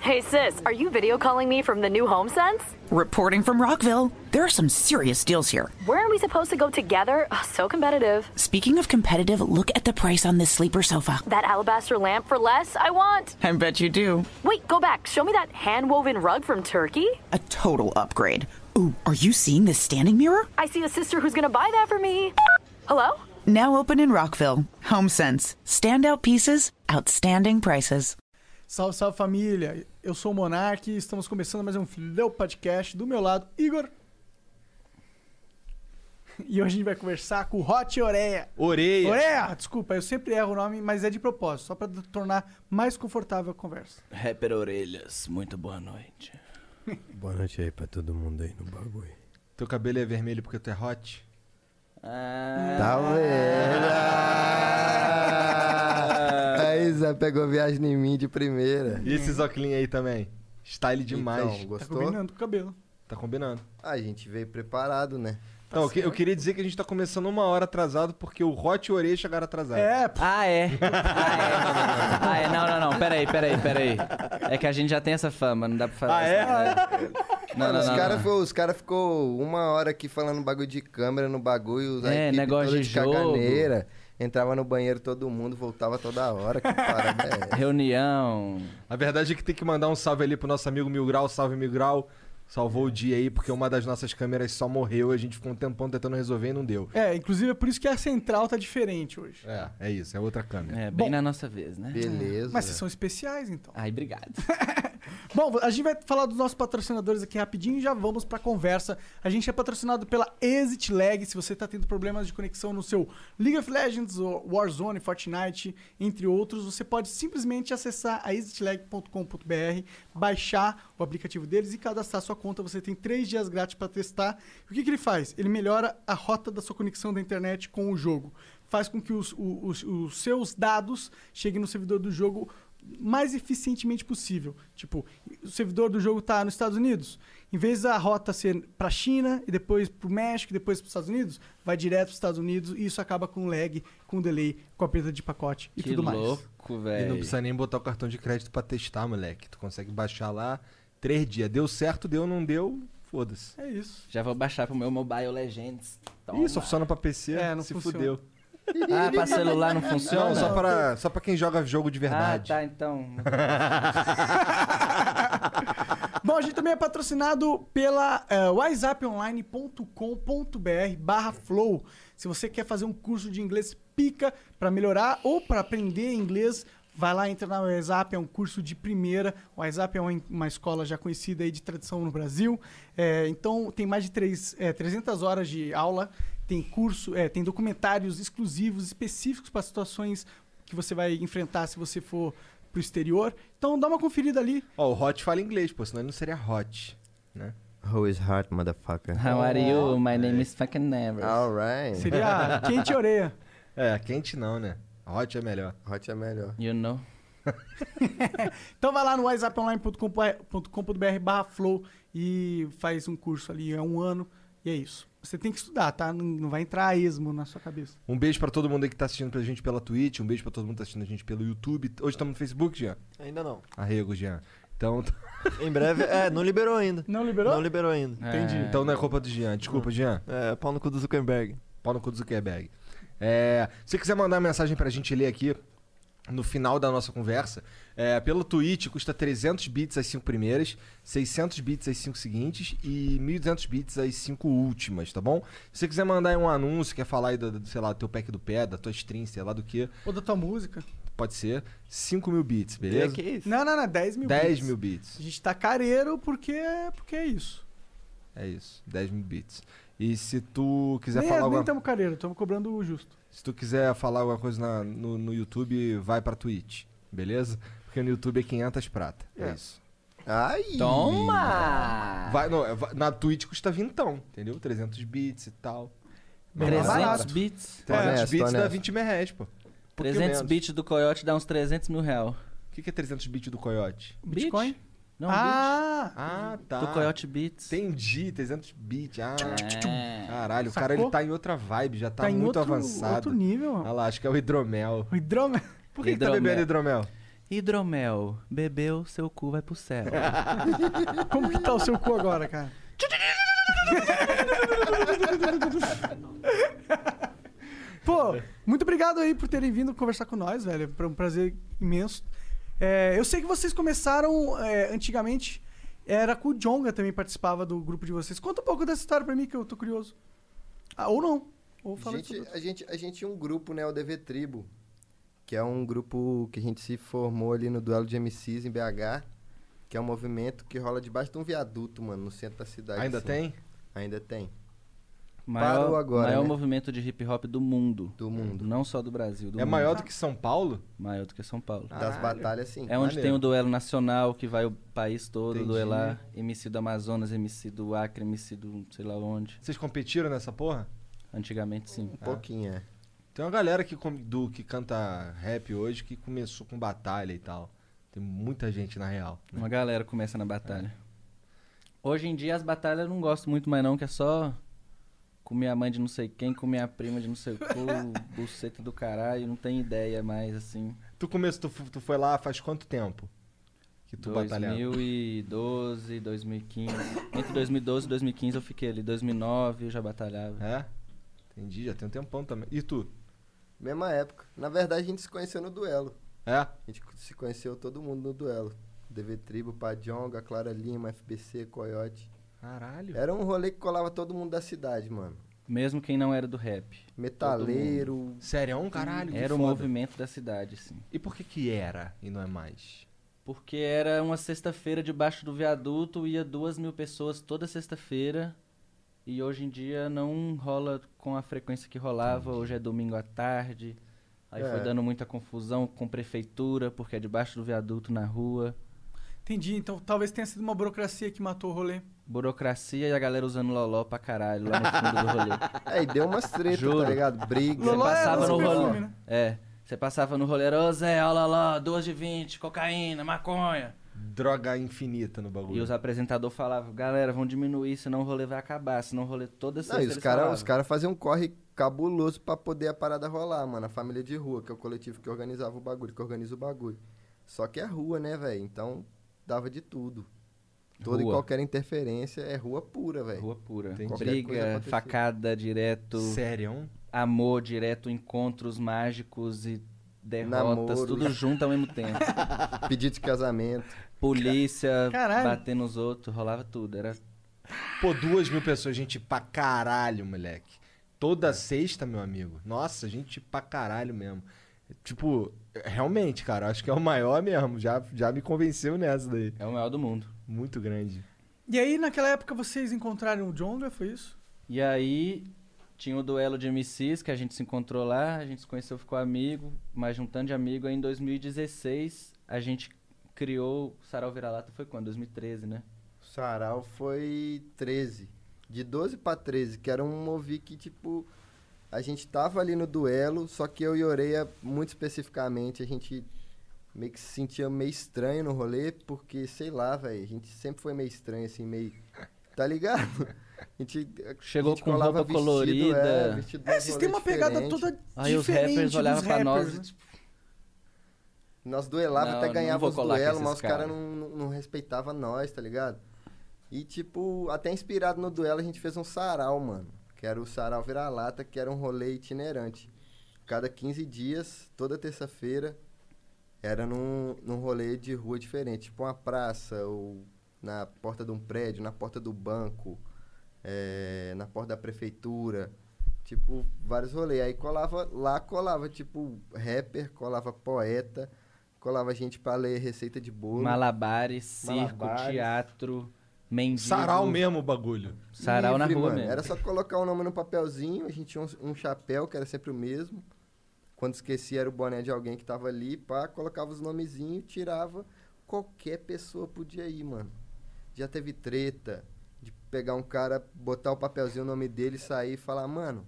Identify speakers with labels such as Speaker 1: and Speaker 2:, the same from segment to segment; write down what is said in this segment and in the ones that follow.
Speaker 1: Hey, sis, are you video calling me from the new home sense?
Speaker 2: Reporting from Rockville, there are some serious deals here.
Speaker 1: Weren't we supposed to go together? Ugh, so competitive.
Speaker 2: Speaking of competitive, look at the price on this sleeper sofa.
Speaker 1: That alabaster lamp for less, I want.
Speaker 2: I bet you do.
Speaker 1: Wait, go back. Show me that hand woven rug from Turkey.
Speaker 2: A total upgrade. Ooh, are you seeing this standing mirror?
Speaker 1: I see a sister who's gonna buy that for me. Hello?
Speaker 2: Now open in Rockville. HomeSense. Standout pieces, outstanding prices.
Speaker 3: Salve, salve família! Eu sou o Monark e estamos começando mais um Flow Podcast. Do meu lado, Igor. E hoje a gente vai conversar com o Hot Oreia.
Speaker 4: Oreia.
Speaker 3: Oreia! Desculpa, eu sempre erro o nome, mas é de propósito, só para tornar mais confortável a conversa. Tá
Speaker 4: Rapper Orelhas, muito boa noite.
Speaker 5: Boa noite aí pra todo mundo aí no bagulho.
Speaker 6: Teu cabelo é vermelho porque tu é hot?
Speaker 5: Talvez. A Isa pegou viagem em mim de primeira.
Speaker 6: E esses óculos aí também? Style demais.
Speaker 5: Então,
Speaker 3: Tá
Speaker 5: gostou?
Speaker 3: combinando com o cabelo.
Speaker 6: Tá combinando.
Speaker 5: a gente veio preparado, né?
Speaker 6: Então, eu que- eu queria dizer que a gente tá começando uma hora atrasado porque o Hot e o Oreia chegaram atrasados.
Speaker 3: É, p-
Speaker 7: Ah, é. Ah, é. Ah, é. Não, não, não. Peraí, peraí, peraí. É que a gente já tem essa fama, não dá pra falar.
Speaker 6: Ah, é?
Speaker 7: isso, né? Não,
Speaker 5: Mano,
Speaker 7: não,
Speaker 5: os
Speaker 7: não,
Speaker 5: caras
Speaker 7: não.
Speaker 5: cara ficou uma hora aqui falando bagulho de câmera no bagulho. a
Speaker 7: É,
Speaker 5: equipe
Speaker 7: negócio
Speaker 5: toda
Speaker 7: de jogo.
Speaker 5: caganeira. Entrava no banheiro todo mundo, voltava toda hora. Que parada é essa?
Speaker 7: Reunião.
Speaker 6: A verdade é que tem que mandar um salve ali pro nosso amigo Mil Grau. Salve, Mil Grau. Salvou o dia aí porque uma das nossas câmeras só morreu e a gente ficou um tempão tentando resolver e não deu.
Speaker 3: é, inclusive é por isso que a central tá diferente hoje.
Speaker 6: É, é isso. É outra câmera.
Speaker 7: É, bem
Speaker 3: Bom.
Speaker 7: na nossa vez, né?
Speaker 5: Beleza.
Speaker 3: Mas vocês são especiais, então.
Speaker 7: Ai, obrigado.
Speaker 3: Bom, a gente vai falar dos nossos patrocinadores aqui rapidinho e já vamos pra conversa. A gente é patrocinado pela Exit Lag. Se você tá tendo problemas de conexão no seu League of Legends, ou Warzone, Fortnite, entre outros, você pode simplesmente acessar a exitlag.com.br, baixar o aplicativo deles e cadastrar sua conta. Você tem três dias grátis para testar. E o que, que ele faz? Ele melhora a rota da sua conexão da internet com o jogo. Faz com que os, o- os- os seus dados cheguem no servidor do jogo mais eficientemente possível. Tipo, o servidor do jogo tá nos Estados Unidos, em vez da rota ser para China e depois para o México e depois para os Estados Unidos, vai direto para os Estados Unidos e isso acaba com lag, com delay, com a perda de pacote e
Speaker 7: que
Speaker 3: tudo mais.
Speaker 7: louco,
Speaker 6: E não
Speaker 7: velho.
Speaker 6: precisa nem botar o cartão de crédito pra testar, moleque. Tu consegue baixar lá três dias. Deu certo, deu, não deu, foda-se.
Speaker 3: É isso.
Speaker 7: Já vou baixar pro meu Mobile Legends. Toma.
Speaker 6: Ih, só funciona pra PC,
Speaker 3: É, não
Speaker 6: se
Speaker 3: funciona.
Speaker 6: fudeu.
Speaker 7: Ah, pra celular não
Speaker 6: Não,
Speaker 7: funciona?
Speaker 6: só para só para quem joga jogo de
Speaker 7: Ah,
Speaker 6: verdade.
Speaker 7: tá, então.
Speaker 3: Bom, a gente também é patrocinado pela eh, whatsapponline.com.br barra flow. Se você quer fazer um curso de inglês pica para melhorar ou para aprender inglês, vai lá, entra na WhatsApp, é um curso de primeira. O WhatsApp é uma, uma escola já conhecida aí de tradição no Brasil. Eh, então, tem mais de três, eh, 300 horas de aula, tem curso, eh, tem documentários exclusivos, específicos para situações que você vai enfrentar se você for pro exterior. Então, dá uma conferida ali.
Speaker 6: Ó, o Hot fala inglês, pô, senão ele não seria Hot, né?
Speaker 5: Who is hot, motherfucker?
Speaker 7: How are you? My name is fucking Never.
Speaker 5: Alright.
Speaker 3: Seria quente orelha.
Speaker 6: É, quente não, né? Hot é melhor.
Speaker 5: Hot é melhor.
Speaker 7: You know?
Speaker 3: Então vai lá no whatsapponline.com.br barra flow e faz um curso ali, é um ano, e é isso. Você tem que estudar, tá? Não- Não vai entrar a esmo na sua cabeça.
Speaker 6: Um beijo pra todo mundo aí que tá assistindo pra gente pela Twitch, um beijo pra todo mundo que tá assistindo a gente pelo YouTube. Hoje estamos no Facebook, Jean.
Speaker 8: Ainda não.
Speaker 6: Arrego, Jean. Então,
Speaker 8: Em breve. É, não liberou ainda.
Speaker 3: Não liberou?
Speaker 8: Não liberou ainda.
Speaker 7: Entendi.
Speaker 6: então não é culpa do Jean. Desculpa, Jean.
Speaker 8: É, pau no cu do Zuckerberg.
Speaker 6: Pau no cu do Zuckerberg. É, se quiser mandar mensagem pra gente ler aqui no final da nossa conversa, é, pelo Twitch custa 300 bits as 5 primeiras, 600 bits as 5 seguintes e 1200 bits as 5 últimas, tá bom? Se você quiser mandar aí um anúncio, quer falar aí do, do, sei lá, do teu pack do pé, da tua stream, sei lá do que,
Speaker 3: Ou da tua música?
Speaker 6: pode ser 5 mil bits, beleza?
Speaker 8: Que isso?
Speaker 3: Não, não, não, 10 mil
Speaker 6: 10
Speaker 3: bits.
Speaker 6: mil
Speaker 3: A
Speaker 6: bits.
Speaker 3: gente tá careiro porque, porque é isso.
Speaker 6: É isso, 10 mil bits. E se tu quiser
Speaker 3: nem é,
Speaker 6: falar
Speaker 3: nem
Speaker 6: alguma
Speaker 3: estamos careiro, estamos cobrando o justo.
Speaker 6: Se tu quiser falar alguma coisa na- no, no YouTube, vai pra Twitch, beleza? Porque no YouTube é 500 prata. É,
Speaker 3: É.
Speaker 6: isso.
Speaker 5: Ai!
Speaker 7: Toma!
Speaker 6: Vai, não, é- vai- na Twitch custa vintão, entendeu? 300 bits e tal.
Speaker 7: é
Speaker 6: Bem mais
Speaker 7: 300
Speaker 6: barato.
Speaker 7: bits?
Speaker 6: 300
Speaker 5: Honesto,
Speaker 6: bits dá
Speaker 5: honesto.
Speaker 6: 20 mil reais, pô. Um pouquinho
Speaker 7: 300
Speaker 6: menos.
Speaker 7: bits do Coyote dá uns 300 mil real.
Speaker 6: O que, que é 300 bits do Coyote?
Speaker 3: Bitcoin?
Speaker 7: Bit? Não,
Speaker 3: ah!
Speaker 6: Ah,
Speaker 7: bit.
Speaker 6: tá.
Speaker 7: Do Coyote Bits.
Speaker 6: Entendi, 300 bits. Ah,
Speaker 7: É.
Speaker 6: caralho, o
Speaker 3: Sacou?
Speaker 6: cara ele tá em outra vibe, já tá,
Speaker 3: Tá, em
Speaker 6: muito
Speaker 3: outro,
Speaker 6: avançado.
Speaker 3: outro nível.
Speaker 6: Ah lá, acho que é o hidromel.
Speaker 3: O hidrome...
Speaker 6: Por que, que tá
Speaker 7: Hidromel.
Speaker 6: bebendo hidromel?
Speaker 7: Hidromel, bebeu, seu cu vai pro céu.
Speaker 3: Como que tá o seu cu agora, cara? Pô, muito obrigado aí por terem vindo conversar com nós, velho. Foi um prazer imenso. É, eu sei que vocês começaram é, antigamente. Era com o Jonga também participava do grupo de vocês. Conta um pouco dessa história pra mim, que eu tô curioso. Ah, ou não. Ou
Speaker 5: A
Speaker 3: fala
Speaker 5: gente,
Speaker 3: sobre-
Speaker 5: a, gente, a gente tinha um grupo, né? O DV Tribo. Que é um grupo que a gente se formou ali no duelo de MCs em BH. Que é um movimento que rola debaixo de um viaduto, mano, no centro da cidade.
Speaker 6: Ainda
Speaker 5: assim.
Speaker 6: tem?
Speaker 5: Ainda tem.
Speaker 7: Maior,
Speaker 5: Parou agora,
Speaker 7: maior
Speaker 5: né?
Speaker 7: movimento de hip hop do mundo.
Speaker 5: Do mundo.
Speaker 7: Não só do Brasil. Do
Speaker 6: É
Speaker 7: mundo.
Speaker 6: maior do que São Paulo?
Speaker 7: Maior do que São Paulo.
Speaker 5: Das batalhas, sim.
Speaker 7: É onde
Speaker 6: Maneiro.
Speaker 7: tem o duelo nacional, que vai o país todo
Speaker 6: Entendi.
Speaker 7: duelar. MC do Amazonas, MC do Acre, MC do sei lá onde.
Speaker 6: Vocês competiram nessa porra?
Speaker 7: Antigamente, sim.
Speaker 5: Um pouquinho, é.
Speaker 6: Tem uma galera que, come- do, que canta rap hoje que começou com batalha e tal. Tem muita gente na real. né?
Speaker 7: Uma galera começa na batalha. Hoje em dia as batalhas eu não gosto muito mais não, que é só comer a mãe de não sei quem, comer a prima de não sei o que, buceta do caralho, não tem ideia mais, assim.
Speaker 6: Tu começou, tu, f- tu foi lá faz quanto tempo? Que tu batalhava?
Speaker 7: 2012, 2015. Entre 2012 e 2015 eu fiquei ali. 2009 eu já batalhava.
Speaker 6: É? Entendi, já tem um tempão também. E tu?
Speaker 5: Mesma época. Na verdade, a gente se conheceu no duelo.
Speaker 6: É?
Speaker 5: A gente se conheceu todo mundo no duelo. DV Tribo, Padjonga, Clara Lima, FBC, Coyote.
Speaker 6: Caralho.
Speaker 5: Era um rolê que colava todo mundo da cidade, mano.
Speaker 7: Mesmo quem não era do rap.
Speaker 5: Metaleiro.
Speaker 6: Sério, é um caralho. que
Speaker 7: Era o
Speaker 6: foda.
Speaker 7: movimento da cidade, assim.
Speaker 6: E por que que era e não é mais?
Speaker 7: Porque era uma sexta-feira debaixo do viaduto, ia duas mil pessoas toda sexta-feira. E hoje em dia não rola com a frequência que rolava, hoje é domingo à tarde. Aí foi
Speaker 5: É.
Speaker 7: dando muita confusão com prefeitura, porque é debaixo do viaduto na rua.
Speaker 3: Entendi, então talvez tenha sido uma burocracia que matou o rolê.
Speaker 7: Burocracia e a galera usando loló pra caralho lá no fundo do rolê.
Speaker 5: Aí deu umas tretas,
Speaker 7: Juro.
Speaker 5: tá ligado? Briga.
Speaker 3: Loló
Speaker 7: Você
Speaker 3: é
Speaker 7: passava
Speaker 3: nosso
Speaker 7: no rolê.
Speaker 3: perfume, né?
Speaker 7: É. Você passava no rolê, ô Zé, olha lá, 2 de 20, cocaína, maconha.
Speaker 6: Droga infinita no bagulho.
Speaker 7: E os apresentadores falavam, galera, vão diminuir, senão o rolê vai acabar, senão o rolê toda
Speaker 5: Não,
Speaker 7: sexta
Speaker 5: e
Speaker 7: eles
Speaker 5: os caras
Speaker 7: falavam.
Speaker 5: os cara faziam um corre cabuloso pra poder a parada rolar, mano. A família de rua, que é o coletivo que organizava o bagulho, que organiza o bagulho. Só que é rua, né, velho? Então dava de tudo. Toda e
Speaker 7: Rua.
Speaker 5: qualquer interferência é rua pura, velho.
Speaker 7: Rua pura.
Speaker 6: Entendi.
Speaker 5: Qualquer coisa
Speaker 7: Briga,
Speaker 5: acontecia.
Speaker 7: facada direto,
Speaker 6: Sério?
Speaker 7: amor direto, encontros mágicos e derrotas,
Speaker 5: Namoro.
Speaker 7: tudo junto ao mesmo tempo.
Speaker 5: Pedido de casamento.
Speaker 7: Polícia,
Speaker 3: Caralho.
Speaker 7: batendo nos outros, rolava tudo. Era
Speaker 6: Pô, duas mil pessoas, gente pra caralho, moleque.
Speaker 7: É.
Speaker 6: Toda sexta, meu amigo. Nossa, gente pra caralho mesmo. Tipo, realmente, cara, acho que é o maior mesmo. Já, já me convenceu nessa daí.
Speaker 7: é o maior do mundo.
Speaker 6: Muito grande.
Speaker 3: E aí, naquela época, vocês encontraram o Jonga, foi isso?
Speaker 7: E aí tinha o duelo de MCs que a gente se encontrou lá, a gente se conheceu, ficou amigo, mas juntando de amigo aí em 2016 a gente criou o Sarau Vira-Lata foi quando? 2013, né?
Speaker 5: O sarau foi 13. De 12 pra 13, que era um movi que, tipo, a gente tava ali no duelo, só que eu e Oreia, muito especificamente, a gente meio que se sentia meio estranho no rolê, porque, sei lá, velho, a gente sempre foi meio estranho, assim, meio. Tá ligado? A gente a
Speaker 7: Chegou
Speaker 5: gente
Speaker 7: com
Speaker 5: colava
Speaker 7: roupa colorida.
Speaker 5: É, vestido de
Speaker 3: É,
Speaker 5: um
Speaker 3: vocês
Speaker 5: rolê
Speaker 3: têm uma pegada
Speaker 5: diferente.
Speaker 3: toda
Speaker 7: Aí os
Speaker 3: diferente
Speaker 7: rappers
Speaker 3: dos
Speaker 7: olhavam pra nós
Speaker 3: rappers,
Speaker 7: e
Speaker 3: né?
Speaker 7: tipo,
Speaker 5: Nós duelava
Speaker 7: Não,
Speaker 5: até
Speaker 7: não
Speaker 5: ganhava
Speaker 7: vou
Speaker 5: os
Speaker 7: colar com
Speaker 5: duelos,
Speaker 7: esses
Speaker 5: mas os caras
Speaker 7: caras.
Speaker 5: não, não- não respeitavam nós, tá ligado? E, tipo, até inspirado no duelo, a gente fez um sarau, mano. Que era o sarau vira-lata, que era um rolê itinerante. Cada 15 dias, toda terça-feira, era num, num rolê de rua diferente. Tipo uma praça, ou na porta de um prédio, na porta do banco, eh, na porta da prefeitura. Tipo, vários rolês. Aí colava, lá colava, tipo, rapper, colava poeta, colava gente pra ler receita de bolo.
Speaker 7: malabares, circo,
Speaker 5: Malabares.
Speaker 7: teatro, mendigo.
Speaker 6: Sarau mesmo o bagulho.
Speaker 7: Sarau na
Speaker 5: Livre,
Speaker 7: rua
Speaker 5: mano.
Speaker 7: mesmo.
Speaker 5: Era só colocar o nome no papelzinho, a gente tinha um, um chapéu que era sempre o mesmo. Quando esquecia era o boné de alguém que tava ali, pá, colocava os nomezinhos, tirava. Qualquer pessoa podia ir, mano. Já teve treta de pegar um cara, botar o papelzinho, o nome dele, sair e falar, mano,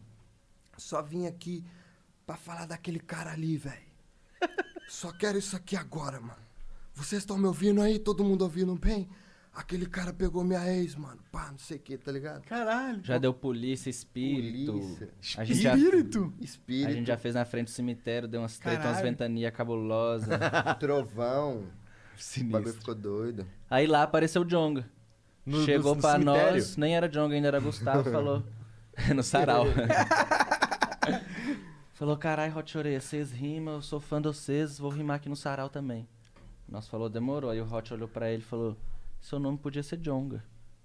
Speaker 5: só vim aqui pra falar daquele cara ali, velho. Só quero isso aqui agora, mano. Vocês estão me ouvindo aí? Todo mundo ouvindo bem? Aquele cara pegou minha ex, mano. Pá, não sei o que, tá ligado?
Speaker 3: Caralho.
Speaker 7: Já deu polícia, espírito.
Speaker 5: Polícia.
Speaker 7: A gente já-
Speaker 3: Espírito.
Speaker 5: Espírito,
Speaker 7: A gente já fez na frente do cemitério, deu umas treta, umas
Speaker 3: Caralho.
Speaker 7: ventania cabulosa.
Speaker 5: trovão. O bagulho
Speaker 7: Sinistro.
Speaker 5: ficou doido.
Speaker 7: Aí lá apareceu o Jonga.
Speaker 6: No-
Speaker 7: Chegou
Speaker 6: no
Speaker 7: pra
Speaker 6: cemitério?
Speaker 7: nós, nem era Jonga, ainda era Gustavo, falou. no sarau. falou, carai, Hot Oreia, vocês rimam, eu sou fã de vocês, vou rimar aqui no sarau também. Nós falou, demorou. Aí o Hot olhou pra ele e falou: seu nome podia ser Jonga.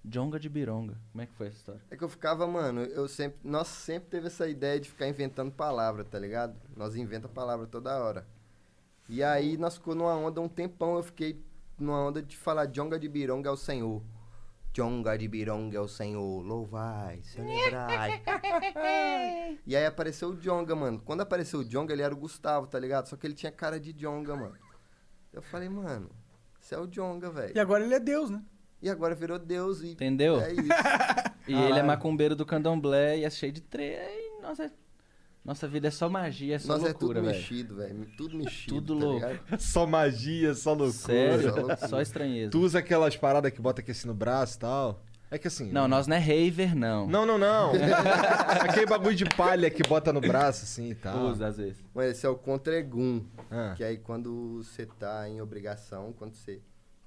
Speaker 7: Jonga de Bironga. Como é que foi essa história?
Speaker 5: É que eu ficava, mano, eu sempre. Nós sempre teve essa ideia de ficar inventando palavra, tá ligado? Nós inventa palavra toda hora. E aí nós ficou numa onda um tempão, eu fiquei numa onda de falar Jonga de Bironga é o Senhor. Jonga de Bironga é o Senhor. Louvai, celebrai. e aí apareceu o Jonga, mano. Quando apareceu o Jonga, ele era o Gustavo, tá ligado? Só que ele tinha cara de Jonga, mano. Eu falei, mano, você é o Jonga,
Speaker 3: E
Speaker 5: velho.
Speaker 3: agora ele é Deus, né?
Speaker 5: E agora virou Deus e.
Speaker 7: Entendeu?
Speaker 5: É isso.
Speaker 7: E
Speaker 6: Ah,
Speaker 7: ele é macumbeiro do candomblé e é cheio de tre... e Nossa, nossa vida é só magia, é só
Speaker 5: Nossa,
Speaker 7: loucura,
Speaker 5: é tudo
Speaker 7: velho.
Speaker 5: mexido, velho. Tudo mexido.
Speaker 7: Tudo
Speaker 5: tá
Speaker 7: louco.
Speaker 5: ligado?
Speaker 6: Só magia, só loucura.
Speaker 7: Sério,
Speaker 5: Só loucura.
Speaker 7: só estranheza.
Speaker 6: Tu usa aquelas paradas que bota aqui assim no braço e tal. É que assim.
Speaker 7: Não, nós não é raver, não.
Speaker 6: Não, não, não. Aquele bagulho de palha que bota no braço assim e tal.
Speaker 7: Usa às vezes.
Speaker 5: Mas esse é o contregum.
Speaker 6: Ah.
Speaker 5: Que aí quando você tá em obrigação, quando você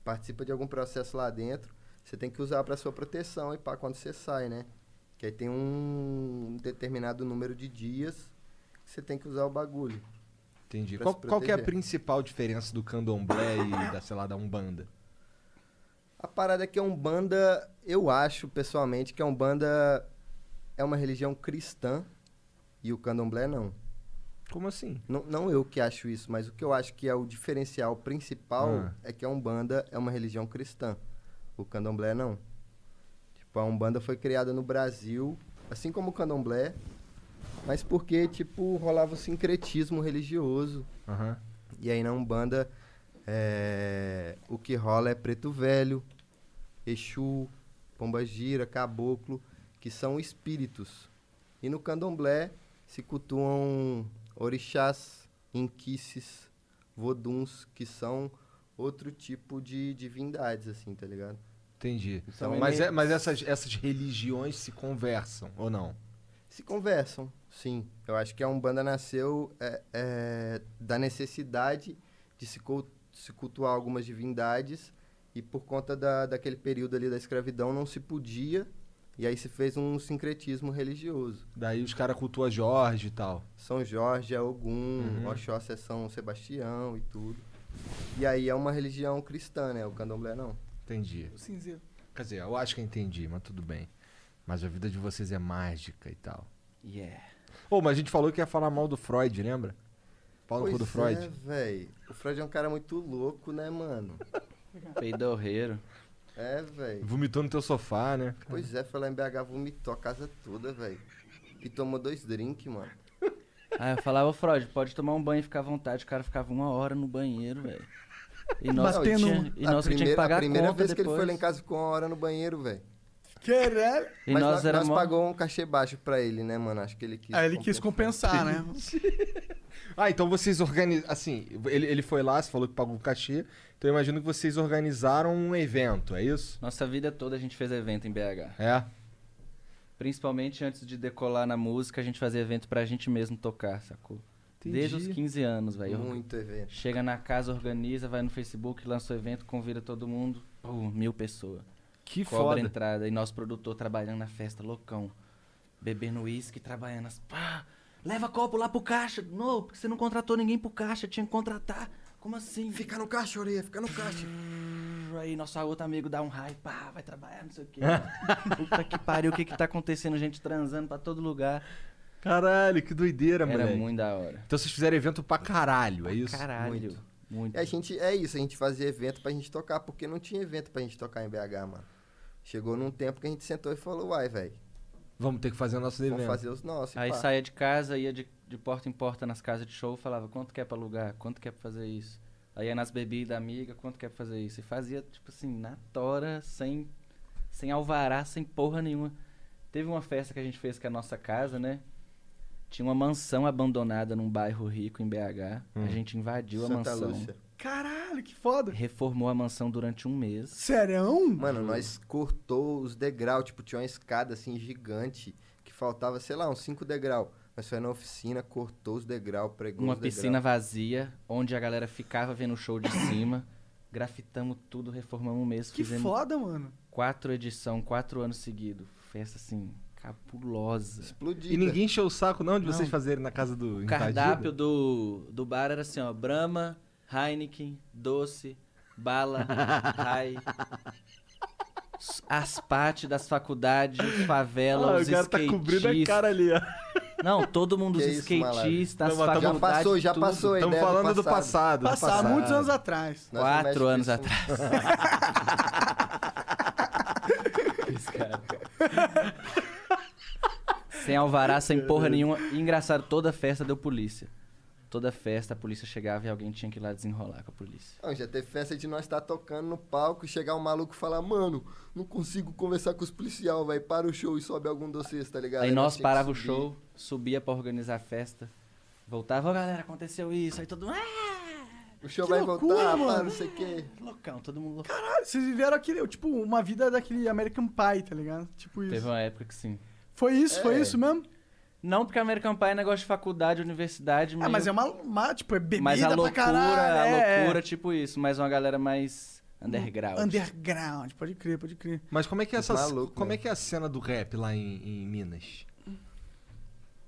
Speaker 5: participa de algum processo lá dentro, você tem que usar pra sua proteção e pra quando você sai, né? Que aí tem um determinado número de dias que você tem que usar o bagulho.
Speaker 6: Entendi.
Speaker 5: Pra
Speaker 6: Qual,
Speaker 5: se
Speaker 6: qual que é a
Speaker 5: proteger.
Speaker 6: principal diferença do candomblé e da, sei lá, da umbanda?
Speaker 5: A parada é que a Umbanda, eu acho pessoalmente que a Umbanda é uma religião cristã e o candomblé não.
Speaker 6: Como assim?
Speaker 5: Não, não eu que acho isso, mas o que eu acho que é o diferencial principal
Speaker 6: Ah.
Speaker 5: é que a Umbanda é uma religião cristã. O candomblé não. Tipo, a Umbanda foi criada no Brasil, assim como o candomblé, mas porque, tipo, rolava o sincretismo religioso.
Speaker 6: Aham.
Speaker 5: E aí na Umbanda, é, o que rola é preto velho, Exu, Pomba Gira, Caboclo, que são espíritos. E no candomblé se cultuam orixás, inquices, voduns, que são outro tipo de divindades, assim, tá ligado?
Speaker 6: Entendi.
Speaker 5: Então,
Speaker 6: mas
Speaker 5: ele-
Speaker 6: é- mas essas, essas religiões se conversam, ou não?
Speaker 5: Se conversam, sim. Eu acho que a Umbanda nasceu é, é, da necessidade de se, cul- se cultuar algumas divindades e por conta da, daquele período ali da escravidão não se podia e aí se fez um sincretismo religioso.
Speaker 6: Daí os caras cultuam Jorge e tal.
Speaker 5: São Jorge, é
Speaker 6: Uhum.
Speaker 5: Ogum, Oxóssi é São Sebastião e tudo. E aí é uma religião cristã, né? O candomblé não.
Speaker 6: Entendi.
Speaker 3: O cinzeiro.
Speaker 6: Quer dizer, eu acho que eu entendi, mas tudo bem. Mas a vida de vocês é mágica e tal.
Speaker 7: Yeah.
Speaker 6: Ô, mas a gente falou que ia falar mal do Freud, lembra? Paulo no cu do Freud.
Speaker 5: é, velho. O Freud é um cara muito louco, né, mano?
Speaker 7: Peidorreiro.
Speaker 5: É, velho.
Speaker 6: Vomitou no teu sofá, né?
Speaker 5: Pois é, foi lá em BH, vomitou a casa toda, velho. E tomou dois drinks, mano.
Speaker 7: Aí eu falava, Freud, pode tomar um banho e ficar à vontade. O cara ficava uma hora no banheiro, velho. E nós, que,
Speaker 3: Batendo
Speaker 7: tinha, um- e nós que tinha que pagar
Speaker 5: a primeira
Speaker 7: conta
Speaker 5: vez que
Speaker 7: depois.
Speaker 5: ele foi lá em casa ficou uma hora no banheiro, velho.
Speaker 3: Caralho.
Speaker 7: E
Speaker 5: Mas
Speaker 7: nós,
Speaker 5: nós,
Speaker 7: era
Speaker 5: nós
Speaker 7: mó- Ah,
Speaker 5: pagou um cachê baixo pra ele, né, mano? Acho que ele quis.
Speaker 3: Aí ele quis compensar, né?
Speaker 6: Ah, então vocês organizaram. Assim, ele, ele foi lá, você falou que pagou o cachê. Então eu imagino que vocês organizaram um evento, é isso?
Speaker 7: Nossa vida toda a gente fez evento em BH.
Speaker 6: É.
Speaker 7: Principalmente antes de decolar na música, a gente fazia evento pra gente mesmo tocar, sacou? Desde os 15 anos, velho.
Speaker 5: Muito evento.
Speaker 7: Chega na casa, organiza, vai no Facebook, lança o evento, convida todo mundo. Pô, mil pessoas.
Speaker 6: Que
Speaker 7: Cobra
Speaker 6: foda.
Speaker 7: entrada. E nosso produtor trabalhando na festa, loucão. Bebendo uísque, trabalhando. as- Pá, leva copo lá pro caixa. Não, porque você não contratou ninguém pro caixa, tinha que contratar. Como assim?
Speaker 5: Fica no caixa, orelha, fica no caixa.
Speaker 7: Aí nosso outro amigo dá um raio, pá, vai trabalhar, não sei o quê. Puta que pariu, o que que tá acontecendo? Gente transando pra todo lugar.
Speaker 6: Caralho, que doideira,
Speaker 7: Era
Speaker 6: É, moleque.
Speaker 7: muito da hora.
Speaker 6: Então vocês fizeram evento pra caralho, é isso?
Speaker 7: Caralho.
Speaker 5: muito.
Speaker 7: Muito.
Speaker 5: E a gente, é isso, a gente fazia evento pra gente tocar, porque não tinha evento pra gente tocar em BH, mano. Chegou num tempo que a gente sentou e falou, uai, velho,
Speaker 6: Vamos ter que fazer o nosso
Speaker 5: vamos
Speaker 6: evento.
Speaker 5: fazer os nossos. e
Speaker 7: Aí
Speaker 5: pá.
Speaker 7: saía de casa, ia de, de porta em porta nas casas de show, falava quanto quer pra alugar, quanto quer pra fazer isso. Aí ia nas bebidas, amiga, quanto quer pra fazer isso. E fazia, tipo assim, na tora, sem, sem alvará, sem porra nenhuma. Teve uma festa que a gente fez com a nossa casa, né? Tinha uma mansão abandonada num bairro rico em BH. A gente invadiu a
Speaker 5: Hum. Santa
Speaker 7: mansão.
Speaker 5: Lúcia.
Speaker 3: Caralho. Caralho, que foda.
Speaker 7: Reformou a mansão durante um mês.
Speaker 3: Serão?
Speaker 5: Mano, nós cortou os degraus, tipo, tinha uma escada assim gigante que faltava, sei lá, uns 5 degraus. Mas foi na oficina, cortou os degraus, pregou
Speaker 7: Uma
Speaker 5: os
Speaker 7: piscina
Speaker 5: degraus.
Speaker 7: vazia, onde a galera ficava vendo o show de cima. Grafitamos tudo, reformamos um mês.
Speaker 3: que
Speaker 7: fizemos
Speaker 3: foda, mano.
Speaker 7: quatro edição, quatro anos seguidos. Festa assim, cabulosa.
Speaker 5: explodida.
Speaker 6: E ninguém encheu o saco, não, de vocês fazerem na casa do
Speaker 7: O
Speaker 6: invadido?
Speaker 7: cardápio do, do bar era assim, ó, Brahma, Heineken, doce, bala, rai. s- As partes das faculdades,
Speaker 6: Ah,
Speaker 7: favela,
Speaker 5: Ah,
Speaker 7: os
Speaker 5: tá
Speaker 6: tá
Speaker 7: skatistas.
Speaker 8: ali, ó.
Speaker 7: Não, todo mundo, os
Speaker 5: Que isso,
Speaker 7: skatistas, as
Speaker 6: Não, mas tamo-
Speaker 7: faculdades.
Speaker 5: Já passou, já
Speaker 7: tudo.
Speaker 5: passou a
Speaker 6: Estamos
Speaker 5: ideia
Speaker 6: falando
Speaker 5: do passado.
Speaker 6: do
Speaker 3: Passar
Speaker 6: passado.
Speaker 3: muitos anos atrás.
Speaker 5: Nós não mexe
Speaker 7: Quatro
Speaker 5: com
Speaker 7: anos
Speaker 5: isso.
Speaker 7: atrás. Esse cara. Sem alvará, sem porra nenhuma. E engraçado, toda festa deu polícia. Toda festa a polícia chegava e alguém tinha que ir lá desenrolar com a polícia.
Speaker 5: Não, já teve festa de nós estar tocando no palco e chegar um maluco e falar, mano, não consigo conversar com os policial, vai para o show e sobe algum doces, tá ligado?
Speaker 7: Aí nós
Speaker 5: tinha que
Speaker 7: parava o
Speaker 5: subir.
Speaker 7: show, subia pra organizar a festa. Voltava, ó galera, aconteceu isso. Aí todo mundo. Ah!
Speaker 5: O show
Speaker 3: Que
Speaker 5: vai
Speaker 3: loucura,
Speaker 5: voltar,
Speaker 3: mano.
Speaker 5: mano, não sei o quê.
Speaker 7: Loucão, todo mundo louco.
Speaker 3: Caralho, Ah, vocês viveram aquele, tipo, uma vida daquele American Pie, tá ligado? Tipo isso.
Speaker 7: Teve uma época que sim.
Speaker 3: Foi isso, foi
Speaker 5: É.
Speaker 3: isso mesmo?
Speaker 7: Não porque American Pie é negócio de faculdade, universidade,
Speaker 3: Ah, mas
Speaker 7: meio-
Speaker 3: é uma, uma, tipo, é bebida
Speaker 7: Mas a
Speaker 3: pra
Speaker 7: loucura,
Speaker 3: caralho.
Speaker 7: a
Speaker 3: é,
Speaker 7: loucura, tipo isso, mas uma galera mais underground.
Speaker 3: é. Underground, pode crer, pode crer.
Speaker 6: Mas como é que é essa,
Speaker 5: Maluco,
Speaker 6: como
Speaker 5: né?
Speaker 6: é que é a cena do rap lá em, em Minas?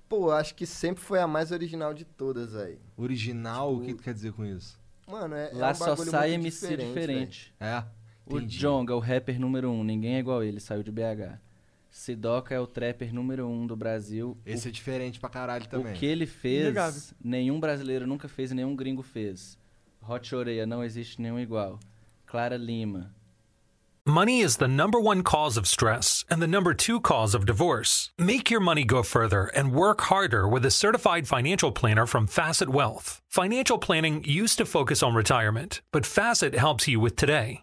Speaker 5: Pô, acho que sempre foi a mais original de todas aí.
Speaker 6: Original, o que
Speaker 5: Tipo-
Speaker 6: tu quer dizer com isso?
Speaker 5: Mano, é, é
Speaker 7: Lá
Speaker 5: um
Speaker 7: só
Speaker 5: bagulho
Speaker 7: sai
Speaker 5: muito
Speaker 7: MC diferente.
Speaker 5: diferente.
Speaker 6: É?
Speaker 7: O
Speaker 6: Entendi.
Speaker 7: Jonga, o rapper número um, ninguém é igual ele, saiu de BH. Sidoca é o trapper número um do Brasil.
Speaker 6: Esse é diferente pra caralho
Speaker 7: o,
Speaker 6: também.
Speaker 7: o que ele fez,
Speaker 3: Inegável.
Speaker 7: nenhum brasileiro nunca fez e nenhum gringo fez. Hot Oreia, não existe nenhum igual. Clara Lima.
Speaker 9: Money is the number one cause of stress and the number two cause of divorce. Make your money go further and work harder with a certified financial planner from Facet Wealth. Financial planning used to focus on retirement, but Facet helps you with today.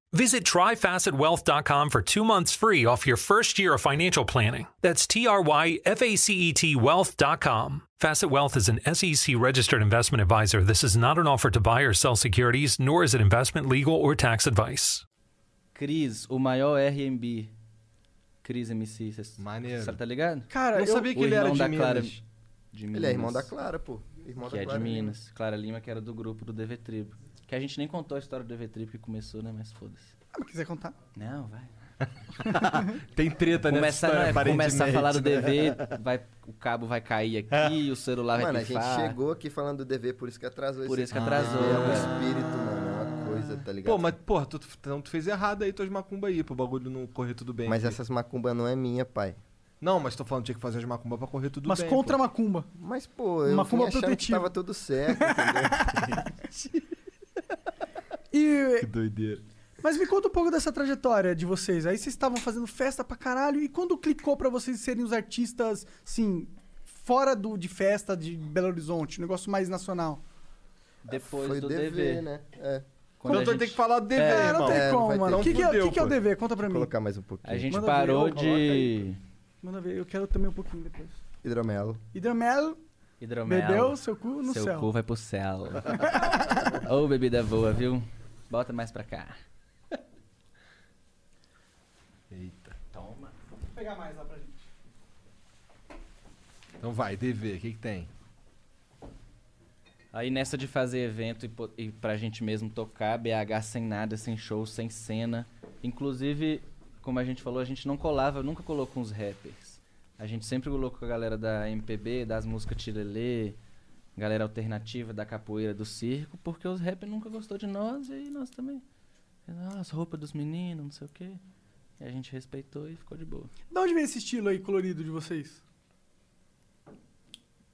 Speaker 9: Visit tryfacetwealth.com for two months free off your first year of financial planning. That's T R Y F A C E T wealth.com. Facet Wealth is an SEC registered investment advisor. This is not an offer to buy or sell securities, nor is it investment, legal, or tax advice.
Speaker 7: Cris, o maior RB. Cris MC, vocês.
Speaker 6: Maneiro.
Speaker 7: Tá ligado?
Speaker 3: Cara,
Speaker 6: Não
Speaker 3: eu...
Speaker 6: sabia que
Speaker 7: o
Speaker 6: ele era
Speaker 7: irmão
Speaker 6: de
Speaker 7: da
Speaker 6: Minas.
Speaker 7: Clara- De
Speaker 5: Ele é irmão da
Speaker 7: Minas.
Speaker 5: Clara, pô. Irmão
Speaker 7: que
Speaker 5: da
Speaker 7: é de
Speaker 5: Clara
Speaker 7: Minas. Clara Lima, que era do grupo do DV Tribo. Que a gente nem contou a história do DV Tribo que começou, né? Mas foda-se.
Speaker 3: Ah, mas quiser contar.
Speaker 7: Não, vai.
Speaker 6: Tem treta
Speaker 3: Tá
Speaker 6: né? nessa
Speaker 7: Começar, não,
Speaker 6: história,
Speaker 7: é, começar a
Speaker 6: aparentemente,
Speaker 7: falar do
Speaker 6: né?
Speaker 7: DV, vai, o cabo vai cair aqui, o celular vai
Speaker 5: Mano, a gente
Speaker 7: pifar.
Speaker 5: chegou aqui falando do dever, por isso que atrasou
Speaker 7: Por isso
Speaker 5: esse
Speaker 7: que
Speaker 5: episódio.
Speaker 7: atrasou.
Speaker 5: É um espírito, mano, é uma coisa, tá ligado?
Speaker 6: Pô, mas porra, tu, então tu fez errado aí tuas macumba aí, pro bagulho não correr tudo bem.
Speaker 5: Mas
Speaker 6: aqui.
Speaker 5: essas macumbas não é minha, pai.
Speaker 6: Não, mas tô falando, tinha que fazer as macumba pra correr tudo
Speaker 3: mas
Speaker 6: bem.
Speaker 3: contra a
Speaker 6: pô.
Speaker 3: macumba.
Speaker 5: Mas, pô, eu
Speaker 3: Macumba
Speaker 5: vim achando que
Speaker 3: protetiva.
Speaker 5: tava tudo certo, entendeu?
Speaker 3: E,
Speaker 6: Que doideira.
Speaker 3: mas me conta um pouco dessa trajetória de vocês. Aí vocês estavam fazendo festa pra caralho. E quando clicou pra vocês serem os artistas, assim, fora do, de festa de Belo Horizonte, um negócio mais nacional?
Speaker 7: Depois
Speaker 5: Foi
Speaker 7: do
Speaker 5: o
Speaker 7: DV.
Speaker 5: dever, né? É.
Speaker 7: Quando a
Speaker 6: então tem
Speaker 7: gente,
Speaker 6: que falar do dever,
Speaker 3: É, não
Speaker 6: irmão.
Speaker 3: tem
Speaker 5: É, não
Speaker 3: como,
Speaker 5: vai ter.
Speaker 3: mano. O que, que, é-
Speaker 6: Fudeu,
Speaker 3: o que que é o
Speaker 6: pô.
Speaker 3: dever? Conta pra mim.
Speaker 5: Colocar mais um pouquinho.
Speaker 7: a gente
Speaker 3: Manda ver,
Speaker 7: parou
Speaker 3: eu coloco
Speaker 7: de...
Speaker 3: Manda ver, eu quero também um pouquinho depois.
Speaker 5: Hidromelo.
Speaker 3: Hidromel,
Speaker 7: Hidromel.
Speaker 3: bebeu seu cu no
Speaker 7: Seu
Speaker 3: céu.
Speaker 7: cu vai pro céu. Ô, bebida voa, viu? Bota mais pra cá.
Speaker 6: Eita.
Speaker 3: Vou pegar mais lá pra gente.
Speaker 6: Então vai, dever, o que que tem?
Speaker 7: Aí nessa de fazer evento e, po- e pra gente mesmo tocar, BH sem nada, sem show, sem cena. Inclusive, como a gente falou, a gente não colava, nunca colocou uns rappers. A gente sempre colocou a galera da MPB, das músicas tirelê, galera alternativa da capoeira, do circo, porque os rappers nunca gostou de nós e nós também. Ah, As roupas dos meninos, não sei o quê. E a gente respeitou e ficou de boa.
Speaker 3: De onde vem esse estilo aí colorido de vocês?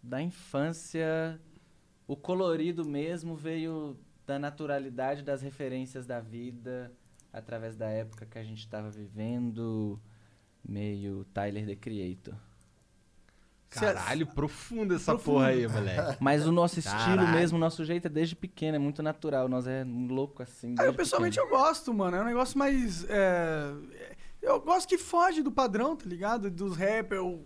Speaker 7: da infância, o colorido mesmo veio da naturalidade das referências da vida através da época que a gente estava vivendo, meio Tyler the Creator.
Speaker 6: Caralho, profunda essa porra aí, moleque.
Speaker 7: Mas o nosso estilo
Speaker 6: Caralho.
Speaker 7: mesmo, o nosso jeito é desde pequeno, é muito natural, nós é louco assim.
Speaker 3: Ah, eu
Speaker 7: desde
Speaker 3: pessoalmente eu gosto, mano. É um negócio mais. é, Eu gosto que foge do padrão, tá ligado? Dos rappers, o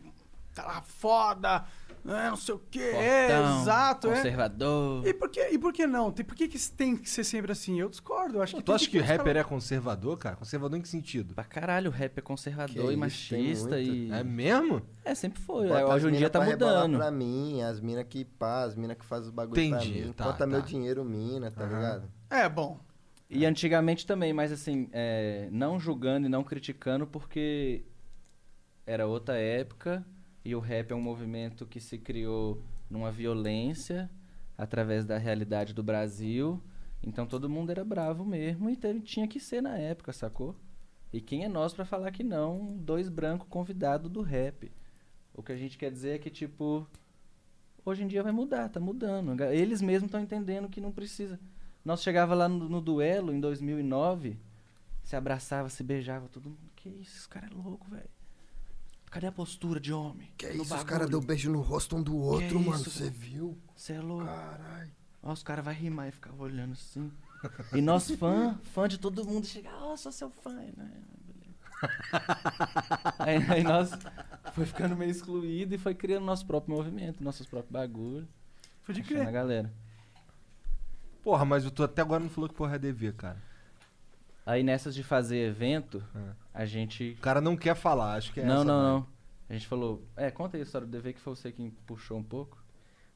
Speaker 3: cara foda, né, não sei o quê. é,
Speaker 7: Fortão,
Speaker 3: exato, é.
Speaker 7: Conservador.
Speaker 3: E por, que, e por que não? Tem- Por que, que isso tem que ser sempre assim? Eu discordo. Eu acho que
Speaker 6: Tu
Speaker 3: tem
Speaker 6: acha que
Speaker 3: ter
Speaker 6: o
Speaker 3: os
Speaker 6: rapper
Speaker 3: caras-
Speaker 6: é conservador, cara? Conservador em que sentido?
Speaker 7: Pra caralho, o rap é conservador
Speaker 5: Que
Speaker 7: e
Speaker 5: isso, tem
Speaker 7: machista
Speaker 5: muito.
Speaker 7: e.
Speaker 6: É mesmo?
Speaker 7: É, sempre foi.
Speaker 5: Bota
Speaker 7: Aí,
Speaker 5: as
Speaker 7: hoje em
Speaker 5: mina
Speaker 7: dia tá
Speaker 5: pra rebolar
Speaker 7: mudando.
Speaker 5: Pra mim, as minas que pá, as minas que faz os bagulho
Speaker 6: Entendi,
Speaker 5: pra mim.
Speaker 6: tá,
Speaker 5: Conta
Speaker 6: tá.
Speaker 5: meu dinheiro, mina, tá ligado?
Speaker 3: É, bom.
Speaker 7: E antigamente também, mas assim, é, não julgando e não criticando, porque era outra época e o rap é um movimento que se criou numa violência através da realidade do Brasil. Então todo mundo era bravo mesmo e teve- tinha que ser na época, sacou? E quem é nós pra falar que não? Dois brancos convidados do rap. O que a gente quer dizer é que, tipo, hoje em dia vai mudar, tá mudando. Ga- Eles mesmos estão entendendo que não precisa. Nós chegava lá no, no duelo em 2009, se abraçava, se beijava, todo mundo. Que isso, esse cara é louco, velho. Cadê a postura de homem? No bagulho?
Speaker 5: beijo no rosto um do
Speaker 7: outro, mano, isso? cê
Speaker 5: viu?
Speaker 7: Você é louco. Ó, os caras vão rimar e ficar olhando assim. E nós fã, fã de todo mundo, chega, ó, sou seu fã. E, né, beleza. aí, aí nós foi ficando meio excluído e foi criando nosso próprio movimento, nossos próprios bagulhos.
Speaker 3: Pode
Speaker 7: Achando a
Speaker 3: crer.
Speaker 7: galera.
Speaker 6: Porra, mas eu tô até agora não falou que porra é DV, cara.
Speaker 7: Aí nessas de fazer evento,
Speaker 6: É.
Speaker 7: a gente.
Speaker 6: O cara não quer falar, acho que é
Speaker 7: não,
Speaker 6: essa.
Speaker 7: não,
Speaker 6: vibe.
Speaker 7: não. A gente falou. É, conta aí a história do DV que foi você quem puxou um pouco.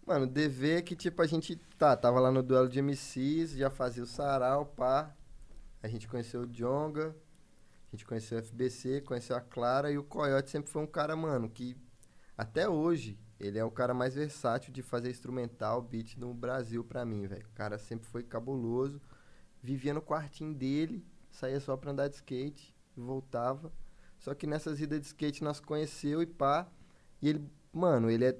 Speaker 5: Mano, DV é que tipo a gente tá, tava lá no duelo de MCs, já fazia o sarau, pá. A gente conheceu o Jonga, a gente conheceu o FBC, conheceu a Clara e o Coyote sempre foi um cara, mano, que até hoje ele é o cara mais versátil de fazer instrumental, beat no Brasil pra mim, velho. O cara sempre foi cabuloso, vivia no quartinho dele, saía só pra andar de skate e voltava. Só que nessas idas de skate nós conheceu e pá. E ele, mano, ele é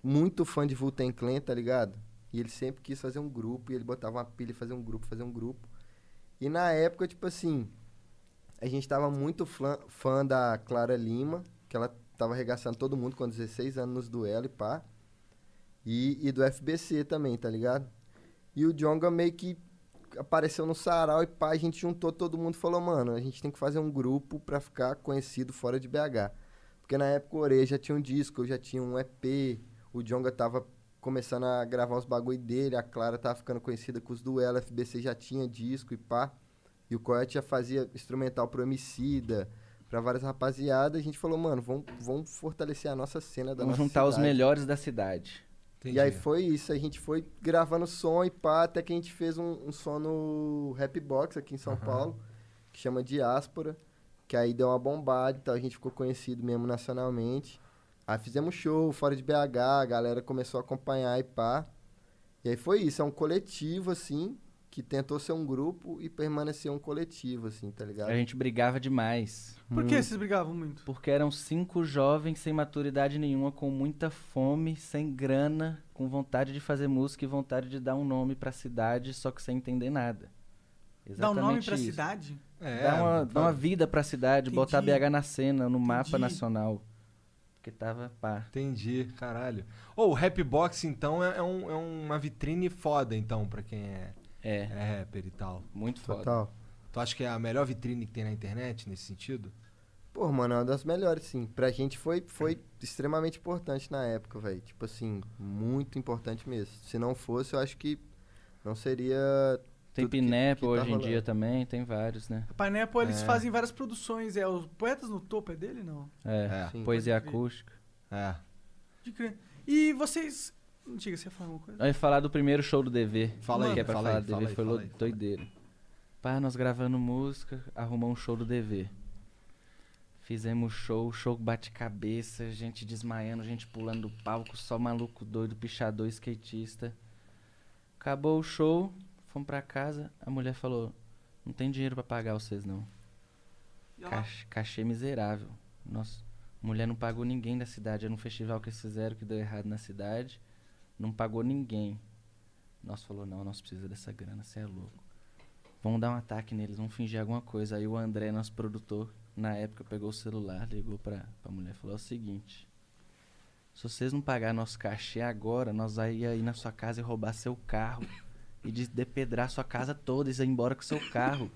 Speaker 5: muito fã de Vulcan Clan, tá ligado? E ele sempre quis fazer um grupo, e ele botava uma pilha e fazer um grupo, fazer um grupo. E na época, tipo assim, a gente tava muito fã, fã da Clara Lima, que ela tava arregaçando todo mundo com 16 anos nos duelos e pá. E, e do FBC também, tá ligado? E o Jonga meio que apareceu no sarau e pá, a gente juntou todo mundo e falou, mano, a gente tem que fazer um grupo pra ficar conhecido fora de BH. Porque na época o Oreia já tinha um disco, eu já tinha um EP, o Jonga tava começando a gravar os bagulho dele, a Clara tava ficando conhecida com os duelos, a FBC já tinha disco e pá. E o Coyote já fazia instrumental pro Emicida, pra várias rapaziadas. A gente falou, mano, vamos, vamos fortalecer a nossa cena da
Speaker 7: Vamos
Speaker 5: nossa
Speaker 7: juntar os
Speaker 5: cidade."
Speaker 7: melhores da cidade.
Speaker 6: Entendi.
Speaker 5: E aí foi isso, a gente foi gravando som e pá, até que a gente fez um, um som no Happy Box aqui em São Paulo, que chama Diáspora, que aí deu uma bombada e tal, a gente ficou conhecido mesmo nacionalmente. Aí fizemos show fora de BH, a galera começou a acompanhar e pá. E aí foi isso, é um coletivo, assim, que tentou ser um grupo e permaneceu um coletivo, assim, tá ligado?
Speaker 7: A gente brigava demais.
Speaker 3: Por que vocês brigavam muito?
Speaker 7: Porque eram cinco jovens sem maturidade nenhuma, com muita fome, sem grana, com vontade de fazer música e vontade de dar um nome pra cidade, só que sem entender nada.
Speaker 3: Dá um nome pra
Speaker 7: isso.
Speaker 3: cidade?
Speaker 6: É,
Speaker 7: Dar uma, dar uma vida pra cidade,
Speaker 3: Entendi.
Speaker 7: botar BH na cena, no mapa
Speaker 3: Entendi.
Speaker 7: nacional. Porque tava pá.
Speaker 6: Entendi, caralho. Ô, o rap box, então, é, é um- é uma vitrine foda, então, pra quem é, é
Speaker 7: É,
Speaker 6: rapper e tal.
Speaker 7: muito foda.
Speaker 5: Total.
Speaker 6: Tu acha que é a melhor vitrine que tem na internet nesse sentido?
Speaker 5: Pô, mano, é uma das melhores, sim. Pra gente foi, foi extremamente importante na época, velho. Tipo assim, muito importante mesmo. Se não fosse, eu acho que não seria.
Speaker 7: Tem
Speaker 5: tudo que-
Speaker 7: Pinep
Speaker 5: que tá
Speaker 7: hoje em
Speaker 5: rolando.
Speaker 7: dia também, tem vários, né?
Speaker 3: A Pineapple, eles fazem várias produções. É, os Poetas no Topo é dele, não?
Speaker 7: É,
Speaker 6: É.
Speaker 5: Sim.
Speaker 7: poesia
Speaker 3: Pode crer.
Speaker 7: acústica.
Speaker 6: É.
Speaker 3: De crer. E vocês... Diga, você ia falar alguma coisa?
Speaker 7: Eu ia falar do primeiro show do DV.
Speaker 6: Fala aí,
Speaker 7: que é pra
Speaker 6: fala
Speaker 7: falar
Speaker 6: aí,
Speaker 7: do
Speaker 6: fala
Speaker 7: DV,
Speaker 6: aí,
Speaker 7: foi
Speaker 6: fala
Speaker 7: lo-
Speaker 6: aí, fala aí.
Speaker 7: doideira. Pá, nós gravando música, arrumamos um show do DV. Fizemos show, show bate-cabeça, gente desmaiando, gente pulando do palco, só maluco doido, pichador, skatista. Acabou o show, fomos pra casa, a mulher falou, não tem dinheiro pra pagar vocês não.
Speaker 3: E ela-
Speaker 7: Cach- cachê miserável. Nossa, mulher não pagou ninguém da cidade. Era um festival que eles fizeram que deu errado na cidade. Não pagou ninguém. Nossa falou, não, nós precisa dessa grana, você é louco. Vamos dar um ataque neles, vamos fingir alguma coisa. Aí o André, nosso produtor, na época pegou o celular, ligou pra, pra mulher e falou "É o seguinte. Se vocês não pagar nosso cachê agora, nós vai ir aí na sua casa e roubar seu carro. E de- depedrar sua casa toda e ir embora com seu carro.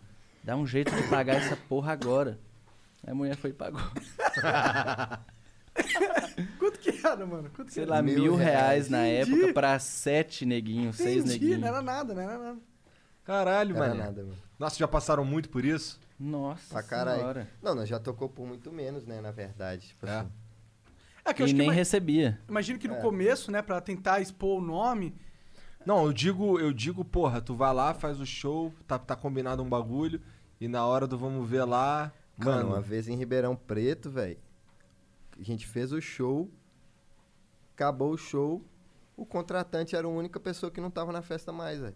Speaker 7: Dá um jeito de pagar essa porra agora. Aí a mulher foi e pagou.
Speaker 3: Quanto que era, mano? Quanto que
Speaker 7: Sei
Speaker 3: era?
Speaker 7: lá, mil,
Speaker 5: Mil
Speaker 7: reais,
Speaker 5: reais.
Speaker 7: na
Speaker 3: Entendi.
Speaker 7: época pra sete neguinhos, seis
Speaker 3: Entendi,
Speaker 7: neguinhos.
Speaker 3: não era nada, não era nada.
Speaker 6: Caralho,
Speaker 5: Era
Speaker 6: mano.
Speaker 5: nada, mano.
Speaker 6: Nossa, já passaram muito por isso?
Speaker 7: Nossa
Speaker 5: Pra
Speaker 7: senhora.
Speaker 5: caralho. Não, nós já tocou por muito menos, né, na verdade. Tipo
Speaker 6: É.
Speaker 5: assim.
Speaker 3: É que eu
Speaker 7: E
Speaker 3: acho que
Speaker 7: nem É.
Speaker 3: ima-
Speaker 7: recebia.
Speaker 3: imagino que no começo, né, pra tentar expor o nome,
Speaker 6: Não, eu digo, eu digo, porra, tu vai lá, faz o show, tá, tá combinado um bagulho, e na hora do vamos ver lá.
Speaker 5: Mano,
Speaker 6: Mano,
Speaker 5: uma vez em Ribeirão Preto, velho, a gente fez o show, acabou o show, o contratante era a única pessoa que não tava na festa mais, velho.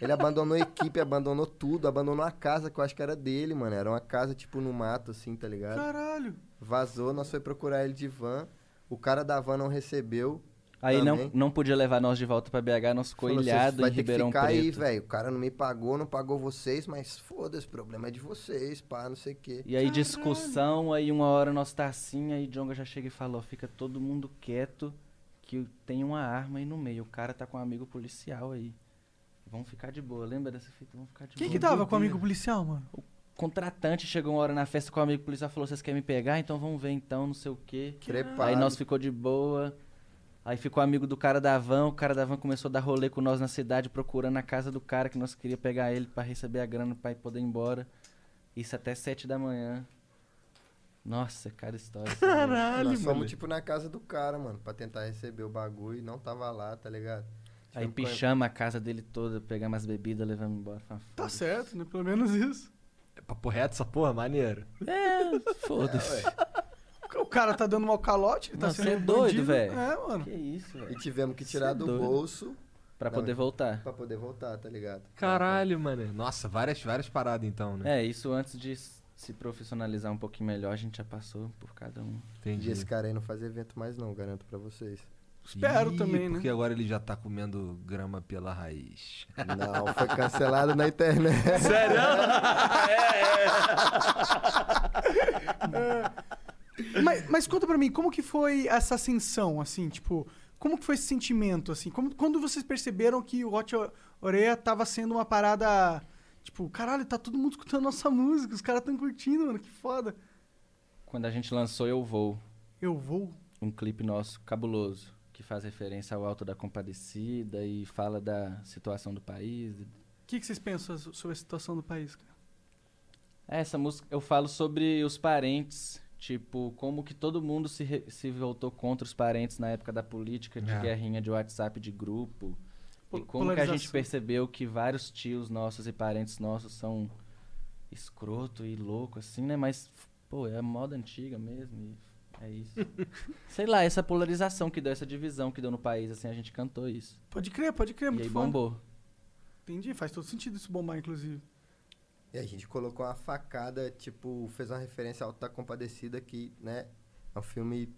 Speaker 5: Ele abandonou a equipe, abandonou tudo, abandonou a casa que eu acho que era dele, mano. Era uma casa, tipo, no mato, assim, tá ligado?
Speaker 3: caralho.
Speaker 5: Vazou, nós foi procurar ele de van, o cara da van não recebeu.
Speaker 7: Aí não,
Speaker 5: também.
Speaker 7: não podia levar nós de volta pra BH, nós ficou
Speaker 5: Falou, "Cês
Speaker 7: ilhado
Speaker 5: vai
Speaker 7: em
Speaker 5: ter que
Speaker 7: Ribeirão
Speaker 5: ficar aí,
Speaker 7: Preto.
Speaker 5: velho. O cara não me pagou, não pagou vocês, mas foda-se, o problema é de vocês, pá, não sei o quê.
Speaker 7: e aí discussão, aí uma hora nós tá assim, aí Jonga já chega e fala, ó, fica todo mundo quieto, que tem uma arma aí no meio. O cara tá com um amigo policial aí. Vamos ficar de boa, lembra dessa fita? Vamos ficar de
Speaker 3: Quem
Speaker 7: boa.
Speaker 3: que tava com o amigo policial, mano?
Speaker 7: Contratante chegou uma hora na festa com um amigo policial falou, vocês querem me pegar? Então vamos ver então, não sei o quê.
Speaker 5: Prepara.
Speaker 7: Aí nós ficou de boa. Aí ficou amigo do cara da van, o cara da van começou a dar rolê com nós na cidade, procurando a casa do cara que nós queria pegar ele pra receber a grana pra ir poder ir embora. Isso até sete da manhã. Nossa, cara, história. essa daí.
Speaker 5: Nós fomos, tipo, na casa do cara, mano, pra tentar receber o bagulho. Não tava lá, tá ligado?
Speaker 7: Aí
Speaker 5: Tivemos que-
Speaker 7: pichamos a casa dele toda, pegamos as bebidas, levamos embora. Fala,
Speaker 3: Tá certo, né? Pelo menos isso.
Speaker 6: é papo reto essa porra, maneiro.
Speaker 7: É, foda-se.
Speaker 3: O cara tá dando mau calote, ele tá
Speaker 7: Não,
Speaker 3: sendo
Speaker 7: cê é
Speaker 3: um
Speaker 7: doido,
Speaker 3: bandido.
Speaker 7: velho.
Speaker 3: É, mano.
Speaker 7: que isso,
Speaker 5: E
Speaker 7: velho.
Speaker 5: tivemos que
Speaker 7: Cê
Speaker 5: tirar
Speaker 7: é
Speaker 5: do
Speaker 7: doido.
Speaker 5: bolso
Speaker 7: Pra
Speaker 5: Não,
Speaker 7: poder
Speaker 5: mas-
Speaker 7: voltar.
Speaker 5: pra poder voltar, tá ligado?
Speaker 6: Caralho, mano. Nossa, várias, várias paradas então, né?
Speaker 7: É, isso antes de s- se profissionalizar um pouquinho melhor, a gente já passou por cada um.
Speaker 5: E
Speaker 6: Entendi.
Speaker 5: esse cara aí não faz evento mais não, garanto pra vocês.
Speaker 3: Espero
Speaker 6: Ih,
Speaker 3: também, né?
Speaker 6: Porque agora ele já tá comendo grama pela raiz.
Speaker 5: Não, foi cancelado na internet.
Speaker 3: Mas, mas conta pra mim, como que foi essa ascensão, assim, tipo... Como que foi esse sentimento, assim? Como, quando vocês perceberam que o Hot Oreia tava sendo uma parada... Tipo, caralho, tá todo mundo escutando nossa música, os caras tão curtindo, mano, que foda.
Speaker 7: Quando a gente lançou Eu Vou,
Speaker 3: Eu vou...
Speaker 7: um clipe nosso cabuloso, que faz referência ao Alto da Compadecida e fala da situação do país.
Speaker 3: O que, que vocês pensam so- sobre a situação do país, cara?
Speaker 7: É, Essa música eu falo sobre os parentes, tipo, como que todo mundo se, re- se voltou contra os parentes na época da política, de
Speaker 6: É.
Speaker 7: guerrinha de WhatsApp de grupo. E
Speaker 3: Po-
Speaker 7: como que a gente
Speaker 3: polarização.
Speaker 7: percebeu que vários tios nossos e parentes nossos são escroto e louco, assim, né? Mas, pô, é a moda antiga mesmo e é isso. Sei lá, essa polarização que deu, essa divisão que deu no país, assim, a gente cantou isso.
Speaker 3: Pode crer, pode crer,
Speaker 7: e
Speaker 3: É muito
Speaker 7: aí
Speaker 3: foda.
Speaker 7: bombou.
Speaker 3: Entendi, faz todo sentido isso bombar, inclusive.
Speaker 5: e a gente colocou uma facada, tipo, fez uma referência ao Tá Compadecida, que, né, é um filme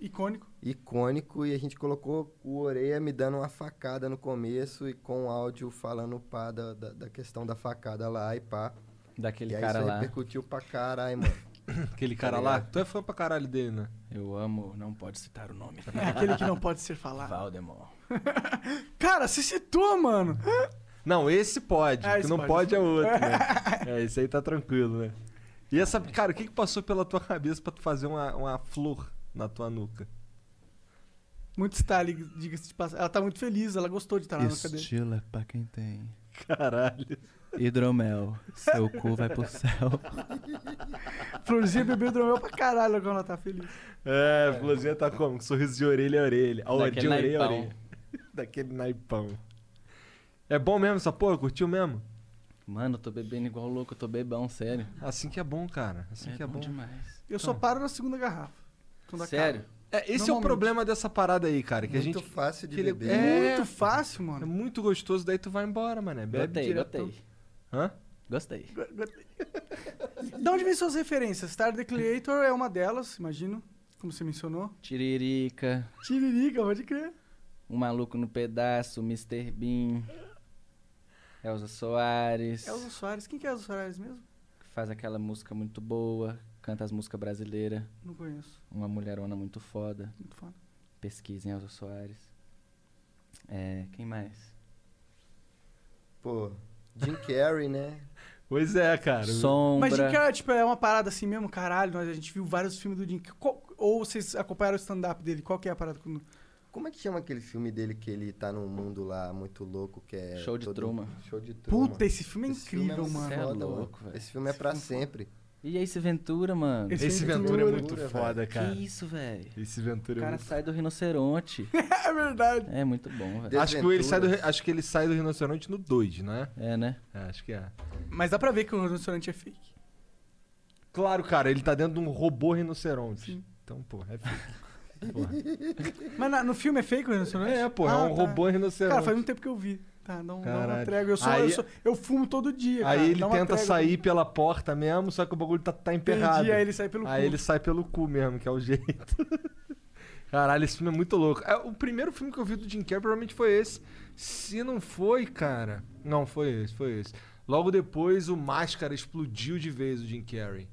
Speaker 3: Icônico.
Speaker 5: icônico e a gente colocou o Oreia me dando uma facada no começo e com o áudio falando pá da, da, da questão da facada lá e pá.
Speaker 7: Daquele
Speaker 5: e aí
Speaker 7: cara
Speaker 5: isso
Speaker 7: lá.
Speaker 5: repercutiu pra caralho, mano.
Speaker 6: Aquele cara lá. Tu é fã pra caralho dele, né?
Speaker 7: Eu amo, não pode citar o nome.
Speaker 3: É aquele que não pode ser falado.
Speaker 7: Valdemar.
Speaker 3: Cara, você citou, mano.
Speaker 6: Não, esse pode.
Speaker 3: É,
Speaker 6: o que
Speaker 3: esse
Speaker 6: não
Speaker 3: pode.
Speaker 6: pode, é outro, né? é, esse aí tá tranquilo, né? E essa. Cara, o que, que passou pela tua cabeça pra tu fazer uma, uma flor na tua nuca?
Speaker 3: Muito style, diga-se de passagem. Ela tá muito feliz, ela gostou
Speaker 6: tá
Speaker 3: de estar lá na cadeira.
Speaker 7: Estilo é pra quem tem.
Speaker 6: Caralho.
Speaker 7: Hidromel, seu cu vai pro céu.
Speaker 3: Florzinha bebeu hidromel pra caralho quando ela tá feliz.
Speaker 6: É, florzinha tá como? Com Sorriso de orelha a orelha. Ó,
Speaker 7: Daquele
Speaker 6: de orelha a
Speaker 7: naipão.
Speaker 6: orelha. Daquele naipão. É bom mesmo essa porra? Curtiu mesmo?
Speaker 7: Mano, eu tô bebendo igual louco, eu tô bebão, sério.
Speaker 6: Assim que é bom, cara. Assim que é bom.
Speaker 7: demais.
Speaker 3: Eu só paro na segunda garrafa. Quando acaba.
Speaker 7: Tá. Sério?
Speaker 6: É, esse é o
Speaker 3: Normalmente.
Speaker 6: problema dessa parada aí, cara. Que
Speaker 5: Muito
Speaker 6: a gente.
Speaker 5: fácil de
Speaker 6: que ele-
Speaker 5: beber.
Speaker 6: É.
Speaker 3: Muito fácil,
Speaker 6: É
Speaker 3: mano.
Speaker 6: muito gostoso, daí tu vai embora, mané. Bebe
Speaker 7: Gostei,
Speaker 6: direto.
Speaker 7: gostei.
Speaker 6: Hã?
Speaker 7: Gostei.
Speaker 3: Da onde vem suas referências? Star The Creator é uma delas, imagino. Como você mencionou.
Speaker 7: Tiririca,
Speaker 3: Tiririca, pode crer.
Speaker 7: O Maluco no Pedaço, Mr. Bean, Elza Soares,
Speaker 3: Elza Soares. Quem que é Elza Soares mesmo?
Speaker 7: que faz aquela música muito boa, canta as músicas brasileiras,
Speaker 3: Não conheço.
Speaker 7: uma mulherona muito foda.
Speaker 3: Muito foda.
Speaker 7: Pesquisem Elza Soares. É, quem mais?
Speaker 5: Pô, Jim Carrey, né?
Speaker 6: Pois é, cara.
Speaker 7: Sombra.
Speaker 3: Mas Jim Carrey, tipo, é uma parada assim mesmo, caralho. Nós, a gente viu vários filmes do Jim Carrey. Qual- ou vocês acompanharam o stand-up dele? Qual que é a parada? com-
Speaker 5: Como é que chama aquele filme dele que ele tá num mundo lá muito louco que é.
Speaker 7: Show de
Speaker 5: todo-
Speaker 7: Truman.
Speaker 5: Show de Truman.
Speaker 3: Puta, esse filme é
Speaker 5: Esse filme
Speaker 3: incrível,
Speaker 5: um
Speaker 3: mano.
Speaker 7: Cê é
Speaker 5: foda,
Speaker 7: louco,
Speaker 5: mano.
Speaker 7: velho.
Speaker 5: Esse filme é pra sempre.
Speaker 7: E Ace Ventura, mano?
Speaker 3: Esse
Speaker 6: Esse Ventura é muito
Speaker 5: Ventura,
Speaker 6: foda, cara.
Speaker 7: Que isso, velho?
Speaker 6: Esse
Speaker 7: O
Speaker 6: Ventura é
Speaker 7: cara
Speaker 6: muito
Speaker 7: sai do rinoceronte.
Speaker 3: É verdade.
Speaker 7: É muito bom, velho.
Speaker 6: Acho que, ele sai do,
Speaker 5: Desventuras.
Speaker 6: acho que ele sai do rinoceronte no 2, não é?
Speaker 7: É, né?
Speaker 6: É, acho que é.
Speaker 3: Mas dá pra ver que o restaurante é fake.
Speaker 6: Claro, cara, ele tá dentro de um robô rinoceronte. Então, pô, é fake.
Speaker 3: Mas na- no filme é fake o restaurante?
Speaker 6: É, pô, é um robô rinoceronte.
Speaker 3: Ah, tá. Cara, faz um muito tempo que eu vi. Tá, não, não
Speaker 6: Caralho.
Speaker 3: entrego. Eu, sou,
Speaker 6: Aí-
Speaker 3: eu, sou- eu fumo todo dia. cara.
Speaker 6: Aí ele
Speaker 3: Dá uma
Speaker 6: tenta
Speaker 3: trégua.
Speaker 6: sair pela porta mesmo, só que o bagulho tá, tá emperrado.
Speaker 3: Entendi, aí ele sai pelo
Speaker 6: Aí
Speaker 3: cu.
Speaker 6: ele sai pelo cu mesmo, que é o jeito. Caralho, esse filme é muito louco. É, o primeiro filme que eu vi do Jim Carrey provavelmente foi esse. Se não foi, cara. Não, foi esse, foi esse. Logo depois o Máscara explodiu de vez o Jim Carrey.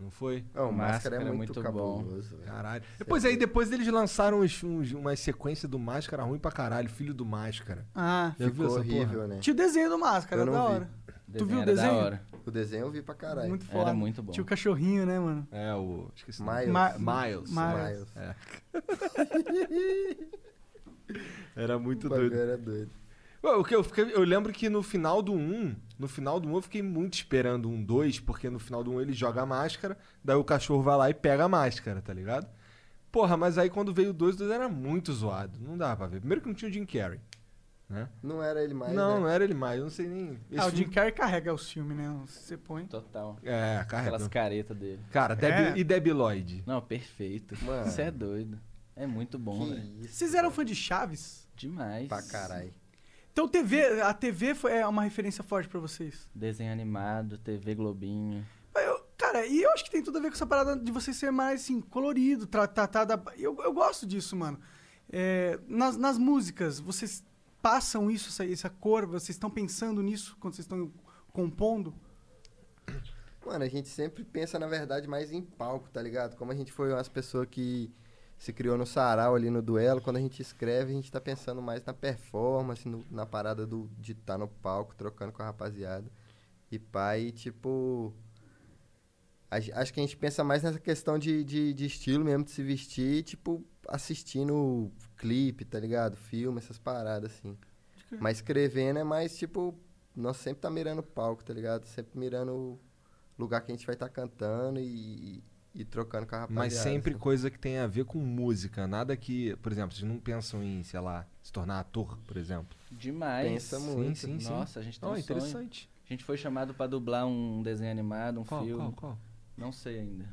Speaker 6: Não foi?
Speaker 5: Não, o
Speaker 7: Máscara
Speaker 5: Máscara é
Speaker 7: é
Speaker 5: muito,
Speaker 7: muito bom.
Speaker 5: cabuloso, velho.
Speaker 6: Caralho. Depois aí, depois eles lançaram uns, uns, uma sequência do Máscara ruim pra caralho, filho do Máscara.
Speaker 3: Ah,
Speaker 6: Já viu
Speaker 5: Ficou
Speaker 6: essa
Speaker 5: horrível,
Speaker 6: porra?
Speaker 5: né?
Speaker 3: tinha o desenho do Máscara,
Speaker 5: Eu não
Speaker 3: da
Speaker 5: vi.
Speaker 3: hora. Tu viu o
Speaker 7: era da
Speaker 3: desenho?
Speaker 7: hora.
Speaker 6: Tipo,
Speaker 5: O desenho eu vi pra caralho.
Speaker 3: Muito
Speaker 7: Era
Speaker 3: foda.
Speaker 7: muito bom.
Speaker 3: Tinha o cachorrinho, né, mano?
Speaker 6: É, o. Esqueci. o nome.
Speaker 5: Miles.
Speaker 3: Ma-
Speaker 6: Miles.
Speaker 3: Miles.
Speaker 5: Miles.
Speaker 6: Era muito
Speaker 5: O bagulho
Speaker 6: doido.
Speaker 5: era doido.
Speaker 6: Ué, o que eu, fiquei- eu lembro que no final do 1, no final do 1 eu fiquei muito esperando um 2, porque no final do 1 ele joga a máscara, daí o cachorro vai lá e pega a máscara, tá ligado? Porra, mas aí quando veio o 2, o 2 era muito zoado, não dava pra ver. Primeiro que não tinha o Jim Carrey, né?
Speaker 5: Não era ele mais.
Speaker 6: não,
Speaker 7: é.
Speaker 5: né?
Speaker 6: não é era ele mais, eu não sei nem...
Speaker 3: ah, o
Speaker 6: filme-
Speaker 3: Jim Carrey carrega os filmes, né? Você põe.
Speaker 7: Total.
Speaker 6: É,
Speaker 7: Aquelas
Speaker 6: carrega.
Speaker 7: caretas dele.
Speaker 6: Cara,
Speaker 3: É.
Speaker 6: Debi- e Debi Lloyd?
Speaker 7: Não, perfeito.
Speaker 5: Mano.
Speaker 7: Você é doido. É muito bom,
Speaker 6: né?
Speaker 5: Que
Speaker 7: velho.
Speaker 5: isso.
Speaker 3: Vocês eram fã de Chaves?
Speaker 7: Demais.
Speaker 5: Pra caralho.
Speaker 3: Então TV, a TV foi, é uma referência forte pra vocês.
Speaker 7: Desenho animado, TV Globinho.
Speaker 3: Mas eu- cara, e eu acho que tem tudo a ver com essa parada de você ser mais, assim, colorido, tra- tratar da... Eu, eu gosto disso, mano. É, nas, nas músicas, vocês passam isso, essa, essa cor? Vocês estão pensando nisso quando vocês estão compondo?
Speaker 5: Mano, a gente sempre pensa, na verdade, mais em palco, tá ligado? Como a gente foi umas pessoas que se criou no sarau ali no duelo, quando a gente escreve, a gente tá pensando mais na performance, no- na parada do, de estar no palco, trocando com a rapaziada. E pai, tipo. a ge- acho que a gente pensa mais nessa questão de, de, de estilo mesmo, de se vestir, tipo, assistindo clipe, tá ligado? Filme, essas paradas, assim. Mas escrevendo é mais, tipo, nós sempre tá mirando o palco, tá ligado? Sempre mirando o lugar que a gente vai estar cantando e, e trocando com a rapaziada.
Speaker 6: Mas sempre
Speaker 5: assim.
Speaker 6: coisa que tem a ver com música, nada que... Por exemplo, vocês não pensam em, sei lá, se tornar ator, por exemplo?
Speaker 7: Demais.
Speaker 5: Pensa muito.
Speaker 6: sim, sim.
Speaker 7: Nossa, a gente tem
Speaker 6: Oh,
Speaker 7: um sonho.
Speaker 6: interessante.
Speaker 7: A gente foi chamado pra dublar um desenho animado, um
Speaker 6: Qual,
Speaker 7: filme.
Speaker 6: qual, qual?
Speaker 7: Não sei ainda.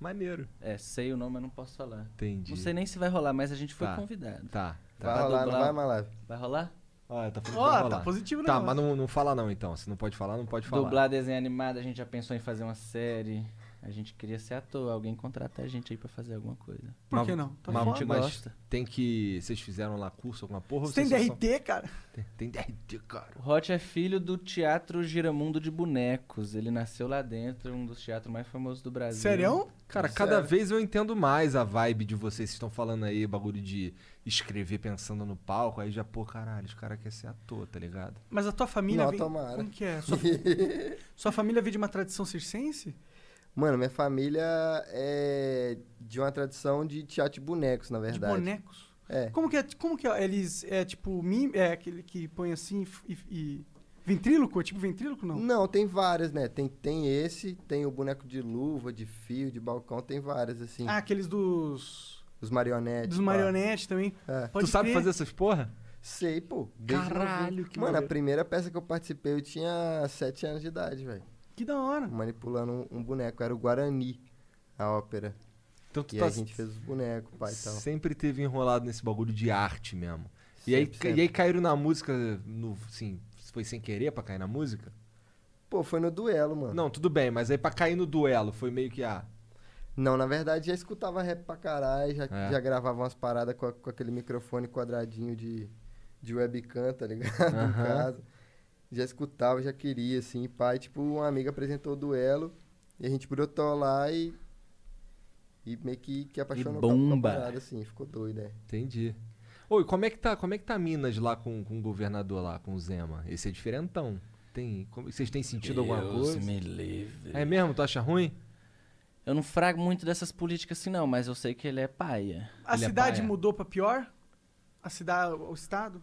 Speaker 6: Maneiro.
Speaker 7: É, sei o nome, mas não posso falar.
Speaker 6: Entendi.
Speaker 7: Não sei nem se vai rolar, mas a gente foi
Speaker 6: Tá.
Speaker 7: convidado.
Speaker 6: Tá, tá.
Speaker 5: Vai
Speaker 7: Pra
Speaker 5: rolar, não
Speaker 7: dublar.
Speaker 5: vai, Malave?
Speaker 7: Vai rolar?
Speaker 6: Ah, tá falando
Speaker 3: Ó,
Speaker 6: pra
Speaker 3: tá
Speaker 6: rolar.
Speaker 3: positivo, né,
Speaker 6: Tá,
Speaker 3: mano?
Speaker 6: mas não, não fala não então. Se não pode falar, não pode falar.
Speaker 7: Dublar desenho animado, a gente já pensou em fazer uma série. A gente queria ser ator, alguém contrata a gente aí pra fazer alguma coisa.
Speaker 3: Por
Speaker 6: Mas-
Speaker 3: que não? Tá
Speaker 6: mas,
Speaker 7: A gente
Speaker 3: foda.
Speaker 6: mas
Speaker 7: gosta.
Speaker 6: tem que... Vocês fizeram lá curso, alguma porra? ou
Speaker 3: Você tem
Speaker 6: vocês só-
Speaker 3: DRT, cara?
Speaker 6: Tem, tem DRT, cara.
Speaker 7: O Hot é filho do Teatro Giramundo de Bonecos. Ele nasceu lá dentro, um dos teatros mais famosos do Brasil.
Speaker 3: Serião?
Speaker 6: Cara, cada vez eu entendo mais a vibe de vocês. Vocês estão falando aí, bagulho de escrever pensando no palco. Aí já, pô, caralho, os caras querem ser ator, tá ligado?
Speaker 3: Mas a tua família
Speaker 5: Não,
Speaker 3: vem...
Speaker 5: tomara.
Speaker 3: Como que é? Sua, sua família veio de uma tradição circense?
Speaker 5: Mano, minha família é de uma tradição de teatro de bonecos, na
Speaker 3: De
Speaker 5: verdade.
Speaker 3: bonecos?
Speaker 5: É.
Speaker 3: Como que é? Como que é? Eles, é tipo, mim, é aquele que põe assim e... e... Ventríloco? É Tipo ventríloco, não?
Speaker 5: Não, tem várias, né? Tem, tem esse, tem o boneco de luva, de fio, de balcão, tem várias, assim.
Speaker 3: Ah, aqueles dos...
Speaker 5: Os marionetes.
Speaker 3: Dos
Speaker 5: pá.
Speaker 3: marionetes também. Pode
Speaker 5: É.
Speaker 6: É, tipo, tu sabe
Speaker 3: crer.
Speaker 6: fazer essas porra?
Speaker 5: Sei, pô. desde
Speaker 6: Caralho,
Speaker 5: novinho.
Speaker 6: que
Speaker 5: Mano, a
Speaker 6: maneiro.
Speaker 5: primeira peça que eu participei, eu tinha 7 anos de idade, velho.
Speaker 3: Que da hora.
Speaker 5: Manipulando um, um boneco. Era o Guarani, a ópera.
Speaker 6: Então tu
Speaker 5: E
Speaker 6: tá
Speaker 5: a gente fez os bonecos, pai e tal.
Speaker 6: sempre teve enrolado nesse bagulho de arte mesmo. E aí,
Speaker 5: Sempre, sempre.
Speaker 6: e aí caíram na música, no, assim, foi sem querer pra cair na música?
Speaker 5: Pô, foi no duelo, mano.
Speaker 6: Ah. Não, tudo bem, mas aí pra cair no duelo foi meio que ah, a.
Speaker 5: Não, na verdade já escutava rap pra caralho, já,
Speaker 6: É.
Speaker 5: já gravava umas paradas com, a- com aquele microfone quadradinho de, de webcam, tá ligado? em
Speaker 6: Aham.
Speaker 5: casa. Já escutava, já queria, assim, pai. Tipo, uma amiga apresentou o duelo e a gente brotou lá e. E meio que, que apaixonou com a- com a
Speaker 7: bomba.
Speaker 5: parada, assim, ficou doida. é.
Speaker 6: Entendi. Oi, como é que tá, como é que tá Minas lá com, com o governador lá, com o Zema? Esse é diferentão. Tem, como- vocês têm sentido alguma
Speaker 4: Deus
Speaker 6: coisa?
Speaker 4: me livre.
Speaker 6: É mesmo? Tu acha ruim?
Speaker 7: Eu não frago muito dessas políticas assim, não, mas eu sei que ele é paia.
Speaker 3: A
Speaker 6: Ele é
Speaker 3: cidade
Speaker 6: paia.
Speaker 3: mudou pra pior? A cidade, o estado?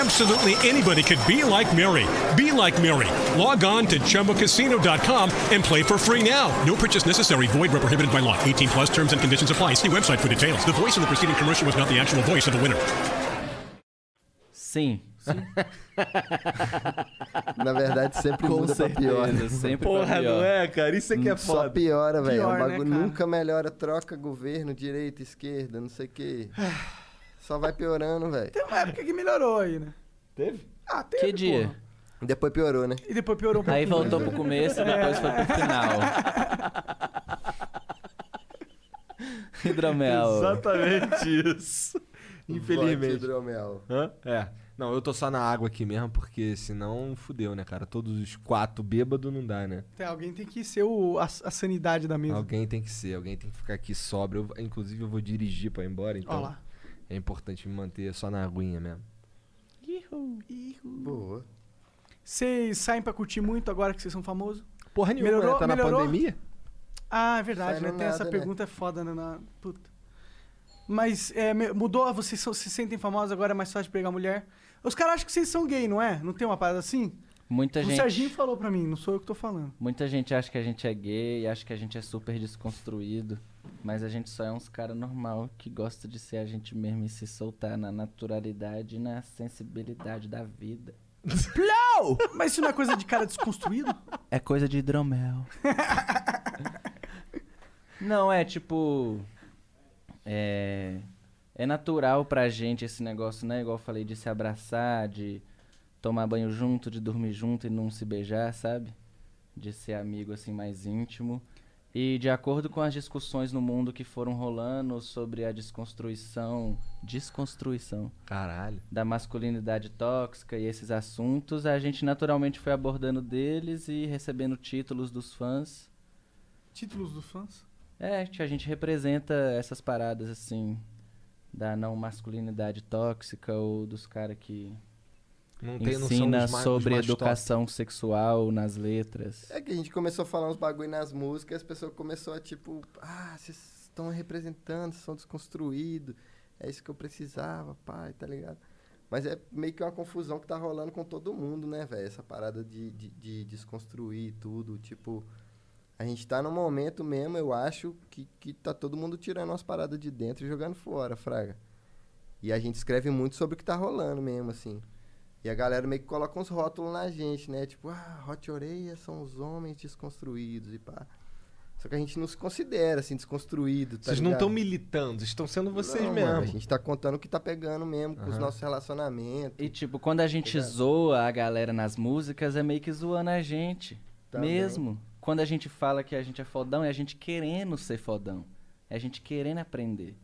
Speaker 10: Absolutely anybody could be like Mary. Be like Mary. Log on to chumbacasino.com and play for free now. No purchase necessary. Void where prohibited by law. 18 plus terms and conditions apply. See website for details. The voice in the preceding commercial was not the actual voice of the winner.
Speaker 7: Sim.
Speaker 5: Na verdade, sempre muda pra pior.
Speaker 7: sempre
Speaker 6: Porra,
Speaker 7: pra Tá pior.
Speaker 6: não é, cara? Isso aqui é
Speaker 5: Hum, Só
Speaker 6: foda.
Speaker 5: piora, velho. O
Speaker 3: Pior, né,
Speaker 5: bagulho
Speaker 3: cara?
Speaker 5: nunca melhora, troca governo, direita, esquerda, não sei o quê. Só vai piorando, velho.
Speaker 3: Tem
Speaker 6: É.
Speaker 3: uma época que melhorou aí, né?
Speaker 6: Teve?
Speaker 3: Ah, teve,
Speaker 7: Que dia?
Speaker 3: porra.
Speaker 5: Depois piorou, né?
Speaker 3: E depois piorou um pouquinho.
Speaker 7: Aí voltou pro começo e depois foi pro final. Hidromel.
Speaker 6: Exatamente isso.
Speaker 5: Vote
Speaker 6: Infelizmente.
Speaker 5: hidromel.
Speaker 6: Hã? É. Não, eu tô só na água aqui mesmo, porque senão fudeu, né, cara? Todos os quatro bêbados não dá, né?
Speaker 3: Tem- Alguém tem que ser o, a, a sanidade da mesa.
Speaker 6: Alguém tem que ser, alguém tem que ficar aqui sobra. Eu- inclusive, eu vou dirigir pra ir embora, então
Speaker 3: Ó lá.
Speaker 6: é importante me manter só na aguinha mesmo.
Speaker 5: Boa.
Speaker 3: Vocês saem pra curtir muito agora que vocês são famosos?
Speaker 6: Porra nenhuma,
Speaker 3: Melhorou-
Speaker 6: né? Tá
Speaker 3: melhorou?
Speaker 6: na pandemia?
Speaker 3: Ah, é verdade,
Speaker 5: Sai
Speaker 3: né?
Speaker 5: no
Speaker 3: Tem essa
Speaker 5: nada, né?
Speaker 3: pergunta, é foda, né? na- Puta. Mas é, me- mudou? Vocês são- se sentem famosos agora, é mais fácil de pegar mulher? Os caras acham que vocês são gay, não é? Não tem uma parada assim?
Speaker 7: Muita
Speaker 3: o Serginho
Speaker 7: gente,
Speaker 3: falou pra mim, não sou eu que tô falando.
Speaker 7: muita gente acha que a gente é gay, acha que a gente é super desconstruído, mas a gente só é uns cara normal que gosta de ser a gente mesmo e se soltar na naturalidade e na sensibilidade da vida.
Speaker 3: Mas isso não é coisa de cara desconstruído?
Speaker 7: É coisa de hidromel. Não, é tipo. É. É natural pra gente esse negócio, né? Igual eu falei, de se abraçar, de tomar banho junto, de dormir junto e não se beijar, sabe? De ser amigo assim mais íntimo. E de acordo com as discussões no mundo que foram rolando sobre a desconstruição, desconstruição
Speaker 6: Caralho.
Speaker 7: da masculinidade tóxica e esses assuntos, a gente naturalmente foi abordando deles e recebendo títulos dos fãs.
Speaker 3: Títulos dos fãs?
Speaker 7: É, que a gente representa essas paradas assim da não masculinidade tóxica ou dos caras que
Speaker 6: Não tem noção
Speaker 7: ensina
Speaker 6: dos ma- dos
Speaker 7: sobre
Speaker 6: mais
Speaker 7: educação sexual nas letras.
Speaker 5: É que a gente começou a falar uns bagulho nas músicas, as pessoas começou a tipo, ah, vocês estão representando, vocês são desconstruídos, é isso que eu precisava, pai, tá ligado? Mas é meio que uma confusão que tá rolando com todo mundo, né, velho? Essa parada de, de, de desconstruir tudo, tipo. A gente tá num momento mesmo, eu acho, que, que tá todo mundo tirando umas paradas de dentro e jogando fora, fraga. E a gente escreve muito sobre o que tá rolando mesmo, assim. E a galera meio que coloca uns rótulos na gente, né? Tipo, ah, Hot Oreia são os homens desconstruídos e pá. Só que a gente não se considera, assim, desconstruído, tá
Speaker 6: Vocês não
Speaker 5: ligado?
Speaker 6: estão militando, vocês estão sendo vocês
Speaker 5: Não, mano,
Speaker 6: mesmo.
Speaker 5: a gente tá contando o que tá pegando mesmo com os
Speaker 6: Aham.
Speaker 5: nossos relacionamentos.
Speaker 7: E tipo, quando a gente zoa a galera nas músicas, é meio que zoando a gente.
Speaker 5: Também.
Speaker 7: Mesmo. Quando a gente fala que a gente é fodão, é a gente querendo ser fodão. É a gente querendo aprender.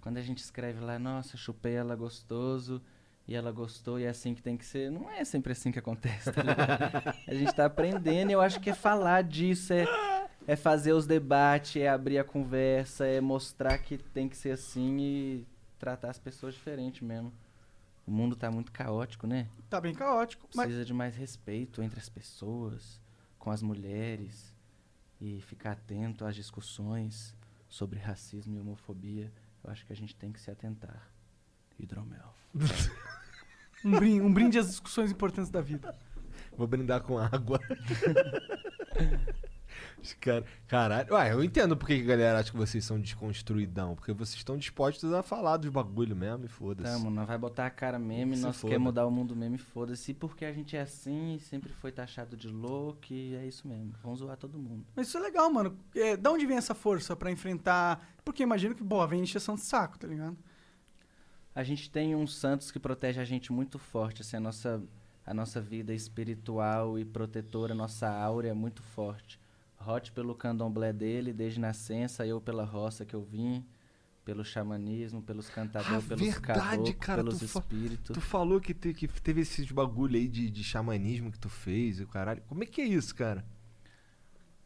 Speaker 7: Quando a gente escreve lá, nossa, chupei ela gostoso, e ela gostou, e é assim que tem que ser. Não é sempre assim que acontece, tá ligado? A gente tá aprendendo, e eu acho que é falar disso, é, é fazer os debates, é abrir a conversa, é mostrar que tem que ser assim e tratar as pessoas diferente mesmo. O mundo tá muito caótico, né?
Speaker 3: Tá bem caótico. Mas,
Speaker 7: Precisa de mais respeito entre as pessoas, com as mulheres, e ficar atento às discussões sobre racismo e homofobia. Eu acho que a gente tem que se atentar. Hidromel.
Speaker 3: um, brinde, um brinde às discussões importantes da vida.
Speaker 6: Vou brindar com água. Os cara- Caralho. Ué, eu entendo porque que a galera acha que vocês são desconstruidão. Porque vocês estão dispostos a falar dos bagulho mesmo e foda-se.
Speaker 7: Tá, mano, nós vai botar a cara mesmo, e
Speaker 6: Se
Speaker 7: nós
Speaker 6: foda.
Speaker 7: quer mudar o mundo mesmo, e foda-se. E Porque a gente é assim, sempre foi taxado de louco, e é isso mesmo. Vamos zoar todo mundo.
Speaker 3: Mas isso é legal, mano. É, da onde vem essa força pra enfrentar? Porque imagino que, boa, vem encheção de saco, tá ligado?
Speaker 7: A gente tem um Santos que protege a gente muito forte, assim, a nossa, a nossa vida espiritual e protetora, nossa áurea é muito forte. Hot pelo candomblé dele desde nascença, eu pela roça que eu vim, pelo xamanismo, pelos cantadores, pelos caboclos, pelos
Speaker 6: tu, fa-
Speaker 7: espíritos.
Speaker 6: tu falou que, te- que teve esses bagulho aí de, de xamanismo que tu fez e o caralho. Como é que é isso, cara?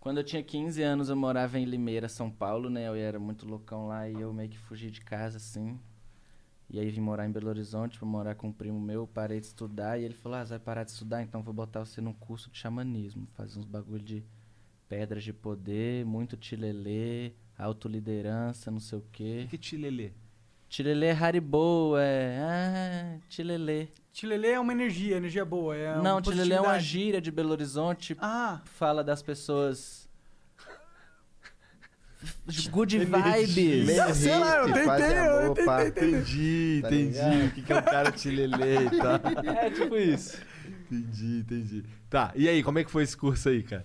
Speaker 7: Quando eu tinha 15 anos, eu morava em Limeira, São Paulo, né? Eu era muito loucão lá e eu meio que fugi de casa, assim. E aí vim morar em Belo Horizonte, pra morar com um primo meu, parei de estudar. E ele falou, ah, você vai parar de estudar? Então eu vou botar você num curso de xamanismo. Fazer uns bagulho de pedras de poder, muito tilelê, autoliderança, não sei o quê.
Speaker 6: O que é tilelê?
Speaker 7: Tilelê é haribo, é... Ah, tilelê.
Speaker 3: Tilelê é uma energia, energia boa. É
Speaker 7: não,
Speaker 3: uma
Speaker 7: tilelê é uma
Speaker 3: positividade.
Speaker 7: gíria de Belo Horizonte
Speaker 3: Ah,
Speaker 7: fala das pessoas. Good
Speaker 5: Meio
Speaker 7: vibes.
Speaker 3: sei lá, eu
Speaker 5: hippie, paz e
Speaker 3: tentei, eu
Speaker 5: amor,
Speaker 3: tentei,
Speaker 5: pá.
Speaker 3: tentei.
Speaker 6: Entendi,
Speaker 5: Tá
Speaker 6: entendi.
Speaker 5: ligado?
Speaker 6: O que, que é um cara tilelê e tal.
Speaker 7: É tipo isso.
Speaker 6: Entendi, entendi. Tá, e aí, como é que foi esse curso aí, cara?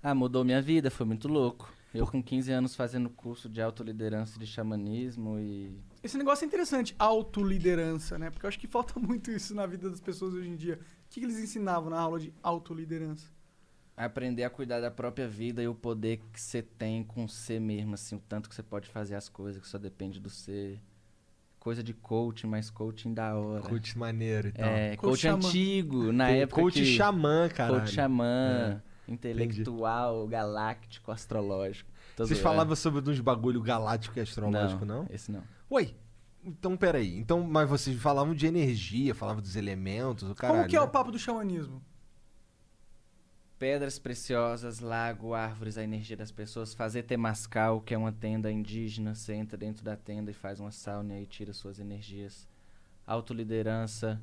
Speaker 7: Ah, mudou minha vida, foi muito louco. Eu com 15 anos fazendo curso de autoliderança e de xamanismo e.
Speaker 3: Esse negócio é interessante, autoliderança, né? Porque eu acho que falta muito isso na vida das pessoas hoje em dia. O que, que eles ensinavam na aula de autoliderança?
Speaker 7: Aprender a cuidar da própria vida e o poder que você tem com você mesmo, assim, o tanto que você pode fazer as coisas, que só depende do ser. Coisa de coaching, mas coaching da
Speaker 3: É.
Speaker 7: hora.
Speaker 6: Coach maneiro e tal.
Speaker 7: é,
Speaker 3: Coach
Speaker 7: coach,
Speaker 3: xamã.
Speaker 7: antigo, na época.
Speaker 6: coach
Speaker 7: que...
Speaker 6: xamã, cara.
Speaker 7: Coach xamã,
Speaker 6: É,
Speaker 7: intelectual, galáctico, astrológico. Tô
Speaker 6: Vocês
Speaker 7: zoando.
Speaker 6: falavam sobre uns bagulho galáctico e astrológico, não?
Speaker 7: Esse não.
Speaker 6: Ué, então peraí. Então, mas vocês falavam de energia, falavam dos elementos, o caralho.
Speaker 3: Como que é
Speaker 6: né?
Speaker 3: o papo do xamanismo?
Speaker 7: Pedras preciosas, lago, árvores, a energia das pessoas. Fazer temascal, que é uma tenda indígena. Você entra dentro da tenda e faz uma sauna e aí tira suas energias. Autoliderança.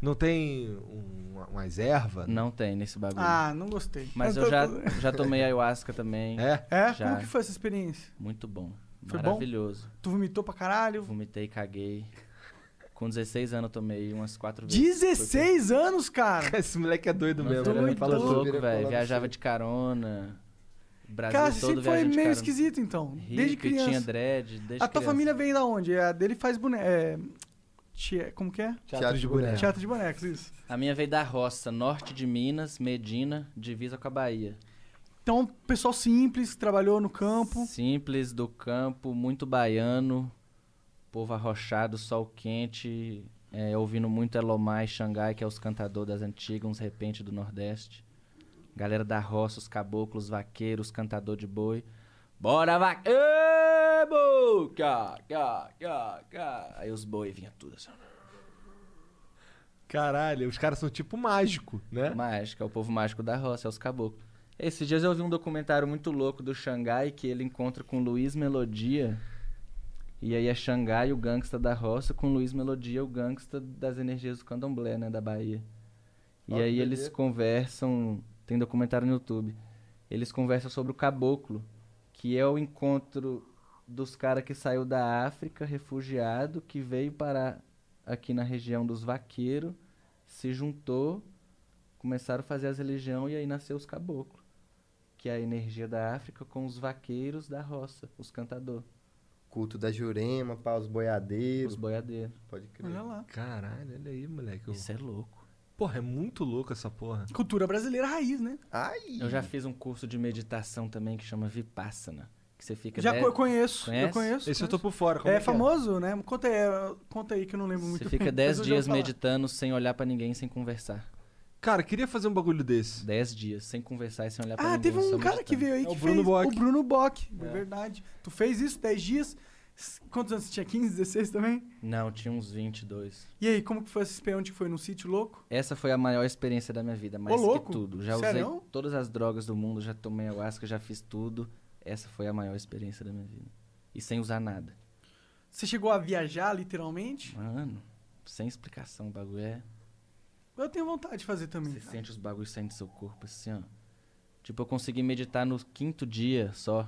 Speaker 6: Não tem um, umas ervas?
Speaker 7: Não tem nesse bagulho.
Speaker 3: Ah, não gostei.
Speaker 7: Mas eu
Speaker 3: tô-
Speaker 7: já,
Speaker 3: tô-
Speaker 7: já tomei ayahuasca também.
Speaker 6: É?
Speaker 3: É?
Speaker 7: já.
Speaker 3: Como que foi essa experiência?
Speaker 7: Muito bom.
Speaker 3: Foi bom?
Speaker 7: Maravilhoso.
Speaker 3: Tu vomitou pra caralho?
Speaker 7: Vomitei, caguei. Com 16 anos eu tomei umas quatro vezes.
Speaker 3: 16 anos, cara!
Speaker 6: Esse moleque é doido
Speaker 7: Nossa,
Speaker 6: mesmo.
Speaker 7: era
Speaker 6: né?
Speaker 7: muito
Speaker 6: Fala tudo.
Speaker 7: louco,
Speaker 5: Vira
Speaker 7: velho.
Speaker 5: colar
Speaker 7: Viajava
Speaker 5: no
Speaker 7: de carona. Brasil
Speaker 3: Cara, você
Speaker 7: todo
Speaker 3: sempre foi
Speaker 7: viajava de
Speaker 3: meio
Speaker 7: carona.
Speaker 3: esquisito, então.
Speaker 7: Hippie,
Speaker 3: desde criança.
Speaker 7: tinha dread, desde
Speaker 3: a tua
Speaker 7: criança.
Speaker 3: família veio da onde? A dele faz boneco. É... tia- Como que é?
Speaker 6: Teatro de boneco.
Speaker 3: Teatro de bonecos, isso.
Speaker 7: A minha veio da roça, norte de Minas, Medina, divisa com a Bahia.
Speaker 3: Então, pessoal simples, trabalhou no campo.
Speaker 7: Simples, do campo, muito baiano, povo arrochado, sol quente, é, ouvindo muito Elomai, Xangai, que é os cantadores das antigas, uns repente do Nordeste. Galera da roça, os caboclos, vaqueiros, cantador de boi. Bora, vaca! Ê, boi! Cá, cá, cá, cá. Aí os boi vinha tudo assim.
Speaker 6: Caralho, os caras são tipo mágico, né?
Speaker 7: Mágico, é o povo mágico da roça, é os caboclos. Esses dias eu vi um documentário muito louco do Xangai que ele encontra com Luiz Melodia. E aí é Xangai, o gangsta da roça, com Luiz Melodia, o gangsta das energias do candomblé, né, da Bahia. E
Speaker 5: Ó, que
Speaker 7: aí eles
Speaker 5: doideira.
Speaker 7: conversam, tem documentário no YouTube. Eles conversam sobre o caboclo, que é o encontro dos caras que saiu da África, refugiado, que veio parar aqui na região dos vaqueiros, se juntou, começaram a fazer as religiões e aí nasceu os caboclos, que é a energia da África com os vaqueiros da roça, os cantador,
Speaker 5: Culto da Jurema, pá, os boiadeiros.
Speaker 7: os boiadeiros.
Speaker 5: Pode crer.
Speaker 3: Olha lá.
Speaker 6: Caralho, olha aí, moleque. Eu-
Speaker 7: Isso é louco.
Speaker 6: Porra, é muito louco essa porra.
Speaker 3: Cultura brasileira raiz, né?
Speaker 5: Ai!
Speaker 7: Eu já fiz um curso de meditação também que chama Vipassana, que você fica
Speaker 3: Já
Speaker 7: dez-
Speaker 3: co- eu conheço. Eu
Speaker 7: Conhece?
Speaker 3: conheço.
Speaker 6: Esse eu tô
Speaker 3: conheço.
Speaker 6: por fora. como
Speaker 3: É
Speaker 6: que
Speaker 3: famoso, né? Conta aí, conta aí que eu não lembro muito
Speaker 7: Você
Speaker 3: bem.
Speaker 7: fica 10
Speaker 3: mas eu já ouvi
Speaker 7: dias
Speaker 3: falar.
Speaker 7: meditando sem olhar pra ninguém, sem conversar.
Speaker 6: Cara, queria fazer um bagulho desse.
Speaker 7: 10 dias, sem conversar e sem olhar pra
Speaker 3: Ah,
Speaker 7: ninguém.
Speaker 3: teve
Speaker 7: tá só
Speaker 3: um cara que
Speaker 7: meditando.
Speaker 3: veio aí
Speaker 6: É
Speaker 3: que
Speaker 6: o Bruno
Speaker 3: fez
Speaker 6: Bock.
Speaker 3: o Bruno Bock. É. verdade. Tu fez isso 10 dias. S- Quantos anos você tinha? 15, 16 também?
Speaker 7: Não, tinha uns 22.
Speaker 3: E aí, como que foi esse pé? Onde que foi? Num sítio louco?
Speaker 7: Essa foi a maior experiência da minha vida, mais que
Speaker 3: louco!
Speaker 7: tudo. Já
Speaker 3: Sério?
Speaker 7: usei todas as drogas do mundo, já tomei ayahuasca, já fiz tudo. Essa foi a maior experiência da minha vida. E sem usar nada.
Speaker 3: Você chegou a viajar, literalmente?
Speaker 7: Mano, sem explicação, o bagulho é.
Speaker 3: Eu tenho vontade de fazer também.
Speaker 7: Você sente os bagulhos saindo do seu corpo assim, ó. Tipo, eu consegui meditar no quinto dia só.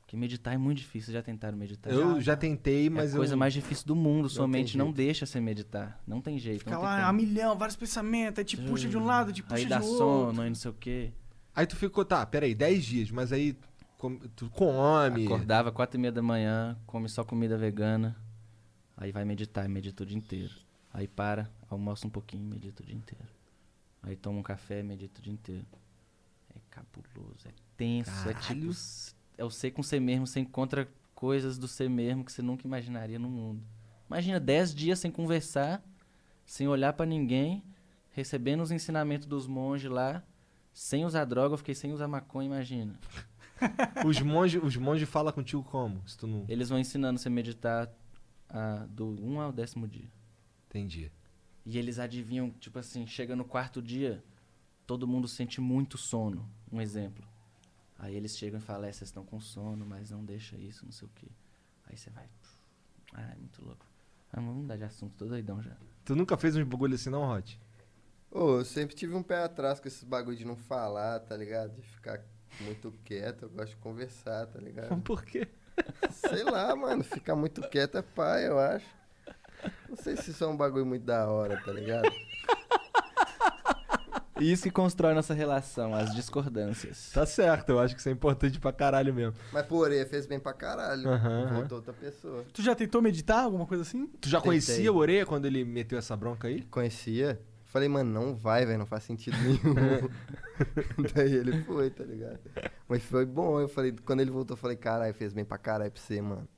Speaker 7: Porque meditar é muito difícil. Vocês já tentaram meditar?
Speaker 6: Eu já tentei,
Speaker 7: Tá É
Speaker 6: mas
Speaker 7: a coisa
Speaker 6: eu.
Speaker 7: mais difícil do mundo. Sua
Speaker 6: Não tem
Speaker 7: mente não
Speaker 6: jeito.
Speaker 7: deixa você meditar. Não tem jeito.
Speaker 3: Fica
Speaker 7: não tem
Speaker 3: lá a
Speaker 7: como.
Speaker 3: milhão, vários pensamentos, aí te puxa de um lado, te puxa
Speaker 7: Hum, Aí
Speaker 3: de
Speaker 7: dá
Speaker 3: outro.
Speaker 7: sono, aí não sei o quê.
Speaker 6: Aí tu ficou, tá, peraí, 10 dias, mas aí com- tu come.
Speaker 7: Acordava quatro e meia da manhã, come só comida vegana. Aí vai meditar, e medita o dia inteiro. Aí para, almoça um pouquinho, e medita o dia inteiro. Aí toma um café, e medita o dia inteiro. É cabuloso, é tenso, é tipo. s- É o ser com você mesmo, você encontra coisas do ser mesmo que você nunca imaginaria no mundo. Imagina 10 dias sem conversar, sem olhar pra ninguém, recebendo os ensinamentos dos monges lá, sem usar droga, eu fiquei sem usar maconha, imagina.
Speaker 6: Os monges os monge falam contigo como? Se tu não.
Speaker 7: Eles vão ensinando você a meditar ah, do 1 ao décimo dia.
Speaker 6: Entendi.
Speaker 7: E eles adivinham, tipo assim, chega no quarto dia, todo mundo sente muito sono. Um exemplo. Aí eles chegam e falam, é, vocês estão com sono, mas não deixa isso, não sei o quê. Aí você vai. Ah, é muito louco. Ah, mas vamos mudar de assunto, tô doidão já.
Speaker 6: Tu nunca fez uns bagulho assim, não, Rod?
Speaker 5: Ô, eu sempre tive um pé atrás com esses bagulho de não falar, tá ligado? De ficar muito quieto, eu gosto de conversar, tá ligado?
Speaker 6: Por quê?
Speaker 5: Sei lá, mano, ficar muito quieto é pai, eu acho. Não sei se isso é um bagulho muito da hora, tá ligado?
Speaker 7: E isso que constrói nossa relação, as discordâncias.
Speaker 6: Tá certo, eu acho que isso é importante pra caralho mesmo.
Speaker 5: Mas, porém, fez bem pra caralho.
Speaker 6: Aham, aham.
Speaker 5: Voltou outra pessoa.
Speaker 3: Tu já tentou meditar, alguma coisa assim?
Speaker 6: Tu já
Speaker 5: Tentei.
Speaker 6: conhecia o Oreia quando ele meteu essa bronca aí?
Speaker 5: Conhecia. Falei, mano, não vai, velho, não faz sentido nenhum. Daí ele foi, tá ligado? Mas foi bom, eu falei, quando ele voltou, eu falei, caralho, fez bem pra caralho pra você, mano.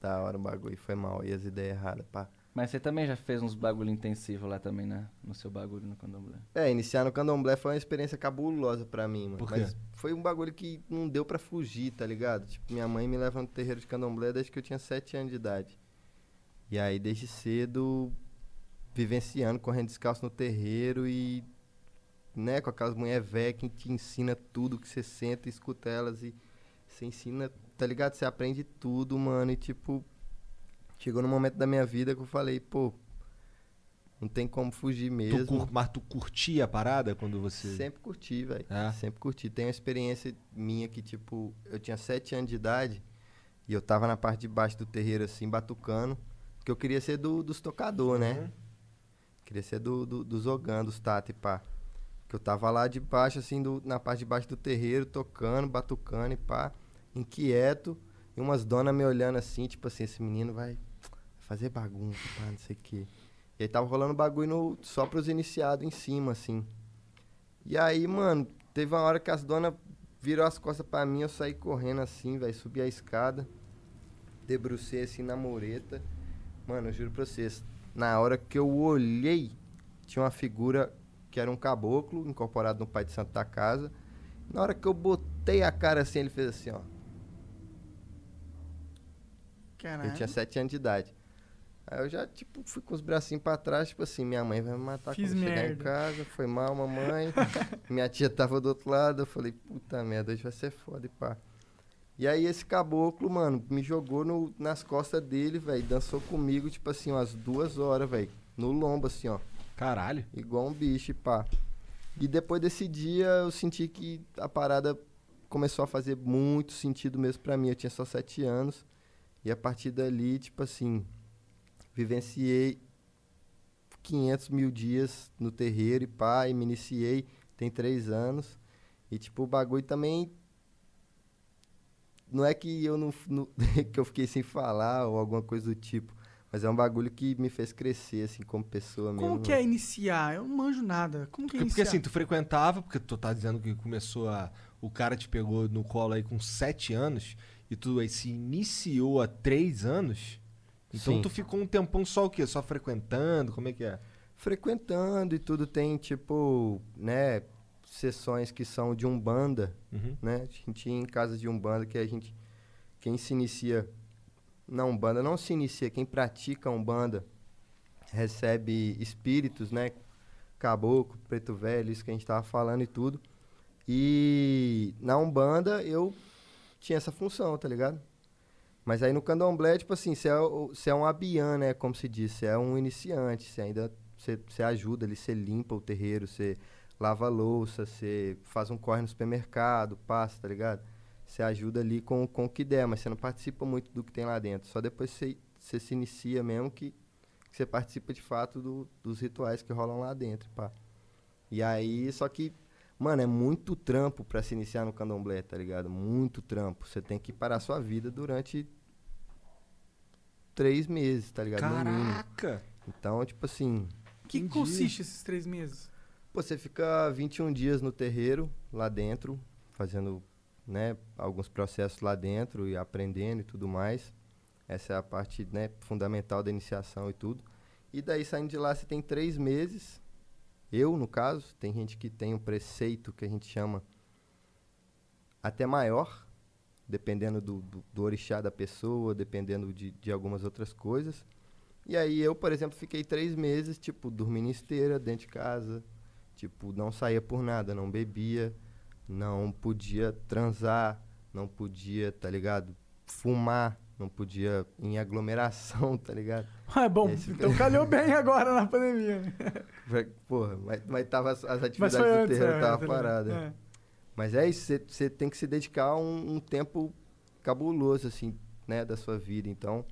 Speaker 5: Da hora o bagulho, foi mal, e as ideias erradas, pá.
Speaker 7: Mas você também já fez uns bagulho intensivo lá também, né? No seu bagulho no candomblé.
Speaker 5: É, iniciar no candomblé foi uma experiência cabulosa pra mim, mano.
Speaker 6: Por quê?
Speaker 5: Mas foi um bagulho que não deu pra fugir, tá ligado? Tipo, minha mãe me leva no terreiro de candomblé desde que eu tinha 7 anos de idade. E aí, desde cedo, vivenciando, correndo descalço no terreiro e, né, com aquelas mulher velha que te ensina tudo, que você senta e escuta elas e você ensina, tá ligado? Você aprende tudo, mano, e tipo, chegou num momento da minha vida que eu falei, pô, não tem como fugir mesmo.
Speaker 6: Tu cur... Mas tu curtia a parada quando você.
Speaker 5: Sempre curti, velho.
Speaker 6: É?
Speaker 5: Sempre curti. Tem uma experiência minha que, tipo, eu tinha sete anos de idade e eu tava na parte de baixo do terreiro, assim, batucando, que eu queria ser do, dos tocador, né? Queria ser do, do, dos ogã, dos tata e pá. Que eu tava lá de baixo, assim, do- na parte de baixo do terreiro, tocando, batucando e pá, inquieto, e umas donas me olhando assim, tipo assim, esse menino vai fazer bagunça, pá, não sei o quê. E aí tava rolando bagulho no, só pros iniciados em cima, assim. E aí, mano, teve uma hora que as donas virou as costas pra mim, eu saí correndo assim, velho, subi a escada, debrucei assim na mureta. Mano, eu juro pra vocês, na hora que eu olhei, tinha uma figura que era um caboclo, incorporado no pai de santo da casa. Na hora que eu botei a cara assim, ele fez assim, ó.
Speaker 3: Caralho.
Speaker 5: Eu tinha sete anos de idade. Aí eu já, tipo, fui com os bracinhos pra trás, tipo assim, minha mãe vai me matar
Speaker 3: Fiz
Speaker 5: quando eu chegar em
Speaker 3: merda.
Speaker 5: casa, foi mal, mamãe. minha tia tava do outro lado, eu falei, puta merda, hoje vai ser foda e pá. E aí esse caboclo, mano, me jogou no- nas costas dele, velho, dançou comigo, tipo assim, umas duas horas, velho, no lombo, assim, ó.
Speaker 6: Caralho.
Speaker 5: Igual um bicho, e pá. E depois desse dia eu senti que a parada começou a fazer muito sentido mesmo pra mim. Eu tinha só sete anos. E a partir dali, tipo assim, vivenciei 500 mil dias no terreiro e pá, e me iniciei tem três anos. E tipo, o bagulho também. Não é que eu não, não- que eu fiquei sem falar ou alguma coisa do tipo. Mas é um bagulho que me fez crescer, assim, como pessoa mesmo.
Speaker 3: Como que é iniciar? Eu não manjo nada. Como que é
Speaker 6: Porque, porque
Speaker 3: iniciar?
Speaker 6: assim, tu frequentava, porque tu tá dizendo que começou a. O cara te pegou no colo aí com 7 anos e tu aí se iniciou há 3 anos. Então
Speaker 5: Sim.
Speaker 6: tu ficou um tempão só o quê? Só frequentando? Como é que é?
Speaker 5: frequentando e tudo tem tipo, né, sessões que são de umbanda,
Speaker 6: Uhum.
Speaker 5: né? A gente ia em casa de umbanda que a gente quem se inicia na umbanda não se inicia, quem pratica a umbanda recebe espíritos, né? Caboclo, preto velho, isso que a gente tava falando e tudo. E na umbanda eu tinha essa função, tá ligado? Mas aí no candomblé, tipo assim, você é, o- você é um abian, né? Como se diz, você é um iniciante, você ainda você você ajuda ali, você limpa o terreiro, você lava a louça, você faz um corre no supermercado, passa, tá ligado? Você ajuda ali com, com o que der, mas você não participa muito do que tem lá dentro. Só depois você, você se inicia mesmo que, que você participa de fato do- dos rituais que rolam lá dentro, pá. E aí, só que, mano, é muito trampo pra se iniciar no candomblé, tá ligado? Muito trampo. Você tem que parar sua vida durante três meses, tá ligado? No mínimo.
Speaker 6: Caraca!
Speaker 5: Então, tipo assim,
Speaker 3: O que consiste esses três meses?
Speaker 5: pô, você fica 21 dias no terreiro, lá dentro, fazendo, né, alguns processos lá dentro e aprendendo e tudo mais. Essa é a parte, né, fundamental da iniciação e tudo. E daí, saindo de lá, você tem três meses. Eu, no caso, tem gente que tem um preceito que a gente chama até maior, dependendo do, do, do orixá da pessoa, dependendo de, de algumas outras coisas. E aí eu, por exemplo, fiquei três meses, tipo, dormindo em esteira dentro de casa, tipo, não saía por nada, não bebia, não podia transar, não podia, tá ligado? Fumar, não podia ir em aglomeração, tá ligado?
Speaker 3: Ah, é bom,
Speaker 5: Esse
Speaker 3: então calhou bem agora na pandemia. né?
Speaker 5: Vai- Porra, mas, mas tava, as as
Speaker 3: Mas
Speaker 5: atividades
Speaker 3: foi
Speaker 5: do
Speaker 3: antes.
Speaker 5: terreiro
Speaker 3: é, tá
Speaker 5: tava
Speaker 3: ligado?
Speaker 5: paradas.
Speaker 3: É.
Speaker 5: Mas é isso, você tem que se dedicar a um, um tempo cabuloso, assim, né, da sua vida. Então,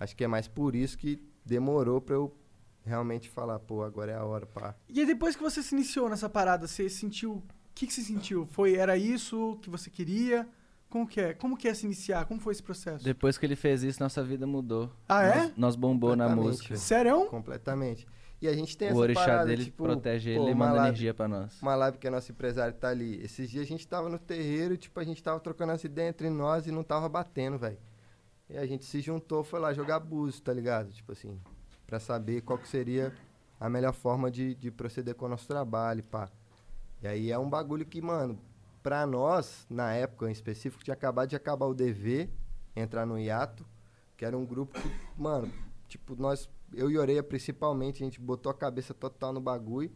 Speaker 5: acho que é mais por isso que demorou pra eu realmente falar, pô, agora é a hora, pá.
Speaker 3: E aí depois que você se iniciou nessa parada, você sentiu... O que, que você sentiu? Foi, era isso que você queria? Como que é? Como que é se iniciar? Como foi esse processo?
Speaker 7: Depois que ele fez isso, nossa vida mudou.
Speaker 3: Ah, é?
Speaker 7: Nós, nós bombou na
Speaker 5: Completamente.
Speaker 7: música.
Speaker 3: Sério?
Speaker 5: Completamente. E a gente tem
Speaker 7: O
Speaker 5: essa
Speaker 7: orixá
Speaker 5: parada,
Speaker 7: dele
Speaker 5: tipo,
Speaker 7: protege
Speaker 5: pô,
Speaker 7: ele e
Speaker 5: uma
Speaker 7: manda
Speaker 5: lab-
Speaker 7: energia pra nós.
Speaker 5: Uma live que é nosso empresário tá ali. Esses dias a gente tava no terreiro, tipo, a gente tava trocando as ideias entre nós e não tava batendo, velho. E a gente se juntou, foi lá jogar buzo, tá ligado? Tipo assim, pra saber qual que seria a melhor forma de, de proceder com o nosso trabalho, pá. E aí é um bagulho que, mano, pra nós, na época em específico, tinha acabado de acabar o DV, entrar no hiato, que era um grupo que, mano, tipo, nós, eu e Oreia principalmente, a gente botou a cabeça total no bagulho.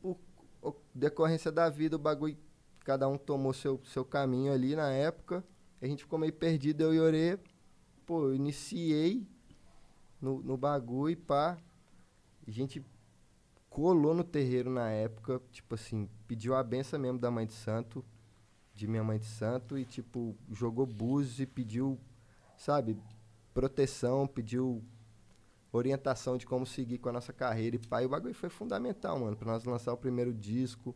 Speaker 5: Por o- decorrência da vida, o bagulho, cada um tomou seu, seu caminho ali na época. A gente ficou meio perdido, eu e Oreia. Pô, eu iniciei no, no bagulho, pá. A gente colou no terreiro na época, tipo assim, pediu a benção mesmo da mãe de santo, de minha mãe de santo, e tipo, jogou búzios e pediu, sabe, proteção, pediu orientação de como seguir com a nossa carreira e pai. O bagulho foi fundamental, mano, pra nós lançar o primeiro disco,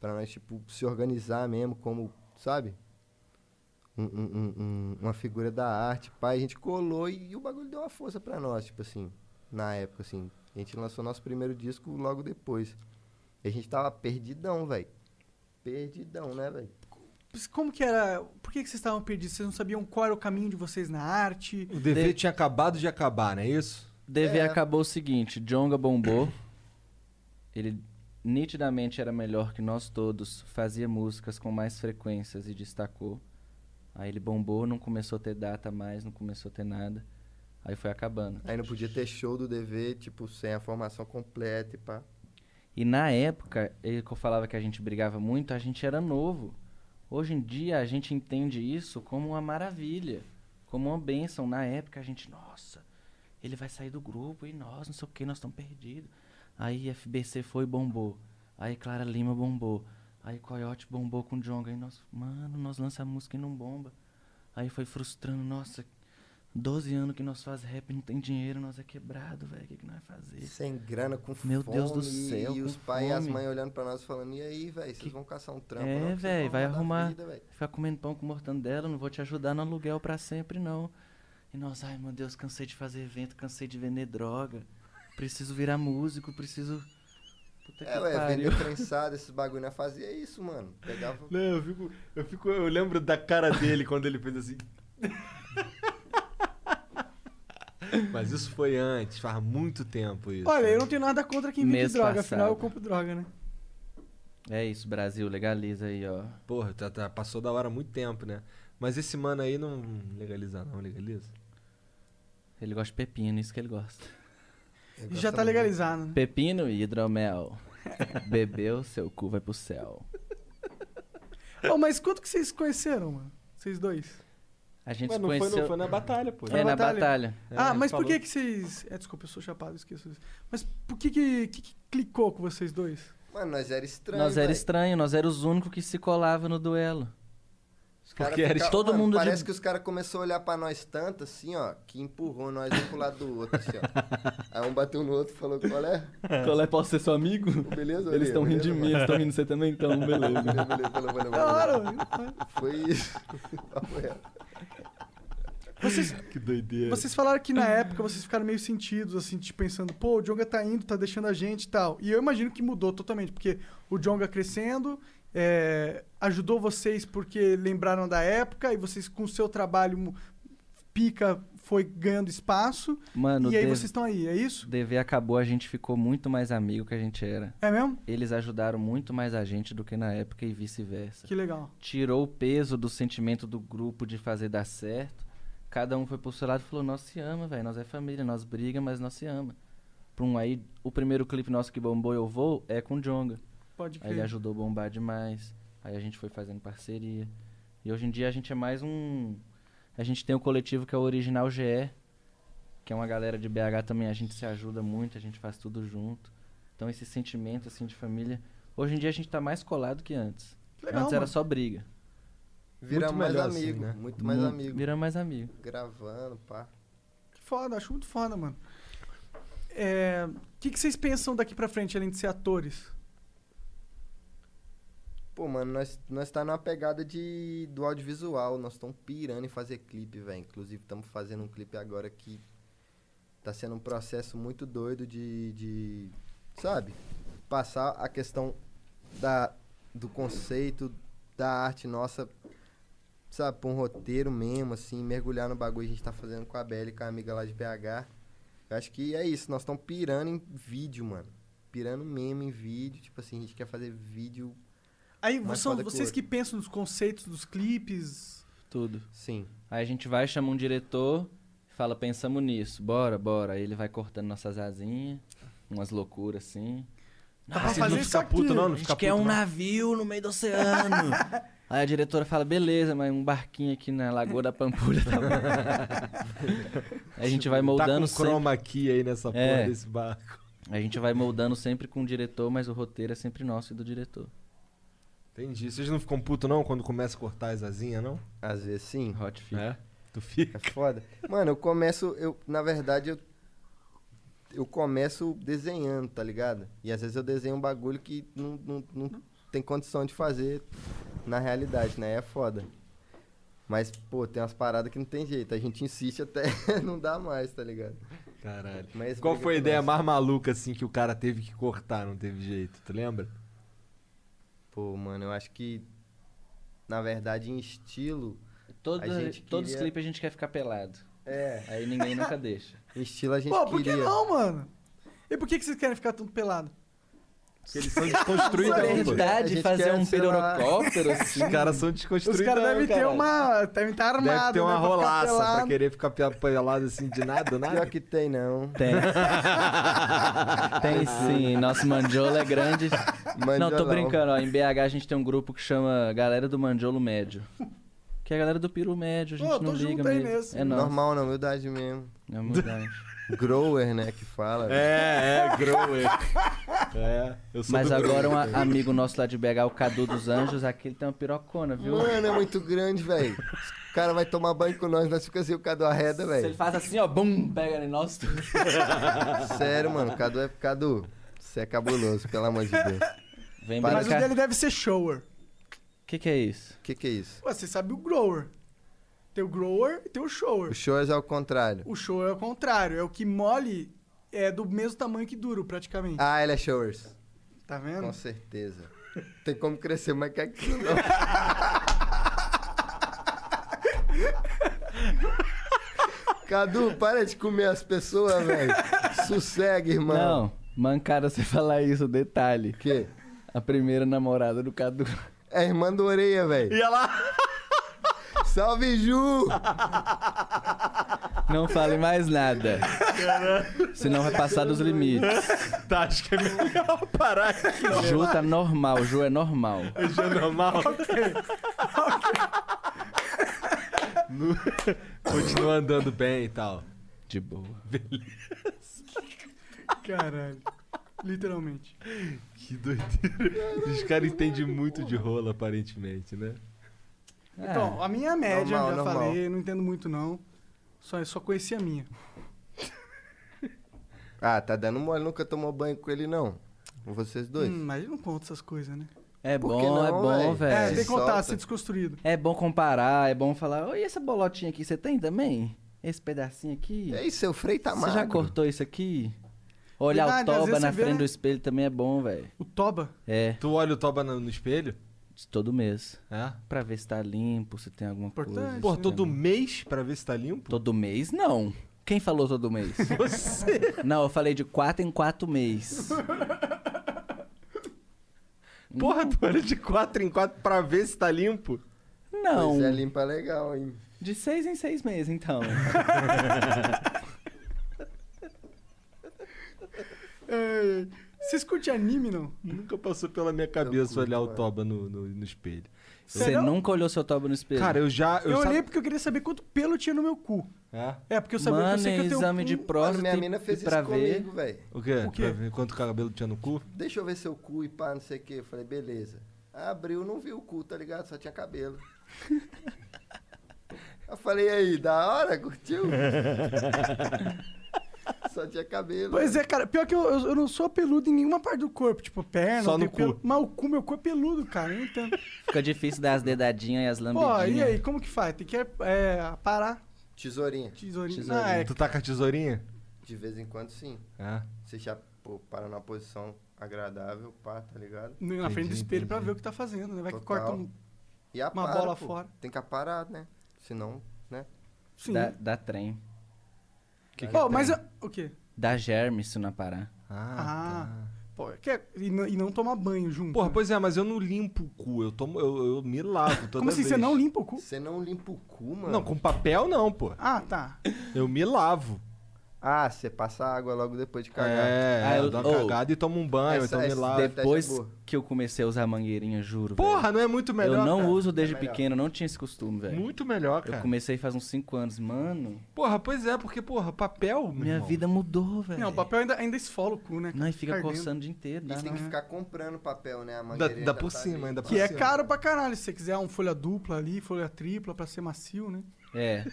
Speaker 5: pra nós, tipo, se organizar mesmo como, sabe? um- um- um- um- uma figura da arte, pai, a gente colou e, o bagulho deu uma força pra nós, tipo assim, na época, assim. A gente lançou nosso primeiro disco logo depois. E a gente tava perdidão, velho. Perdidão, né, velho?
Speaker 3: Mas Como que era? Por que, que vocês estavam perdidos? Vocês não sabiam qual era o caminho de vocês na arte?
Speaker 6: O dever tinha acabado de acabar, não é isso?
Speaker 7: DV
Speaker 5: É.
Speaker 7: acabou o seguinte, Jonga bombou. Ele nitidamente era melhor que nós todos, fazia músicas com mais frequências e destacou. Aí ele bombou, não começou a ter data mais, não começou a ter nada. Aí foi acabando.
Speaker 5: Aí não podia ter show do DV, tipo, sem a formação completa e pá.
Speaker 7: E na época, ele que eu falava que a gente brigava muito, a gente era novo. Hoje em dia a gente entende isso como uma maravilha, como uma bênção. Na época a gente, nossa, ele vai sair do grupo e nós, não sei o que, nós estamos perdidos. Aí FBC foi e bombou. Aí Clara Lima bombou. Aí Coyote bombou com Jonga. Aí nós, mano, nós lançamos música e não bomba. Aí foi frustrando, nossa, 12 anos que nós faz rap, não tem dinheiro, nós é quebrado, velho, o que, que nós vai fazer?
Speaker 5: Sem grana, com
Speaker 7: Meu
Speaker 5: fome.
Speaker 7: Deus do céu,
Speaker 5: E
Speaker 7: com
Speaker 5: os pais e as
Speaker 7: fome.
Speaker 5: mães olhando pra nós falando, e aí, velho, vocês
Speaker 7: Que-
Speaker 5: vão caçar um trampo. não,
Speaker 7: é,
Speaker 5: vocês
Speaker 7: velho,
Speaker 5: vão
Speaker 7: vai
Speaker 5: dar
Speaker 7: arrumar.
Speaker 5: vida, véi."
Speaker 7: ficar comendo pão com mortandela, não vou te ajudar no aluguel pra sempre, não. E nós, ai meu Deus, cansei de fazer evento, cansei de vender droga. Preciso virar músico, preciso. Puta que
Speaker 5: É, ué,
Speaker 7: pariu.
Speaker 5: vender prensado, esses bagulho, né? Fazia isso, mano. Pegava...
Speaker 6: Não, eu fico, eu fico. Eu lembro da cara dele quando ele fez assim. Mas isso foi antes, faz muito tempo isso.
Speaker 3: Olha, eu não tenho nada contra quem vende
Speaker 7: Mês
Speaker 3: droga,
Speaker 7: passado.
Speaker 3: afinal eu compro droga, né?
Speaker 7: É isso, Brasil, legaliza aí, ó.
Speaker 6: Porra, tá- tá- passou da hora há muito tempo, né? Mas esse mano aí não legaliza, não, legaliza?
Speaker 7: Ele gosta de pepino, isso que ele gosta.
Speaker 5: Eu
Speaker 3: Já
Speaker 5: gosto
Speaker 3: tá
Speaker 5: muito.
Speaker 3: legalizado, né?
Speaker 7: Pepino e hidromel. Bebeu, seu cu vai pro céu.
Speaker 3: Ô, mas quanto que vocês se conheceram, mano? Vocês dois?
Speaker 7: A gente
Speaker 11: Ué,
Speaker 7: se
Speaker 11: não foi,
Speaker 7: conheceu...
Speaker 11: no- foi na batalha, pô.
Speaker 7: É, na batalha.
Speaker 3: Ah, mas por que
Speaker 11: falou.
Speaker 3: que vocês... É, desculpa, eu sou chapado, esqueço isso. Mas por que que, que que clicou com vocês dois?
Speaker 5: Mano, nós era estranho.
Speaker 7: nós era
Speaker 5: velho.
Speaker 7: estranho, nós éramos os únicos que se colava no duelo.
Speaker 5: Os cara
Speaker 7: Porque era
Speaker 5: fica-
Speaker 7: todo
Speaker 5: mano,
Speaker 7: mundo de-
Speaker 5: Parece que os caras começaram a olhar pra nós tanto assim, ó, que empurrou nós um pro lado do outro, assim, ó. Aí um bateu no outro e falou, qual é?
Speaker 7: Qual é, posso ser seu amigo?
Speaker 5: Beleza,
Speaker 7: Eles estão rindo de mim, eles estão rindo de você também, então beleza.
Speaker 6: né?
Speaker 5: Beleza, beleza, beleza.
Speaker 3: Claro!
Speaker 5: Foi isso. Papo reto.
Speaker 3: Vocês,
Speaker 11: Que doideira.
Speaker 3: vocês falaram que na época vocês ficaram meio sentidos, assim, tipo, pensando, pô, o Jonga tá indo, tá deixando a gente e tal. E eu imagino que mudou totalmente, porque o Jonga crescendo é, ajudou vocês porque lembraram da época e vocês, com o seu trabalho, mu- pica foi ganhando espaço.
Speaker 7: Mano,
Speaker 3: e aí
Speaker 7: deve-
Speaker 3: vocês estão aí, é isso?
Speaker 7: O DV acabou, a gente ficou muito mais amigo que a gente era.
Speaker 3: É mesmo?
Speaker 7: Eles ajudaram muito mais a gente do que na época e vice-versa.
Speaker 3: Que legal.
Speaker 7: Tirou o peso do sentimento do grupo de fazer dar certo. Cada um foi pro seu lado e falou: Nós se ama, velho, nós é família, nós briga, mas nós se ama. Prum, aí o primeiro clipe nosso que bombou Eu Vou é com o Jonga.
Speaker 3: Pode
Speaker 7: Aí ele
Speaker 3: crer.
Speaker 7: ajudou a bombar demais. Aí a gente foi fazendo parceria. E hoje em dia a gente é mais um. A gente tem o coletivo que é o Original GE, que é uma galera de BH também. A gente se ajuda muito, a gente faz tudo junto. Então esse sentimento assim de família. Hoje em dia a gente tá mais colado que antes.
Speaker 3: Legal,
Speaker 7: antes era
Speaker 3: mano.
Speaker 7: só briga.
Speaker 5: Vira
Speaker 6: Muito
Speaker 5: mais
Speaker 6: melhor assim,
Speaker 5: amigo,
Speaker 6: né?
Speaker 5: muito Tá mais
Speaker 7: Mu-
Speaker 5: amigo.
Speaker 7: Viramos mais amigo.
Speaker 5: Gravando, pá.
Speaker 3: Que foda, acho muito foda, mano. É, O que, que vocês pensam daqui pra frente, além de ser atores?
Speaker 5: Pô, mano, nós, nós tá numa pegada de, do audiovisual. Nós estamos pirando em fazer clipe, velho. Inclusive, estamos fazendo um clipe agora que tá sendo um processo muito doido de, de sabe? Passar a questão da, do conceito da arte nossa, sabe? Pra um roteiro mesmo, assim, mergulhar no bagulho que a gente tá fazendo com a Belle, com a amiga lá de BH. Eu acho que é isso. Nós estamos pirando em vídeo, mano. Pirando mesmo em vídeo. Tipo assim, a gente quer fazer vídeo
Speaker 3: Aí
Speaker 5: Mais
Speaker 3: são
Speaker 5: foda que o
Speaker 3: vocês
Speaker 5: outro.
Speaker 3: que pensam nos conceitos dos clipes.
Speaker 7: Tudo.
Speaker 5: Sim.
Speaker 7: Aí a gente vai, chama um diretor, fala, pensamos nisso, bora, bora. Aí ele vai cortando nossas asinhas, umas loucuras assim.
Speaker 3: Dá pra
Speaker 6: vocês não ficam puto, não? Não
Speaker 7: A
Speaker 6: fica
Speaker 7: gente quer
Speaker 6: puto,
Speaker 7: um
Speaker 6: não?
Speaker 7: navio no meio do oceano. Aí a diretora fala, beleza, mas um barquinho aqui na Lagoa da Pampulha tá bom. Aí a gente vai moldando
Speaker 6: tá com chroma aqui aí nessa porra
Speaker 7: É.
Speaker 6: desse barco.
Speaker 7: sempre. A gente vai moldando sempre com o diretor, mas o roteiro é sempre nosso e do diretor.
Speaker 6: Entendi. Vocês não ficam puto não quando começa a cortar as asinhas, não?
Speaker 5: Às vezes sim.
Speaker 7: Hot Fit.
Speaker 6: Tu fica.
Speaker 5: É foda. Mano, eu começo, eu, na verdade, eu, eu começo desenhando, tá ligado? E às vezes eu desenho um bagulho que não, não, não tem condição de fazer na realidade, né? É foda. Mas, pô, tem umas paradas que não tem jeito. A gente insiste até não dá mais, tá ligado?
Speaker 6: Caralho.
Speaker 5: Mas
Speaker 6: Qual
Speaker 5: briga
Speaker 6: foi a
Speaker 5: por
Speaker 6: ideia
Speaker 5: nós.
Speaker 6: mais maluca, assim, que o cara teve que cortar, não teve jeito? Tu lembra?
Speaker 5: Pô, mano, eu acho que, na verdade, em estilo.
Speaker 7: Todo-
Speaker 5: A gente
Speaker 7: Todos os
Speaker 5: queria-
Speaker 7: clipes a gente quer ficar pelado.
Speaker 5: É.
Speaker 7: Aí ninguém nunca deixa.
Speaker 5: Em estilo a gente
Speaker 3: Pô, por
Speaker 5: queria.
Speaker 3: que não, mano? E por que, que vocês querem ficar tanto pelado?
Speaker 6: Porque eles são
Speaker 7: né?
Speaker 6: desconstruídos,
Speaker 5: Não sei.
Speaker 6: pô.
Speaker 5: A
Speaker 7: verdade,
Speaker 5: gente
Speaker 7: fazer
Speaker 5: quer,
Speaker 7: um
Speaker 5: sei lá.
Speaker 7: pirorocóptero assim.
Speaker 6: Os caras são
Speaker 3: Os
Speaker 6: desconstruídos.
Speaker 3: caras devem ter
Speaker 6: caralho.
Speaker 3: uma. Devem estar armados.
Speaker 6: Deve ter uma
Speaker 3: né, pra ficar
Speaker 6: rolaça pra,
Speaker 3: pelado.
Speaker 6: querer ficar pe- pelado assim de nada, nada.
Speaker 5: Pior que tem, não.
Speaker 7: Tem. tem sim. Nosso mandiola é grande. Não, tô
Speaker 5: Mandiolão.
Speaker 7: brincando. Ó, em BH a gente tem um grupo que chama Galera do Mandiolo Médio. Que é a galera do Piru Médio. A gente
Speaker 3: Pô, tô
Speaker 7: não liga
Speaker 3: junto aí
Speaker 7: mesmo.
Speaker 3: nesse.
Speaker 7: É nóis.
Speaker 5: Normal, na humildade mesmo.
Speaker 7: É humildade.
Speaker 5: Grower, né, que fala.
Speaker 6: É, é, grower. É, eu sou
Speaker 7: Mas
Speaker 6: do
Speaker 7: agora
Speaker 6: grower.
Speaker 7: um a- amigo nosso lá de BH, o Cadu dos Anjos, aqui ele tem uma pirocona, viu?
Speaker 5: Mano, é muito grande, velho. O cara vai tomar banho com nós, nós ficamos assim, o Cadu arreda,
Speaker 7: Se ele
Speaker 5: velho.
Speaker 7: faz assim, ó, bum, pega em nós tudo.
Speaker 5: Sério, mano, o Cadu é. Cadu, você é cabuloso, pelo amor de Deus.
Speaker 7: Vem
Speaker 5: Mas
Speaker 3: Mas o
Speaker 7: brincar.
Speaker 3: dele deve ser shower.
Speaker 7: O que, que é isso?
Speaker 5: O que, que é isso?
Speaker 3: Ué, você sabe o grower. Tem o grower e tem o
Speaker 5: O
Speaker 3: shower.
Speaker 5: show é ao contrário.
Speaker 3: O shower é o contrário. É o que mole é do mesmo tamanho que duro, praticamente.
Speaker 5: Ah, ele é showers.
Speaker 3: Tá vendo?
Speaker 5: Com certeza. Tem como crescer, mas que aquilo não. Cadu, para de comer as pessoas, velho. Sossegue, irmão.
Speaker 7: Não, mancada você falar isso, detalhe.
Speaker 5: O quê?
Speaker 7: A primeira namorada do Cadu.
Speaker 5: É a irmã do Oreia, velho.
Speaker 6: E ela...
Speaker 5: Salve, Ju!
Speaker 7: Não fale mais nada. Senão vai passar dos limites.
Speaker 6: Tá, acho que é melhor parar aqui.
Speaker 7: Ju tá normal, Ju é normal.
Speaker 6: Hoje é normal. Nu- Continua andando bem e tal.
Speaker 7: De boa.
Speaker 3: Caralho. Literalmente.
Speaker 6: Que doideira. Os caras entendem muito de rola, aparentemente, né?
Speaker 3: Então, a minha é a média,
Speaker 5: Normal,
Speaker 3: já
Speaker 5: normal.
Speaker 3: falei, não entendo muito não. Só, só conheci a minha.
Speaker 5: Ah, tá dando mole, nunca tomou banho com ele, não. Vocês dois.
Speaker 3: Hum, mas eu não conto essas coisas, né?
Speaker 7: É
Speaker 5: Por que
Speaker 7: bom, é
Speaker 5: não,
Speaker 7: bom,
Speaker 5: véi?
Speaker 3: É,
Speaker 5: Se
Speaker 3: tem
Speaker 7: velho.
Speaker 3: que contar,
Speaker 5: solta.
Speaker 3: ser desconstruído.
Speaker 7: É, bom comparar, é bom falar, oi, essa bolotinha aqui você tem também? Esse pedacinho aqui?
Speaker 5: E aí, seu freio tá
Speaker 7: Você
Speaker 5: magro.
Speaker 7: já cortou isso aqui? Olhar
Speaker 3: Verdade, às
Speaker 7: o toba
Speaker 3: vezes
Speaker 7: na
Speaker 3: você vê,
Speaker 7: frente
Speaker 3: né?
Speaker 7: do espelho também é bom, velho.
Speaker 3: O Toba,
Speaker 7: É,
Speaker 6: Tu olha o toba no, no espelho,
Speaker 7: de todo mês.
Speaker 6: é?
Speaker 7: Pra ver se tá limpo, se tem alguma coisa.
Speaker 3: Importante,
Speaker 6: Pô,
Speaker 3: né?
Speaker 6: todo mês pra ver se tá limpo?
Speaker 7: Todo mês, não. Quem falou todo mês?
Speaker 6: Você.
Speaker 7: não, eu falei de quatro em quatro meses.
Speaker 6: Porra, tu olha de quatro em quatro pra ver se tá limpo?
Speaker 7: Não,
Speaker 5: Pois é, limpa legal, hein?
Speaker 7: de seis em seis meses, então.
Speaker 3: é, vocês curtem anime, não?
Speaker 6: Nunca passou pela minha cabeça olhar o toba no, no- no espelho.
Speaker 7: Você nunca olhou seu toba no espelho?
Speaker 6: Cara, eu já.
Speaker 3: Eu,
Speaker 6: Eu, sabe-
Speaker 3: olhei porque eu queria saber quanto pelo eu tinha no meu cu.
Speaker 6: É?
Speaker 3: É, porque eu sabia
Speaker 7: Mano,
Speaker 3: eu sei que eu tenho
Speaker 7: exame de
Speaker 3: um-
Speaker 7: próstata
Speaker 5: Mano, minha
Speaker 7: e-
Speaker 5: mina fez
Speaker 7: e pra
Speaker 5: isso
Speaker 7: ver.
Speaker 5: comigo, velho.
Speaker 6: O quê?
Speaker 3: O quê?
Speaker 6: Pra ver quanto cabelo tinha no cu?
Speaker 5: Deixa eu ver seu cu e pá, não sei o quê. Eu falei, beleza. Abriu, não viu o cu, tá ligado? Só tinha cabelo. eu falei, e aí, da hora? Curtiu? Só tinha cabelo.
Speaker 3: Pois é, cara. Pior que eu, eu, eu não sou peludo em nenhuma parte do corpo. Tipo, perna.
Speaker 6: Só
Speaker 3: eu
Speaker 6: no
Speaker 3: tenho pelo-
Speaker 6: cu.
Speaker 3: mas o cu, meu cu é peludo, cara. Eu não entendo.
Speaker 7: Fica difícil dar as dedadinhas e as
Speaker 3: Pô,
Speaker 7: lambidinhas.
Speaker 3: e aí? Como que faz? Tem que é, parar.
Speaker 5: Tesourinha.
Speaker 3: Tesourinha.
Speaker 7: Tesourinha.
Speaker 3: Ah, é.
Speaker 6: Tu tá com a tesourinha?
Speaker 5: De vez em quando, sim.
Speaker 6: É.
Speaker 5: Você já pô, para numa posição agradável, pá, tá ligado?
Speaker 3: Na frente do
Speaker 6: Entendi,
Speaker 3: espelho pra
Speaker 6: entendi.
Speaker 3: ver o que tá fazendo, né? Vai que
Speaker 5: Total.
Speaker 3: corta um.
Speaker 5: E a
Speaker 3: Uma
Speaker 5: para,
Speaker 3: bola
Speaker 5: pô.
Speaker 3: fora.
Speaker 5: Tem que aparar, né? Senão, né?
Speaker 3: Sim.
Speaker 7: Dá, dá trem.
Speaker 3: Pô, mas. eu- O quê?
Speaker 7: Dá germe se não parar.
Speaker 6: Ah,
Speaker 3: Ah.
Speaker 7: tá.
Speaker 3: Pô, que é- e, não, e não tomar banho junto.
Speaker 6: Porra, pois é, mas eu não limpo o cu. Eu, tomo, eu, eu me lavo toda
Speaker 3: Como assim?
Speaker 6: vez.
Speaker 3: Você não limpa o cu?
Speaker 5: Você não limpa o cu, mano?
Speaker 6: Uh. Não, com papel não, pô.
Speaker 3: Ah, tá.
Speaker 7: É.
Speaker 6: Eu me lavo.
Speaker 5: Ah, você passa água logo depois de cagar.
Speaker 6: É,
Speaker 7: Ah,
Speaker 6: eu,
Speaker 7: eu-
Speaker 6: dou uma
Speaker 7: oh.
Speaker 6: cagada e tomo um banho,
Speaker 5: Essa-
Speaker 6: então me
Speaker 5: essa
Speaker 6: lavo.
Speaker 5: deve- Ah, Até
Speaker 7: Depois
Speaker 5: de boa.
Speaker 7: que eu comecei a usar mangueirinha, juro.
Speaker 6: Porra,
Speaker 7: velho.
Speaker 6: não é muito melhor?
Speaker 7: Eu não
Speaker 6: cara?
Speaker 7: uso desde
Speaker 5: É melhor.
Speaker 7: pequeno, não tinha esse costume, velho.
Speaker 6: Muito melhor,
Speaker 7: Eu
Speaker 6: cara.
Speaker 7: comecei faz uns 5 anos. Mano,
Speaker 6: Porra, pois é, porque, porra, papel, meu
Speaker 7: minha
Speaker 6: irmão.
Speaker 7: vida mudou, velho.
Speaker 3: Não, o papel ainda, ainda esfola o cu, né?
Speaker 7: Não, e fica
Speaker 3: Ardendo.
Speaker 7: coçando o dia inteiro.
Speaker 5: E
Speaker 7: Dá,
Speaker 5: tem
Speaker 7: não.
Speaker 5: que ficar comprando papel, né? A
Speaker 6: Dá,
Speaker 5: mangueirinha
Speaker 6: dá
Speaker 5: já
Speaker 6: por
Speaker 5: tá
Speaker 6: cima,
Speaker 5: ali.
Speaker 6: ainda por
Speaker 3: Que é
Speaker 6: cima.
Speaker 3: caro pra caralho. Se você quiser uma folha dupla ali, folha tripla pra ser macio, né?
Speaker 7: É.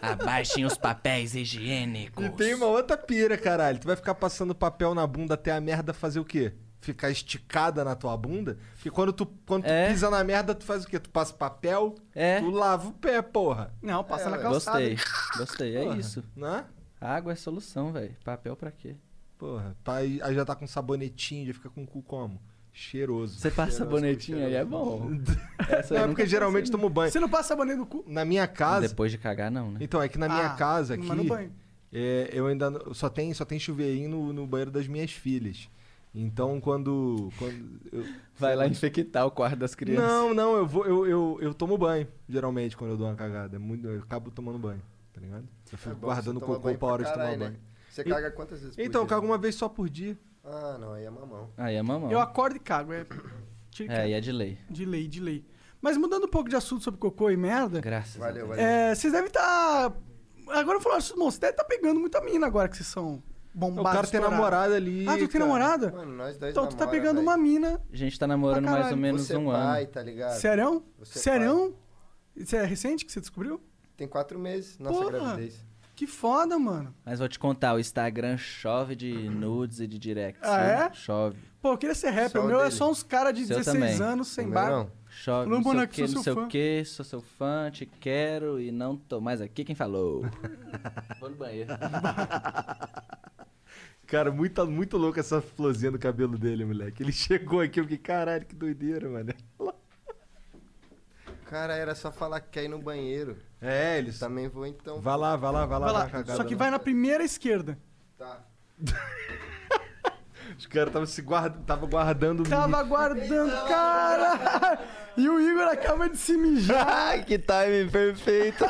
Speaker 7: Abaixem os papéis higiênicos.
Speaker 6: E tem uma outra pira, caralho. Tu vai ficar passando papel na bunda até a merda fazer o quê? Ficar esticada na tua bunda? Porque quando tu, quando tu
Speaker 7: É.
Speaker 6: pisa na merda, tu faz o quê? Tu passa papel,
Speaker 7: É.
Speaker 6: tu lava o pé, porra.
Speaker 3: Não, passa
Speaker 6: É,
Speaker 3: na calçada.
Speaker 7: Gostei, gostei. É isso.
Speaker 6: Né?
Speaker 7: Água é solução, velho. Papel pra quê?
Speaker 6: Porra, tá, aí aí já tá com sabonetinho, já fica com o cu como? Cheiroso.
Speaker 7: Você passa bonetinha aí, é bom. Essa eu
Speaker 6: Não, é
Speaker 7: nunca
Speaker 6: porque geralmente eu tomo banho.
Speaker 3: Você não passa sabonete no cu?
Speaker 6: Na minha
Speaker 7: pensei.
Speaker 6: casa.
Speaker 7: Depois de cagar, não, né?
Speaker 6: Então, é que na minha
Speaker 3: Ah,
Speaker 6: casa aqui.
Speaker 3: mas no banho.
Speaker 6: é, eu ainda. não- Só tem, só tem chuveirinho no, no banheiro das minhas filhas. Então, quando. quando eu-
Speaker 7: Vai lá infectar o quarto das crianças.
Speaker 6: Não, não, eu vou. Eu, eu, eu tomo banho, geralmente, quando eu dou uma cagada. É muito, eu acabo tomando banho, tá ligado? Eu
Speaker 5: É
Speaker 6: fico
Speaker 5: bom,
Speaker 6: guardando
Speaker 5: você toma
Speaker 6: cocô
Speaker 5: banho
Speaker 6: pra hora de tomar
Speaker 5: caralho,
Speaker 6: banho.
Speaker 5: né? Você caga quantas vezes por
Speaker 6: Então, eu
Speaker 5: dia?
Speaker 6: cago uma vez só por dia.
Speaker 5: Ah, não, aí é mamão.
Speaker 7: Aí é mamão.
Speaker 3: Eu acordo e cago. É. Tira e
Speaker 7: É,
Speaker 3: caga.
Speaker 7: e é de lei.
Speaker 3: De lei, de lei. Mas mudando um pouco de assunto sobre cocô e merda,
Speaker 7: Graças
Speaker 5: Valeu,
Speaker 7: a Deus.
Speaker 5: valeu.
Speaker 3: é, vocês devem estar. Agora eu falo, irmão, você deve estar pegando muita mina agora que vocês são
Speaker 6: O
Speaker 3: bombados.
Speaker 6: cara tem
Speaker 3: estourados.
Speaker 6: namorada ali.
Speaker 3: Um Ah, tu tem
Speaker 6: cara.
Speaker 3: namorada?
Speaker 5: Mano, nós dois
Speaker 3: Então tu tá
Speaker 5: namora,
Speaker 3: pegando
Speaker 5: velho.
Speaker 3: uma mina.
Speaker 7: A gente tá namorando
Speaker 3: Pra
Speaker 7: mais ou
Speaker 3: caralho,
Speaker 7: menos
Speaker 5: Você é
Speaker 7: um
Speaker 5: pai,
Speaker 7: ano.
Speaker 5: tá ligado?
Speaker 3: Serão?
Speaker 5: Você é
Speaker 3: Serão? Isso é recente que você descobriu?
Speaker 5: Tem quatro meses, nossa
Speaker 3: Porra.
Speaker 5: gravidez.
Speaker 3: Que foda, mano.
Speaker 7: Mas vou te contar, o Instagram chove de nudes e de directs.
Speaker 3: Ah,
Speaker 7: né?
Speaker 3: é?
Speaker 7: Chove.
Speaker 3: Pô, eu queria ser rapper.
Speaker 5: Só
Speaker 3: O
Speaker 5: o
Speaker 3: meu é
Speaker 5: dele.
Speaker 3: só uns caras de
Speaker 7: Seu
Speaker 3: 16
Speaker 7: também.
Speaker 3: anos sem
Speaker 5: Não é
Speaker 3: barba.
Speaker 5: não?
Speaker 7: Chove,
Speaker 3: Falou,
Speaker 7: não sei o
Speaker 3: boneco,
Speaker 7: que,
Speaker 3: sou
Speaker 7: não sei
Speaker 3: seu
Speaker 7: o
Speaker 3: fã.
Speaker 7: que, sou seu fã, te quero e não tô mais aqui. Quem falou? Vou no banheiro.
Speaker 6: Cara, muito, muito louco essa florzinha no cabelo dele, moleque. Ele chegou aqui, eu fiquei, caralho, que doideira, mano.
Speaker 5: Cara, era só falar que quer ir no banheiro.
Speaker 6: É, ele tá...
Speaker 5: Também vou então.
Speaker 6: Vai lá, vai lá, vai lá.
Speaker 3: Vai
Speaker 6: dá uma
Speaker 3: lá,
Speaker 6: cagada
Speaker 3: só que
Speaker 6: lá.
Speaker 3: vai na primeira esquerda.
Speaker 5: Tá.
Speaker 6: Os caras estavam se guardando, tava guardando...
Speaker 3: Tava aguardando,
Speaker 6: Então.
Speaker 3: cara! E o Igor acaba de se mijar.
Speaker 8: Ah, que time perfeito.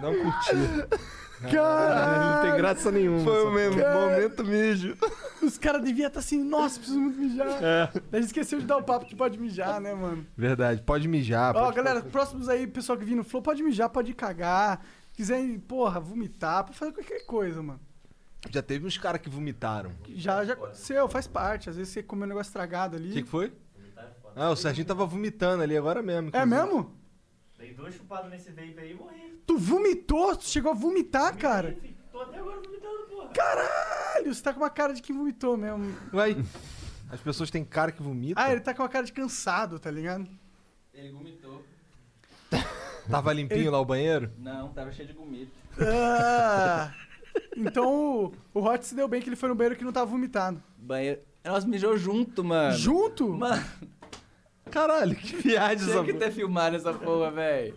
Speaker 6: Não curtiu. Não tem graça nenhuma.
Speaker 8: Foi
Speaker 6: essa
Speaker 8: o mesmo. Momento mijo.
Speaker 3: Os caras deviam estar assim, nossa, preciso muito mijar. É. Daí esqueceu de dar o papo que pode mijar, né, mano?
Speaker 6: Verdade, pode mijar.
Speaker 3: Ó,
Speaker 6: pode-
Speaker 3: galera, próximos aí, pessoal que vir no Flow, pode mijar, pode cagar. Quiser, ir, porra, vomitar, pode fazer qualquer coisa, mano.
Speaker 6: Já teve uns caras que vomitaram. O
Speaker 3: Já, já aconteceu, faz parte. Às vezes você come um negócio estragado ali.
Speaker 6: que, que foi? Ah, o Serginho tava vomitando ali agora mesmo.
Speaker 3: É
Speaker 6: inclusive.
Speaker 3: mesmo?
Speaker 11: Dei dois chupados nesse vape aí e morri.
Speaker 3: Tu vomitou? Tu chegou a vomitar, cara?
Speaker 11: Enfim, tô até agora vomitando, porra.
Speaker 3: Caralho, você tá com uma cara de que vomitou mesmo.
Speaker 6: Uai, as pessoas têm cara que vomita.
Speaker 3: Ah, ele tá com uma cara de cansado, tá ligado?
Speaker 7: Ele vomitou.
Speaker 6: Tava limpinho lá o banheiro?
Speaker 7: Não, tava cheio de gomito.
Speaker 3: Ah, então o, o Hot se deu bem que ele foi no banheiro que não tava vomitado.
Speaker 7: Banheiro. Nós mijou junto, mano.
Speaker 3: Junto?
Speaker 7: Mano,
Speaker 6: Caralho, que viagem
Speaker 7: tinha
Speaker 6: essa
Speaker 7: que ter filmado essa porra, velho.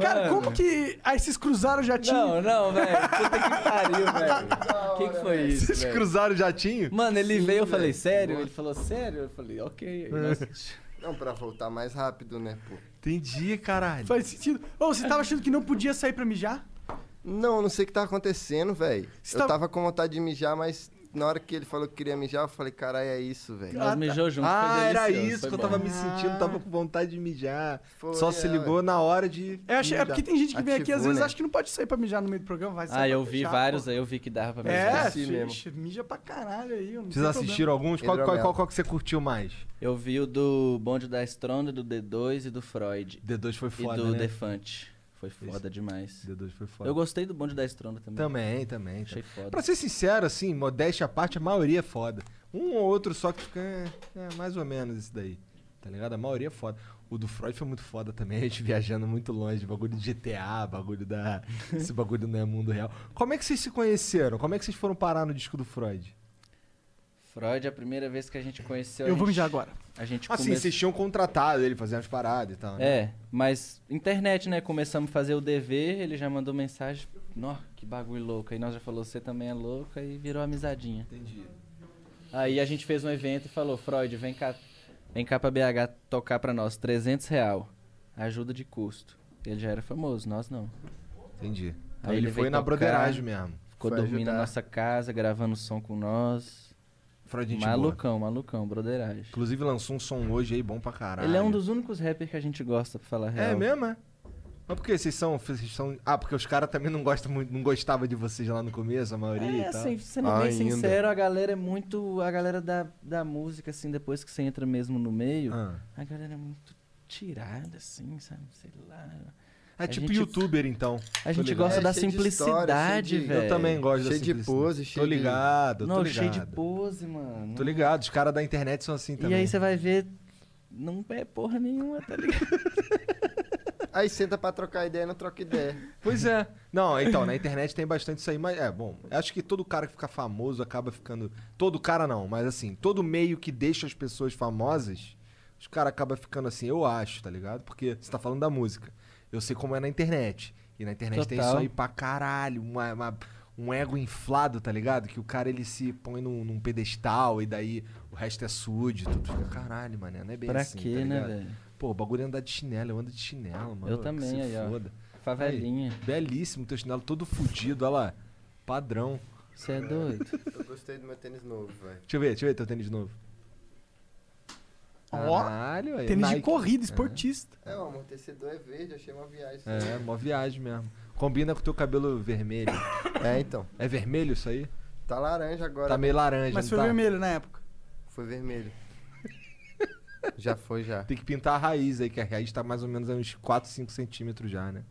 Speaker 3: Cara,
Speaker 7: Mano.
Speaker 3: como que. Aí vocês cruzaram já tinha.
Speaker 7: Não, não, velho. Puta que pariu, velho. O que, que foi isso?
Speaker 6: Vocês assim,
Speaker 7: velho?
Speaker 6: cruzaram o jatinho?
Speaker 7: Mano, ele veio, eu falei, sério? Ele falou, sério? Eu falei, ok. Aí nós-
Speaker 5: Não, pra voltar mais rápido, né, pô?
Speaker 6: Entendi, caralho.
Speaker 3: Faz sentido. Ô, você tava achando que não podia sair pra mijar?
Speaker 5: Não, não sei o que tá acontecendo, velho.
Speaker 3: Você
Speaker 5: Eu
Speaker 3: tá-
Speaker 5: tava com vontade de mijar, mas na hora que ele falou que queria mijar, eu falei, caralho, é isso, velho.
Speaker 7: Nós mijou junto.
Speaker 6: Ah,
Speaker 7: foi
Speaker 6: era
Speaker 7: delicioso,
Speaker 6: isso
Speaker 7: foi
Speaker 6: que eu
Speaker 7: bom.
Speaker 6: tava me sentindo, tava com vontade de mijar.
Speaker 5: Foi,
Speaker 6: Só se
Speaker 5: é,
Speaker 6: ligou na hora de.
Speaker 3: Eu achei- é
Speaker 6: mijar.
Speaker 3: porque tem gente que vem aqui, às
Speaker 5: Ativou,
Speaker 3: vezes,
Speaker 5: né?
Speaker 3: acha que não pode sair pra mijar no meio do programa. Vai sair
Speaker 7: Ah,
Speaker 3: pra
Speaker 7: eu vi
Speaker 3: mijar,
Speaker 7: vários
Speaker 3: pô.
Speaker 7: aí, eu vi que dava pra mijar.
Speaker 3: É,
Speaker 5: Esqueci mesmo.
Speaker 3: fixe, mija pra caralho aí. eu não
Speaker 6: Vocês
Speaker 3: tem
Speaker 6: assistiram alguns? Qual, qual,
Speaker 5: Hidromel.
Speaker 6: qual, qual que você curtiu mais?
Speaker 7: Eu vi o do Bonde da Estronda, do D2 e do Freud.
Speaker 6: D2 foi
Speaker 7: e
Speaker 6: foda,
Speaker 7: do
Speaker 6: né?
Speaker 7: Defante. Foi foda demais.
Speaker 6: D2 foi foda.
Speaker 7: Eu gostei do Bonde da Estronda também.
Speaker 6: Também, também.
Speaker 7: Achei
Speaker 6: também.
Speaker 7: foda.
Speaker 6: Pra ser sincero, assim, modéstia à parte, a maioria é foda. Um ou outro só que fica. É, é, mais ou menos isso daí. Tá ligado? A maioria é foda. O do Freud foi muito foda também, a gente viajando muito longe, bagulho de GTA, bagulho da. Esse bagulho não é mundo real. Como é que vocês se conheceram? Como é que vocês foram parar no disco do Freud?
Speaker 7: Freud, a primeira vez que a gente conheceu. a
Speaker 3: Eu vou
Speaker 7: gente-
Speaker 3: mijar agora.
Speaker 7: A gente
Speaker 6: Assim,
Speaker 7: começou-
Speaker 6: vocês tinham contratado ele, fazia umas paradas e tal. né?
Speaker 7: É, mas internet, né? Começamos a fazer o dever, ele já mandou mensagem. Nó, que bagulho louco. Aí nós já falou, você também é louco, aí virou amizadinha. Entendi. Aí a gente fez um evento e falou, Freud, vem cá, vem cá pra BH tocar pra nós, 300 real, ajuda de custo. Ele já era famoso, nós não.
Speaker 6: Entendi. Então
Speaker 7: Aí
Speaker 6: ele,
Speaker 7: ele
Speaker 6: foi
Speaker 7: veio
Speaker 6: na
Speaker 7: tocar.
Speaker 6: broderagem mesmo.
Speaker 7: Ficou
Speaker 5: Foi
Speaker 7: dormindo na
Speaker 5: ajudar.
Speaker 7: nossa casa, gravando som com nós.
Speaker 6: Freud gente boa.
Speaker 7: malucão, malucão, broderagem.
Speaker 6: Inclusive lançou um som hoje aí bom pra caralho.
Speaker 7: Ele é um dos únicos rappers que a gente gosta, pra falar a real.
Speaker 6: É mesmo, é? Mas por que vocês são, vocês são- Ah, porque os caras também não gostam muito, não gostavam de vocês lá no começo, a maioria
Speaker 7: É,
Speaker 6: e tal.
Speaker 7: assim, sendo bem
Speaker 5: Ainda.
Speaker 7: sincero, a galera é muito. A galera da, da música, assim, depois que você entra mesmo no meio,
Speaker 6: Ah.
Speaker 7: a galera é muito tirada, assim, sabe? Sei lá.
Speaker 6: É
Speaker 7: A
Speaker 6: tipo
Speaker 7: gente-
Speaker 6: youtuber, então.
Speaker 7: A gente
Speaker 6: ligado. É,
Speaker 7: gosta
Speaker 5: É,
Speaker 7: da
Speaker 5: cheio de história,
Speaker 7: simplicidade,
Speaker 5: cheio de-
Speaker 7: velho.
Speaker 6: Eu também gosto
Speaker 5: Cheio
Speaker 6: da
Speaker 5: de
Speaker 6: simplicidade.
Speaker 5: pose,
Speaker 6: Tô
Speaker 5: cheio de-
Speaker 6: ligado, tô
Speaker 7: Não,
Speaker 6: ligado.
Speaker 7: cheio de pose, mano.
Speaker 6: Tô ligado, os caras da internet são assim
Speaker 7: E
Speaker 6: também.
Speaker 7: aí você vai ver. Não é porra nenhuma, tá ligado?
Speaker 5: Aí senta pra trocar ideia, não troca ideia.
Speaker 6: Pois é. Não, então, na internet tem bastante isso aí, mas é bom. Acho que todo cara que fica famoso acaba ficando. Todo cara não, mas assim, todo meio que deixa as pessoas famosas, os caras acabam ficando assim, eu acho, tá ligado? Porque você tá falando da música. Eu sei como é na internet. E na internet tem
Speaker 7: Total.
Speaker 6: isso aí pra caralho, uma- uma- um ego inflado, tá ligado? Que o cara ele se põe num, num pedestal e daí o resto é sujo, tudo fica caralho, mano. Não é bem
Speaker 7: pra
Speaker 6: assim.
Speaker 7: quê,
Speaker 6: tá
Speaker 7: né,
Speaker 6: ligado?
Speaker 7: velho?
Speaker 6: Pô, o bagulho é andar de chinelo, eu ando de chinelo, mano.
Speaker 7: Eu
Speaker 6: que
Speaker 7: também,
Speaker 6: se
Speaker 7: aí, ó.
Speaker 6: foda.
Speaker 7: Favelinha.
Speaker 6: Belíssimo teu chinelo, todo fudido, olha lá. Padrão.
Speaker 7: Você é doido?
Speaker 5: Eu gostei do meu tênis novo, velho.
Speaker 6: Deixa eu ver, deixa eu ver teu tênis de novo.
Speaker 7: Ah,
Speaker 3: Ó,
Speaker 6: Caralho, aí.
Speaker 3: Tênis de
Speaker 6: Nike.
Speaker 3: corrida, esportista.
Speaker 5: É, o amortecedor é verde, achei uma viagem.
Speaker 6: É, mó viagem mesmo. Combina com teu cabelo vermelho.
Speaker 5: É, então.
Speaker 6: É vermelho isso aí?
Speaker 5: Tá laranja agora.
Speaker 6: Tá meio laranja,
Speaker 3: Mas
Speaker 6: não
Speaker 3: foi
Speaker 6: tá?
Speaker 3: vermelho na época.
Speaker 5: Foi vermelho. já foi, já.
Speaker 6: Tem que pintar a raiz aí, que a raiz tá mais ou menos a uns 4, 5 centímetros já, né?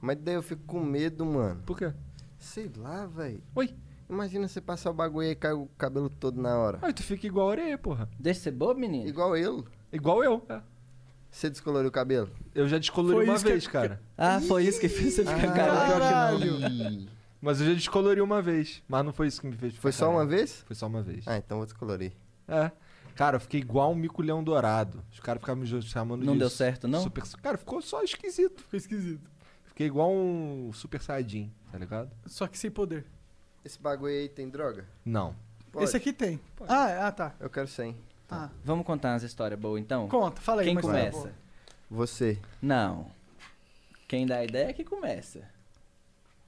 Speaker 5: Mas daí eu fico com medo, mano.
Speaker 6: Por quê?
Speaker 5: Sei lá, velho.
Speaker 6: Oi.
Speaker 5: Imagina você passar o bagulho e cai o cabelo todo na hora.
Speaker 6: Aí tu fica igual a orelha, porra.
Speaker 7: Deixa ser bobo, menino?
Speaker 5: Igual eu.
Speaker 6: Igual eu. É.
Speaker 5: Você descoloriu o cabelo?
Speaker 6: Eu já descolori
Speaker 3: Foi
Speaker 6: uma
Speaker 3: isso que-
Speaker 6: vez, cara.
Speaker 7: Ah, foi isso que fez você ficar careca.
Speaker 5: Caralho!
Speaker 6: Mas eu já descolori uma vez. Mas não foi isso que me fez. ficar
Speaker 5: Foi só uma
Speaker 6: careca.
Speaker 5: vez?
Speaker 6: Foi só uma vez.
Speaker 5: Ah, então vou descolorir.
Speaker 6: É. Cara, eu fiquei igual um miculhão dourado. Os caras ficavam me chamando
Speaker 7: Não
Speaker 6: de
Speaker 7: deu certo, não?
Speaker 6: Super... Cara, ficou só esquisito.
Speaker 3: Ficou esquisito.
Speaker 6: Fiquei igual um super saiyajin, tá ligado?
Speaker 3: Só que sem poder.
Speaker 5: Esse bagulho aí tem droga?
Speaker 6: Não.
Speaker 5: Pode.
Speaker 3: Esse aqui tem. Ah, ah, tá.
Speaker 5: Eu quero 100.
Speaker 3: Tá.
Speaker 7: Vamos contar umas histórias boas então?
Speaker 3: Conta, fala aí.
Speaker 7: Quem
Speaker 3: uma história
Speaker 7: começa?
Speaker 3: boa.
Speaker 5: Você.
Speaker 7: Não. Quem dá a ideia é que começa.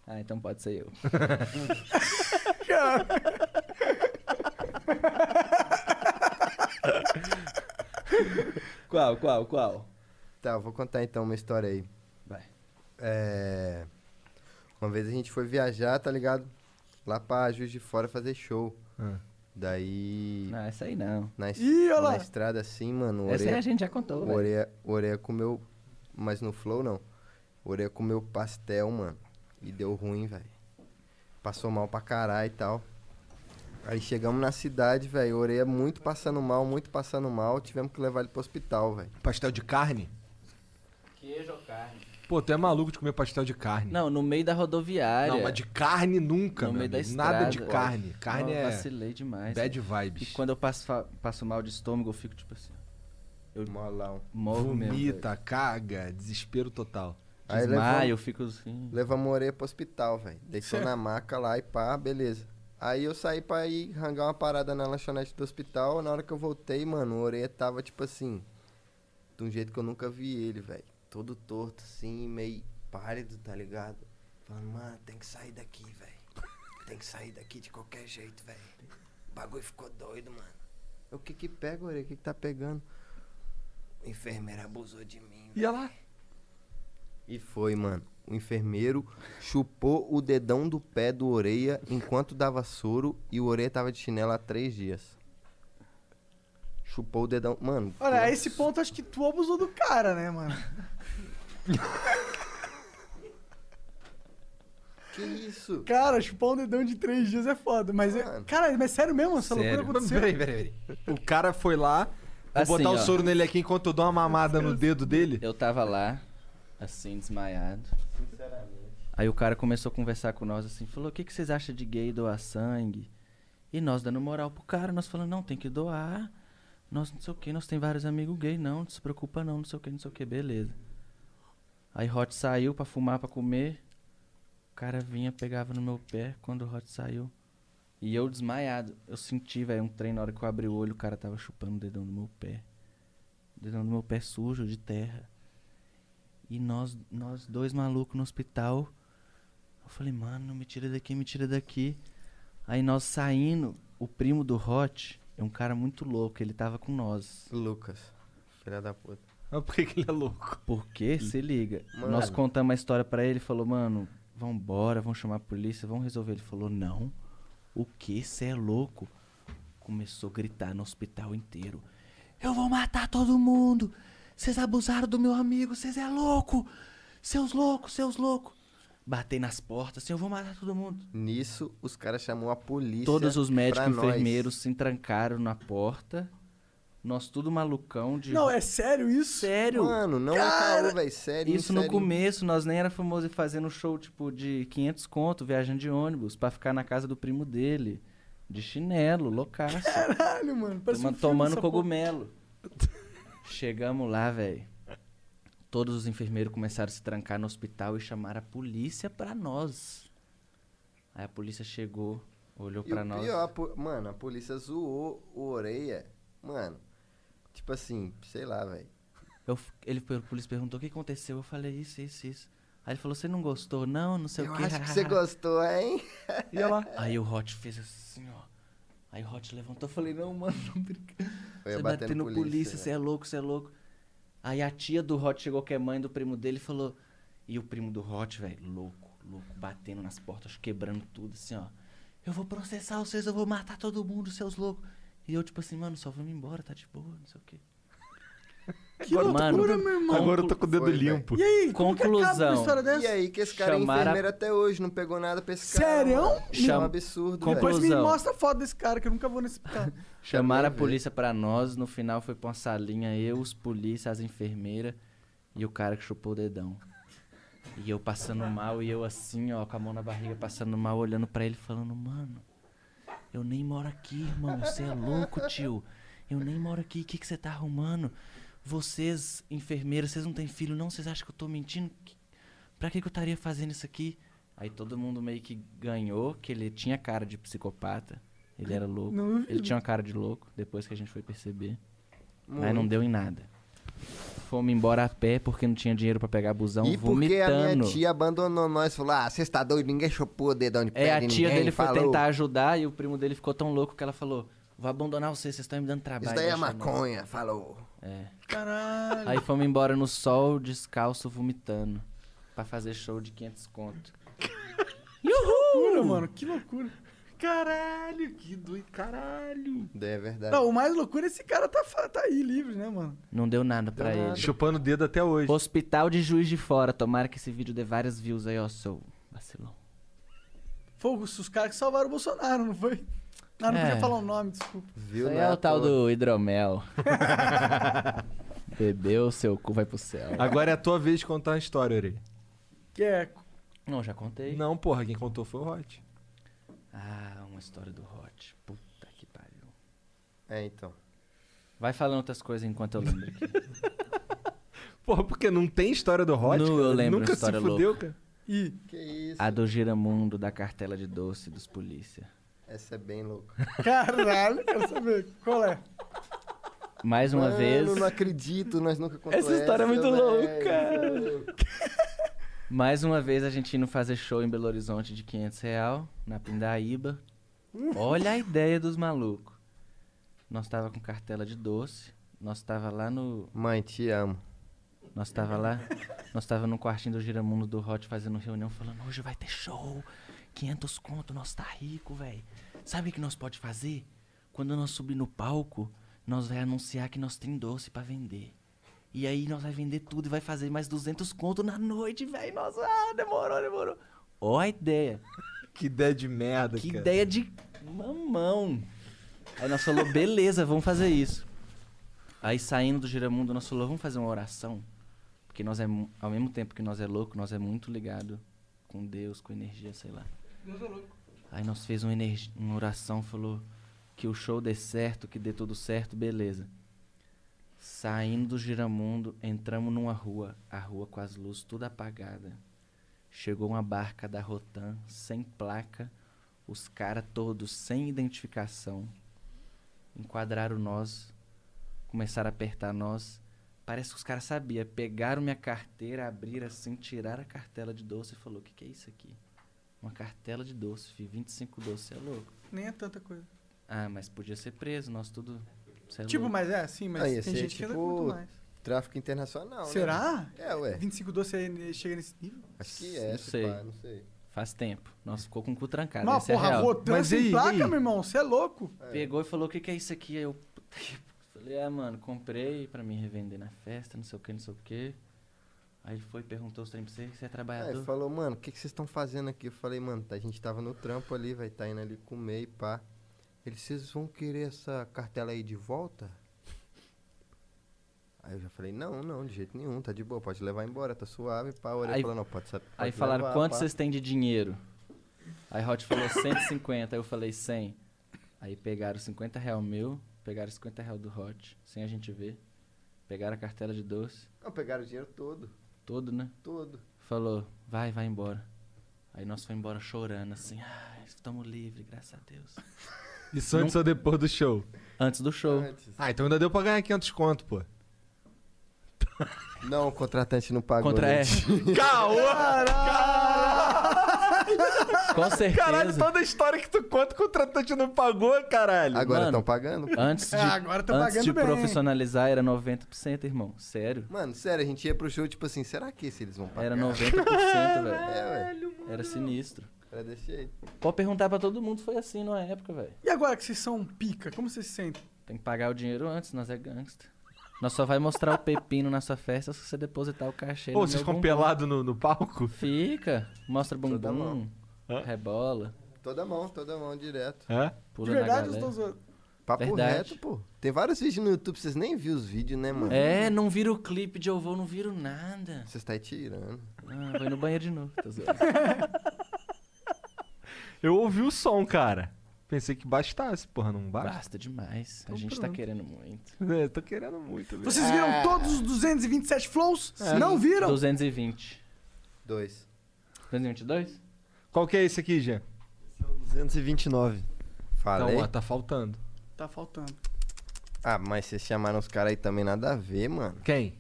Speaker 7: Ah, então pode ser eu. qual, qual, qual?
Speaker 5: Tá, eu vou contar então uma história aí.
Speaker 7: Vai.
Speaker 5: É... Uma vez a gente foi viajar, tá ligado? Lá pra Juiz de Fora fazer show.
Speaker 7: Ah.
Speaker 5: Daí.
Speaker 7: Não, essa aí não.
Speaker 5: Na, es-
Speaker 7: Ih, olha lá.
Speaker 5: na estrada assim, mano. o
Speaker 7: Essa aí
Speaker 5: Oreia-
Speaker 7: a gente já contou,
Speaker 5: o
Speaker 7: velho.
Speaker 5: Oreia, o Oreia comeu. Mas no Flow não. O Oreia comeu pastel, mano. E deu ruim, velho. Passou mal pra caralho e tal. Aí chegamos na cidade, velho. o Oreia muito passando mal, muito passando mal. Tivemos que levar ele pro hospital, velho.
Speaker 6: Pastel de carne?
Speaker 7: Queijo ou carne?
Speaker 6: Pô, tu é maluco de comer pastel de carne.
Speaker 7: Não, no meio da rodoviária.
Speaker 6: Não, mas de carne nunca,
Speaker 7: No
Speaker 6: meu
Speaker 7: meio da
Speaker 6: amigo.
Speaker 7: estrada.
Speaker 6: Nada de carne. Carne
Speaker 7: Não, eu
Speaker 6: é
Speaker 7: vacilei demais.
Speaker 6: bad
Speaker 7: velho.
Speaker 6: vibes.
Speaker 7: E quando eu passo, fa- passo mal de estômago, eu fico tipo assim. Eu
Speaker 5: Molão.
Speaker 7: morro mesmo.
Speaker 6: Vomita, caga, desespero total.
Speaker 5: Aí
Speaker 7: Desmaio,
Speaker 5: levamos-
Speaker 7: eu fico assim.
Speaker 5: Levamos o Oreia pro hospital, velho. Deitou
Speaker 7: Certo.
Speaker 5: na maca lá e pá, beleza. Aí eu saí pra ir rangar uma parada na lanchonete do hospital. Na hora que eu voltei, mano, o Oreia tava tipo assim. De um jeito que eu nunca vi ele, velho. Todo torto, assim, meio pálido, tá ligado? Falando, mano, tem que sair daqui, velho. Tem que sair daqui de qualquer jeito, velho. O bagulho ficou doido, mano. O que que pega, Oreia? O que que tá pegando? O enfermeiro abusou de mim.
Speaker 6: E ela?
Speaker 5: E foi, mano. O enfermeiro chupou o dedão do pé do Oreia enquanto dava soro e o Oreia tava de chinelo há três dias. Chupou o dedão. Mano,
Speaker 3: Olha, a esse ponto acho que tu abusou do cara, né, mano?
Speaker 5: que isso?
Speaker 3: Cara, chupar um dedão de três dias é foda. Mas, é- cara, mas sério mesmo? Essa
Speaker 6: Sério.
Speaker 3: loucura aconteceu?
Speaker 6: Peraí, peraí, peraí. O cara foi lá, vou
Speaker 7: Assim,
Speaker 6: botar o
Speaker 7: ó.
Speaker 6: soro nele aqui enquanto eu dou uma mamada no dedo dele.
Speaker 7: Eu tava lá, assim, desmaiado. Aí o cara começou a conversar com nós assim, falou: "O que que vocês acham de gay doar sangue?" E nós dando moral pro cara, nós falando: "Não, tem que doar. Nós não sei o que, nós tem vários amigos gay, não, não se preocupa não, não sei o que, não sei o que, beleza." Aí Hot saiu pra fumar, pra comer. O cara vinha, pegava no meu pé quando o Hot saiu. E eu desmaiado. Eu senti, velho, um trem na hora que eu abri o olho, o cara tava chupando o dedão do meu pé. O dedão do meu pé sujo de terra. E nós, nós dois malucos no hospital. Eu falei, mano, me tira daqui, me tira daqui. Aí nós saindo, o primo do Hot é um cara muito louco, ele tava com nós.
Speaker 5: Lucas, filha da puta.
Speaker 6: Mas por que, que ele é louco?
Speaker 7: Porque, se liga,
Speaker 5: Hum. Mano.
Speaker 7: nós contamos a história pra ele, ele falou, mano, vambora, vamos chamar a polícia, vamos resolver. Ele falou, não, o que? Você é louco? Começou a gritar no hospital inteiro. Eu vou matar todo mundo! Vocês abusaram do meu amigo, vocês é louco! Seus loucos, seus loucos! Batei nas portas, assim, eu vou matar todo mundo.
Speaker 5: Nisso, os caras chamou a polícia.
Speaker 7: Todos os médicos
Speaker 5: é pra
Speaker 7: e
Speaker 5: nós.
Speaker 7: enfermeiros se entrancaram na porta. Nós tudo malucão de.
Speaker 3: Não, é sério isso?
Speaker 7: Sério?
Speaker 5: Mano, não é
Speaker 7: Cara,
Speaker 5: caô, velho. Sério,
Speaker 7: Isso no
Speaker 5: sério.
Speaker 7: começo, nós nem era famoso e fazendo show, tipo, de 500 conto, viajando de ônibus, pra ficar na casa do primo dele. De chinelo, loucaço.
Speaker 3: Caralho, mano. Parece
Speaker 7: Toma-
Speaker 3: um filme
Speaker 7: tomando
Speaker 3: essa porra.
Speaker 7: cogumelo. Chegamos lá, velho. Todos os enfermeiros começaram a se trancar no hospital e chamaram a polícia pra nós. Aí a polícia chegou, olhou
Speaker 5: E
Speaker 7: pra
Speaker 5: o
Speaker 7: nós.
Speaker 5: pior, a po- mano, a polícia zoou o Oreia. Mano, tipo assim, sei lá, velho.
Speaker 7: Eu f- ele, per- a polícia perguntou o que aconteceu. Eu falei isso, isso, isso. Aí ele falou: Você não gostou, não? Não sei
Speaker 5: Eu
Speaker 7: o quê.
Speaker 5: acho que você gostou, hein?
Speaker 7: E
Speaker 3: É,
Speaker 7: ela? Aí o Hot fez assim, ó. Aí o Hot levantou e falei, não, mano, não brinca.
Speaker 5: Eu ia
Speaker 7: Você
Speaker 5: bater
Speaker 7: batendo
Speaker 5: no
Speaker 7: polícia,
Speaker 5: polícia,
Speaker 7: polícia você é louco, você é louco. Aí a tia do Hot chegou, que é mãe do primo dele, e falou. E o primo do Hot, velho, louco, louco, batendo nas portas, quebrando tudo, assim, ó. Eu vou processar vocês, eu vou matar todo mundo, seus loucos. E eu, tipo assim, mano, só vamos embora, tá de boa, não sei o quê.
Speaker 3: Que loucura, meu irmão.
Speaker 6: Agora eu tô com o dedo
Speaker 5: Foi, velho.
Speaker 6: limpo.
Speaker 3: E aí? como que acaba uma
Speaker 7: Conclusão.
Speaker 3: história dessa?
Speaker 5: E aí, que esse cara
Speaker 7: Chamaram a-
Speaker 5: é enfermeiro até hoje, não pegou nada pra esse cara.
Speaker 3: Sério?
Speaker 5: mano. Isso É um
Speaker 7: Chama-
Speaker 5: absurdo,
Speaker 7: Com-
Speaker 5: velho.
Speaker 3: Depois me
Speaker 7: Conclusão.
Speaker 3: mostra a foto desse cara, que eu nunca vou nesse hospital.
Speaker 7: Chamaram a
Speaker 5: ver.
Speaker 7: polícia pra nós, no final foi pra uma salinha, eu, os polícia, as enfermeiras e o cara que chupou o dedão. E eu passando mal, e eu assim, ó, com a mão na barriga, passando mal, olhando pra ele, falando, mano, eu nem moro aqui, irmão, você é louco, tio. Eu nem moro aqui, o que que você tá arrumando? Vocês, enfermeiras, vocês não têm filho, não? Vocês acham que eu tô mentindo? Que- Pra que que eu estaria fazendo isso aqui? Aí todo mundo meio que ganhou, que ele tinha cara de psicopata, ele era louco.
Speaker 3: Não duvido.
Speaker 7: Ele tinha uma cara de louco, depois que a gente foi perceber. Mas não deu em nada. fome, embora a pé, porque não tinha dinheiro pra pegar busão,
Speaker 5: E porque a minha
Speaker 7: vomitando.
Speaker 5: tia abandonou nós, falou: Ah, você está doido, ninguém chupou o dedão de pé.
Speaker 7: É,
Speaker 5: de
Speaker 7: a tia
Speaker 5: ninguém,
Speaker 7: dele foi
Speaker 5: falou.
Speaker 7: tentar ajudar e o primo dele ficou tão louco que ela falou: Vou abandonar vocês, vocês estão me dando trabalho.
Speaker 5: Isso daí é
Speaker 7: deixa eu não."
Speaker 5: maconha, falou.
Speaker 7: É.
Speaker 3: Caralho.
Speaker 7: Aí fomos embora no sol, descalço, vomitando. Pra fazer show de 500 conto.
Speaker 3: Que loucura, mano. Que loucura. Caralho, que doido. Caralho.
Speaker 5: É verdade.
Speaker 3: Não, o mais loucura é esse cara tá, fa- tá aí livre, né, mano?
Speaker 7: Não deu nada pra
Speaker 3: Deu
Speaker 7: ele.
Speaker 3: nada.
Speaker 6: Chupando o dedo até hoje.
Speaker 7: Hospital de Juiz de Fora. Tomara que esse vídeo dê várias views aí, ó, seu vacilão.
Speaker 3: Foi os os caras que salvaram o Bolsonaro, não foi? Ah, não
Speaker 7: É.
Speaker 3: podia falar o nome, desculpa.
Speaker 5: Viu, né,
Speaker 7: Isso aí é o tal do hidromel. Bebeu, seu cu vai pro céu.
Speaker 6: Agora é a tua vez de contar a história, Orelha.
Speaker 3: Que é...
Speaker 7: Não, já contei.
Speaker 6: Não, porra, quem contou foi o Hot.
Speaker 7: Ah, uma história do Hot. Puta que pariu.
Speaker 5: É, então.
Speaker 7: Vai falando outras coisas enquanto eu lembro aqui.
Speaker 6: Porra, porque não tem história do Hot?
Speaker 7: Não,
Speaker 6: cara?
Speaker 7: eu lembro
Speaker 6: Nunca
Speaker 7: a história
Speaker 6: se fudeu,
Speaker 7: louca.
Speaker 6: cara.
Speaker 3: Ih,
Speaker 5: Que isso?
Speaker 7: A do giramundo, da cartela de doce dos polícia.
Speaker 5: Essa é bem louca.
Speaker 3: Caralho, quero saber. Qual é?
Speaker 7: Mais uma
Speaker 5: Mano,
Speaker 7: vez,
Speaker 5: não acredito, nós nunca contamos
Speaker 7: Essa história é muito louca.
Speaker 5: louca.
Speaker 7: mais uma vez a gente indo fazer show em Belo Horizonte de 500 real, na Pindaíba. Olha a ideia dos malucos. Nós tava com cartela de doce, nós tava lá no...
Speaker 5: Mãe, te amo.
Speaker 7: Nós tava lá, nós tava no quartinho do Giramundo do Hot fazendo reunião, falando, hoje vai ter show, 500 conto, nós tá rico, velho. Sabe o que nós pode fazer? Quando nós subir no palco, nós vai anunciar que nós tem doce pra vender. E aí nós vai vender tudo e vai fazer mais 200 conto na noite, velho. Nossa, ah, demorou, demorou. Ó a ideia.
Speaker 6: Que ideia de merda,
Speaker 7: Que
Speaker 6: cara.
Speaker 7: ideia de mamão. Aí nós falou, beleza, vamos fazer isso. Aí saindo do giramundo, nós falou, vamos fazer uma oração. Porque nós é, mu- ao mesmo tempo que nós é louco, nós é muito ligado com Deus, com energia, sei lá. Aí nós fez uma, energi- uma oração, falou que o show dê certo, que dê tudo certo, beleza. Saindo do giramundo, entramos numa rua, a rua com as luzes tudo apagada. Chegou uma barca da Rotan, sem placa, os caras todos sem identificação. Enquadraram nós, começaram a apertar nós. Parece que os caras sabiam. Pegaram minha carteira, abriram assim, tiraram a cartela de doce e falou: O que, que é isso aqui? Uma cartela de doce, fi, 25 doces, é louco.
Speaker 3: Nem é tanta coisa.
Speaker 7: Ah, mas podia ser preso, nós tudo. cê é
Speaker 3: tipo,
Speaker 7: louco.
Speaker 3: mas é, sim, mas
Speaker 5: Ah, ia
Speaker 3: tem
Speaker 5: ser,
Speaker 3: gente que anda com muito
Speaker 5: tipo,
Speaker 3: mais.
Speaker 5: Tráfico internacional, né?
Speaker 3: Será?
Speaker 5: É, ué.
Speaker 3: 25 doce aí chega nesse nível?
Speaker 5: Acho que é,
Speaker 7: Não
Speaker 5: se
Speaker 7: sei.
Speaker 5: pá, não sei.
Speaker 7: Faz tempo. Nós ficou com o cu trancado.
Speaker 3: Mas,
Speaker 7: esse é
Speaker 3: porra,
Speaker 7: real.
Speaker 3: Rotan
Speaker 6: Mas
Speaker 3: sem
Speaker 6: e-
Speaker 3: placa,
Speaker 6: e-
Speaker 3: meu irmão. Você é louco.
Speaker 7: Pegou e falou, o que, que é isso aqui? Aí eu puta que pariu. falei, ah, mano, comprei pra me revender na festa, não sei o que, não sei o que. Aí ele foi e perguntou os trem pra você, você é
Speaker 5: Aí ele
Speaker 7: trabalhador?
Speaker 5: falou, mano, o que, que vocês estão fazendo aqui? Eu falei, mano, tá- a gente tava no trampo ali, vai tá indo ali comer e pá. Eles, vocês vão querer essa cartela aí de volta? Aí eu já falei, não, não, de jeito nenhum, tá de boa, pode levar embora, tá suave, pá. Aí,
Speaker 7: Aí-
Speaker 5: falou, não, pode, sa- pode
Speaker 7: Aí falaram,
Speaker 5: levar,
Speaker 7: quanto
Speaker 5: pá."
Speaker 7: vocês têm de dinheiro? Aí Hot falou 150, aí eu falei 100. Aí pegaram 50 real meu, pegaram 50 real do Hot, sem a gente ver. Pegaram a cartela de doce,
Speaker 5: Não, pegaram o dinheiro todo,
Speaker 7: todo, né?
Speaker 5: todo.
Speaker 7: Falou, vai, vai embora. Aí nós foi embora chorando, assim, ah, estamos livres, graças a Deus.
Speaker 6: Isso antes ou depois do show?
Speaker 7: Antes do show.
Speaker 5: Antes.
Speaker 6: Ah, então ainda deu pra ganhar 500 conto, pô.
Speaker 5: Não, o contratante não pagou.
Speaker 7: Contra é.
Speaker 5: né?
Speaker 7: Com certeza.
Speaker 6: Caralho, tá toda a história que tu conta, o contratante não pagou, caralho.
Speaker 5: Agora
Speaker 7: Mano.
Speaker 5: estão pagando? pô.
Speaker 7: Antes de,
Speaker 3: É, agora tô
Speaker 7: antes
Speaker 3: pagando
Speaker 7: de
Speaker 3: bem.
Speaker 7: profissionalizar era 90%, irmão. Sério?
Speaker 5: Mano, sério, a gente ia pro show, tipo assim, será que se eles vão pagar?
Speaker 7: Era 90%, velho.
Speaker 5: É, ué,
Speaker 7: Era sinistro.
Speaker 5: era desse jeito.
Speaker 7: Pode perguntar pra todo mundo, foi assim na época, velho.
Speaker 3: E agora que vocês são um pica, como vocês se sentem?
Speaker 7: Tem que pagar o dinheiro antes, nós é gangsta. Nós só vai mostrar o pepino na sua festa se você depositar o cachê
Speaker 6: Pô,
Speaker 7: no
Speaker 6: vocês
Speaker 7: meu
Speaker 6: ficam
Speaker 7: bumbum.
Speaker 6: pelados no, no palco?
Speaker 7: Fica. Mostra
Speaker 5: dá
Speaker 7: bumbum,
Speaker 5: mão.
Speaker 6: Hã?
Speaker 7: rebola,
Speaker 5: Toda mão, toda mão, direto.
Speaker 6: Hã?
Speaker 3: De
Speaker 7: pula
Speaker 3: verdade,
Speaker 7: na
Speaker 3: os
Speaker 7: galera.
Speaker 3: dois outros.
Speaker 5: Papo
Speaker 7: Verdade.
Speaker 5: reto, pô. Tem vários vídeos no YouTube, vocês nem viram os vídeos, né, mano?
Speaker 7: É, não vira o clipe de eu vou, não viro nada.
Speaker 5: Vocês tá aí tirando.
Speaker 7: Ah, vai no banheiro de novo. Tô zoando.
Speaker 6: Eu ouvi o som, cara. Pensei que bastasse, porra, não basta?
Speaker 7: Basta demais. A
Speaker 6: Então
Speaker 7: gente tá
Speaker 6: pronto.
Speaker 7: querendo muito.
Speaker 6: É, tô querendo muito, velho.
Speaker 3: Vocês viram todos os 227 flows? Não viram?
Speaker 7: 220.
Speaker 5: Dois.
Speaker 7: 222?
Speaker 6: Qual que é esse aqui, Jean?
Speaker 8: 229.
Speaker 5: Falei.
Speaker 6: Então, ó, tá faltando.
Speaker 3: Tá faltando.
Speaker 5: Ah, mas vocês chamaram os caras aí também nada a ver, mano.
Speaker 6: Quem?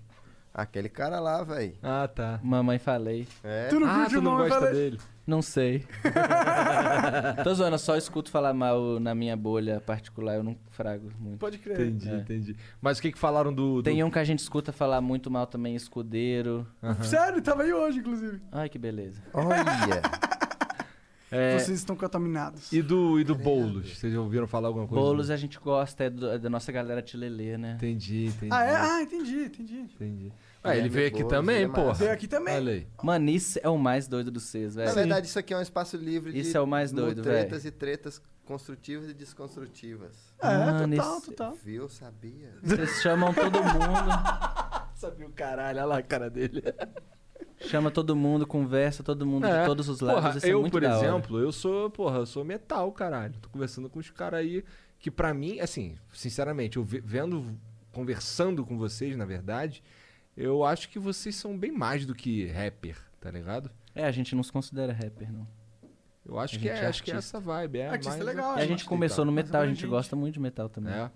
Speaker 5: Aquele cara lá, velho.
Speaker 6: Ah, tá.
Speaker 7: Mamãe falei.
Speaker 5: É.
Speaker 6: Tu não Ah, curte tu o não Mamãe gosta Falei?
Speaker 7: dele? Não sei. Tô zoando, eu só escuto falar mal na minha bolha particular, eu não frago muito.
Speaker 3: Pode crer.
Speaker 6: Entendi,
Speaker 7: É.
Speaker 6: entendi. Mas o que, que falaram do. do-
Speaker 7: Tem um que a gente escuta falar muito mal também, escudeiro.
Speaker 3: Sério, tava aí hoje, inclusive.
Speaker 7: Ai, que beleza.
Speaker 5: Olha.
Speaker 6: É,
Speaker 3: Vocês estão contaminados.
Speaker 6: E do, e do Boulos? Vocês já ouviram falar alguma coisa?
Speaker 7: Bolos a gente gosta, é, do- é da nossa galera Tilelê, né?
Speaker 6: Entendi, entendi.
Speaker 3: Ah, é? Ah, entendi, entendi.
Speaker 6: Entendi. É,
Speaker 7: Ah, ele veio aqui também, porra.
Speaker 3: Veio aqui também.
Speaker 6: Olha aí.
Speaker 7: Mano, isso é o mais doido do vocês, velho.
Speaker 5: Na verdade, isso aqui é um espaço livre de
Speaker 7: Isso é o mais doido, velho.
Speaker 5: tretas e tretas construtivas e desconstrutivas.
Speaker 3: É,
Speaker 7: Mano,
Speaker 3: total,
Speaker 7: esse-
Speaker 3: total.
Speaker 5: Viu? Sabia?
Speaker 7: Vocês chamam todo mundo,
Speaker 6: Sabia o caralho, olha lá a cara dele.
Speaker 7: chama todo mundo, conversa todo mundo de todos os lados.
Speaker 6: É. Porra,
Speaker 7: isso
Speaker 6: eu,
Speaker 7: é muito
Speaker 6: por
Speaker 7: da hora.
Speaker 6: exemplo, eu sou, porra, eu sou metal, caralho. Tô conversando com os caras aí que pra mim, assim, sinceramente, eu ve- vendo, conversando com vocês, na verdade, eu acho que vocês são bem mais do que rapper, tá ligado?
Speaker 7: É, a gente não se considera rapper, não.
Speaker 6: Eu acho
Speaker 7: A
Speaker 6: que
Speaker 7: gente
Speaker 6: é,
Speaker 7: é
Speaker 6: acho que é
Speaker 7: artista.
Speaker 6: essa vibe, é
Speaker 3: Artista
Speaker 6: mais
Speaker 3: é legal,
Speaker 7: E a
Speaker 3: acho
Speaker 7: gente
Speaker 6: artista e
Speaker 7: começou
Speaker 6: tal.
Speaker 7: no
Speaker 3: mais
Speaker 7: metal, a gente
Speaker 3: abrangente.
Speaker 7: gosta muito de metal também.
Speaker 6: É.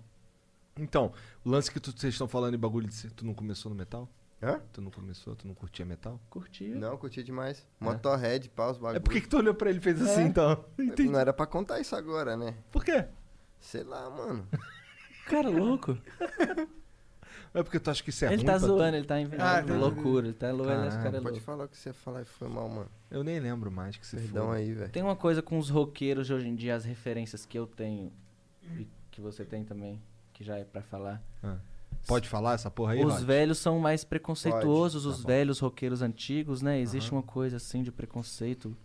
Speaker 6: Então, o lance que tu- vocês estão falando de bagulho de ser- tu não começou no metal?
Speaker 5: Hã?
Speaker 6: Tu não começou, tu não curtia metal?
Speaker 7: Curtia.
Speaker 5: Não, curti demais.
Speaker 7: É.
Speaker 5: Motorhead, pau, os bagulho.
Speaker 6: É por que que tu olhou pra ele e fez assim, então? Entendi.
Speaker 5: Não era pra contar isso agora, né?
Speaker 6: Por quê?
Speaker 5: Sei lá, mano.
Speaker 7: Cara, louco.
Speaker 6: É porque tu acha que isso é
Speaker 7: ele
Speaker 6: ruim
Speaker 7: tá
Speaker 6: pra tu?
Speaker 7: zoando, ele tá
Speaker 3: Ah,
Speaker 7: inventando loucura. Ele tá louco,
Speaker 6: Caralho,
Speaker 7: esse cara é
Speaker 5: Pode
Speaker 7: louco.
Speaker 5: falar o que você ia falar e foi mal, mano.
Speaker 6: Eu nem lembro mais que se
Speaker 5: Perdão
Speaker 6: for.
Speaker 5: aí, velho.
Speaker 7: Tem uma coisa com os roqueiros de hoje em dia, as referências que eu tenho e que você tem também, que já é pra falar.
Speaker 6: Ah. Pode falar essa porra aí,
Speaker 7: os
Speaker 6: Rod?
Speaker 7: velhos são mais preconceituosos,
Speaker 5: Pode, tá
Speaker 7: os
Speaker 5: bom.
Speaker 7: velhos roqueiros antigos, né? Existe uma coisa assim de preconceito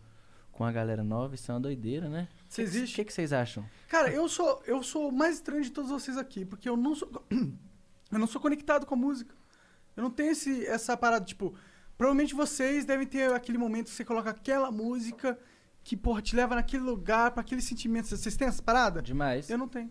Speaker 7: com a galera nova, isso é uma doideira, né?
Speaker 3: Isso
Speaker 7: O
Speaker 3: existe.
Speaker 7: que, que vocês acham?
Speaker 3: Cara, eu sou eu sou o mais estranho de todos vocês aqui, porque eu não sou eu não sou conectado com a música. Eu não tenho esse essa parada tipo, provavelmente vocês devem ter aquele momento que você coloca aquela música que porra te leva naquele lugar, pra aquele sentimento. Vocês têm essa parada?
Speaker 7: Demais.
Speaker 3: Eu não é um tenho.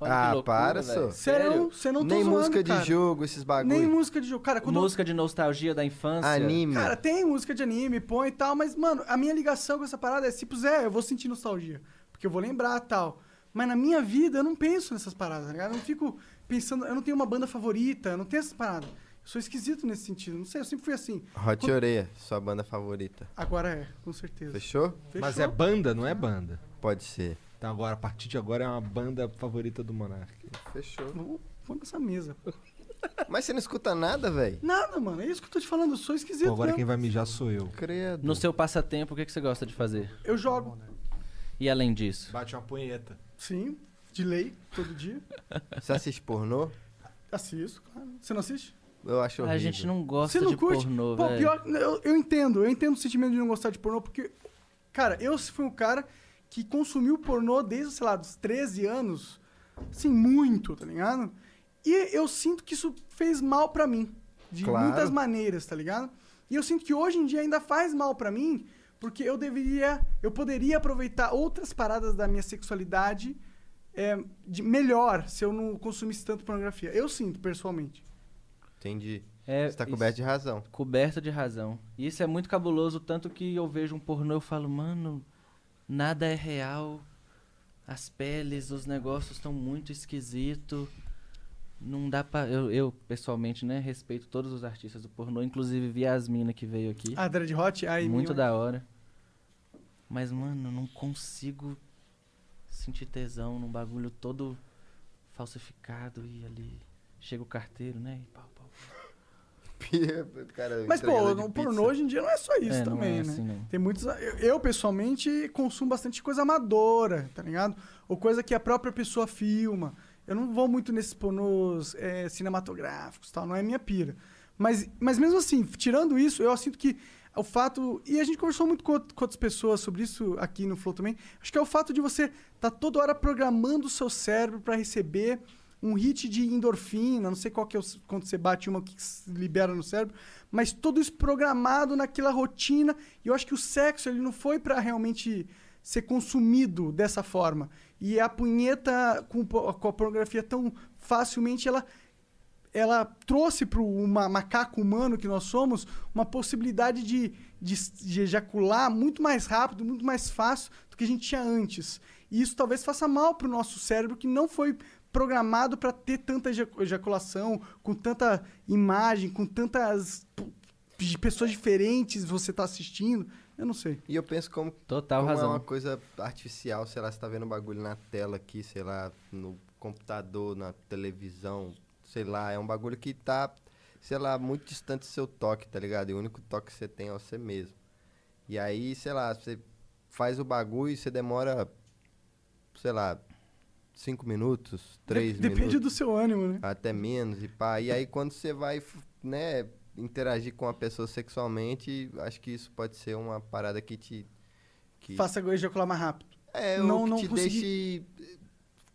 Speaker 7: Olha que
Speaker 5: Ah,
Speaker 7: loucura,
Speaker 5: para,
Speaker 7: velho.
Speaker 5: só.
Speaker 3: Sério? Você não tô
Speaker 5: Nem
Speaker 3: zoando,
Speaker 5: música
Speaker 3: cara.
Speaker 5: de jogo, esses bagulho.
Speaker 3: Nem música de jogo. Cara, é quando
Speaker 7: Música de nostalgia da infância.
Speaker 5: Anime.
Speaker 3: Cara, tem música de anime, põe e tal, mas, mano, a minha ligação com essa parada é, se puser, eu vou sentir nostalgia. Porque eu vou lembrar tal. Mas na minha vida, eu não penso nessas paradas, tá ligado? Eu não fico pensando, eu não tenho uma banda favorita, eu não tenho essas paradas. Eu sou esquisito nesse sentido, não sei, eu sempre fui assim.
Speaker 5: Hot Oreia, sua banda favorita.
Speaker 3: Agora é, com certeza.
Speaker 5: Fechou?
Speaker 6: Mas é
Speaker 3: Fechou?
Speaker 6: banda, não é banda.
Speaker 5: Pode ser.
Speaker 6: Então agora, a partir de agora, é uma banda favorita do Monark.
Speaker 5: Fechou.
Speaker 3: Vou- Vou nessa mesa.
Speaker 5: Mas você não escuta nada, velho?
Speaker 3: Nada, mano, é isso que eu tô te falando, eu sou esquisito.
Speaker 6: Pô, agora
Speaker 3: mesmo.
Speaker 6: quem vai mijar sou eu.
Speaker 5: Credo.
Speaker 7: No seu passatempo, o que, que você gosta de fazer?
Speaker 3: Eu jogo,
Speaker 6: né?
Speaker 7: E além disso?
Speaker 6: Bate uma punheta.
Speaker 3: sim, de lei, todo dia.
Speaker 5: Você assiste pornô?
Speaker 3: Assisto, claro. Você não assiste?
Speaker 5: Eu acho horrível.
Speaker 7: A gente não
Speaker 3: Você
Speaker 7: gosta
Speaker 3: não
Speaker 7: de
Speaker 3: curte?
Speaker 7: pornô,
Speaker 3: Pô,
Speaker 7: velho.
Speaker 3: pior, eu, eu entendo, eu entendo o sentimento de não gostar de pornô, porque, cara, eu fui um cara que consumiu pornô desde, sei lá, dos 13 anos, assim, muito, tá ligado? E eu sinto que isso fez mal pra mim, de
Speaker 5: Claro.
Speaker 3: muitas maneiras, tá ligado? E eu sinto que hoje em dia ainda faz mal pra mim, porque eu deveria, eu poderia aproveitar outras paradas da minha sexualidade é, de melhor se eu não consumisse tanto pornografia. Eu sinto, pessoalmente.
Speaker 5: Entendi.
Speaker 7: É,
Speaker 5: Você tá
Speaker 7: isso-
Speaker 5: coberto de razão.
Speaker 7: Coberto de razão. E isso é muito cabuloso, tanto que eu vejo um pornô e eu falo, mano, nada é real. As peles, os negócios estão muito esquisito. Não dá pra. Eu, eu, pessoalmente, né, respeito todos os artistas do pornô, inclusive vi a Yasmina que veio aqui.
Speaker 3: A Dread Hot, aí
Speaker 7: muito
Speaker 3: meu-
Speaker 7: da hora. Mas, mano, eu não consigo sentir tesão num bagulho todo falsificado e ali. Chega o carteiro, né? E pau, pau.
Speaker 5: Cara,
Speaker 3: Mas, pô,
Speaker 5: é, entregador de
Speaker 3: no
Speaker 5: pizza.
Speaker 3: pornô hoje em dia não é só isso
Speaker 7: É, não
Speaker 3: também,
Speaker 7: é
Speaker 3: né?
Speaker 7: assim, não.
Speaker 3: Tem muitos. Eu, eu, pessoalmente, consumo bastante coisa amadora, tá ligado? Ou coisa que a própria pessoa filma. Eu não vou muito nesses pornôs é, cinematográficos e tal, não é minha pira. Mas, mas mesmo assim, tirando isso, eu sinto que o fato. E a gente conversou muito com, out- com outras pessoas sobre isso aqui no Flow também. Acho que é o fato de você estar toda hora programando o seu cérebro para receber um hit de endorfina, não sei qual que é o, quando você bate uma que se libera no cérebro, mas tudo isso programado naquela rotina. E eu acho que o sexo ele não foi para realmente ser consumido dessa forma. E a punheta com, po- com a pornografia tão facilmente ela ela trouxe para o macaco humano que nós somos uma possibilidade de, de, de ejacular muito mais rápido, muito mais fácil do que a gente tinha antes. E isso talvez faça mal para o nosso cérebro que não foi programado para ter tanta eja- ejaculação, com tanta imagem, com tantas p- de pessoas diferentes você tá assistindo. Eu não sei.
Speaker 5: E eu penso como,
Speaker 7: Total
Speaker 5: como
Speaker 7: razão.
Speaker 5: é uma coisa artificial, sei lá, você tá vendo um bagulho na tela aqui, sei lá, no computador, na televisão, sei lá, é um bagulho que tá, sei lá, muito distante do seu toque, tá ligado? E o único toque que você tem é você mesmo. E aí, sei lá, você faz o bagulho e você demora, sei lá, cinco minutos, três
Speaker 3: Depende
Speaker 5: minutos.
Speaker 3: do seu ânimo, né?
Speaker 5: Até menos, e pá. E aí quando você vai, f- né, interagir com a pessoa sexualmente, acho que isso pode ser uma parada que te. Que,
Speaker 3: Faça eu ejacular mais rápido.
Speaker 5: é,
Speaker 3: não-
Speaker 5: não, que
Speaker 3: não
Speaker 5: te
Speaker 3: consegui-
Speaker 5: deixe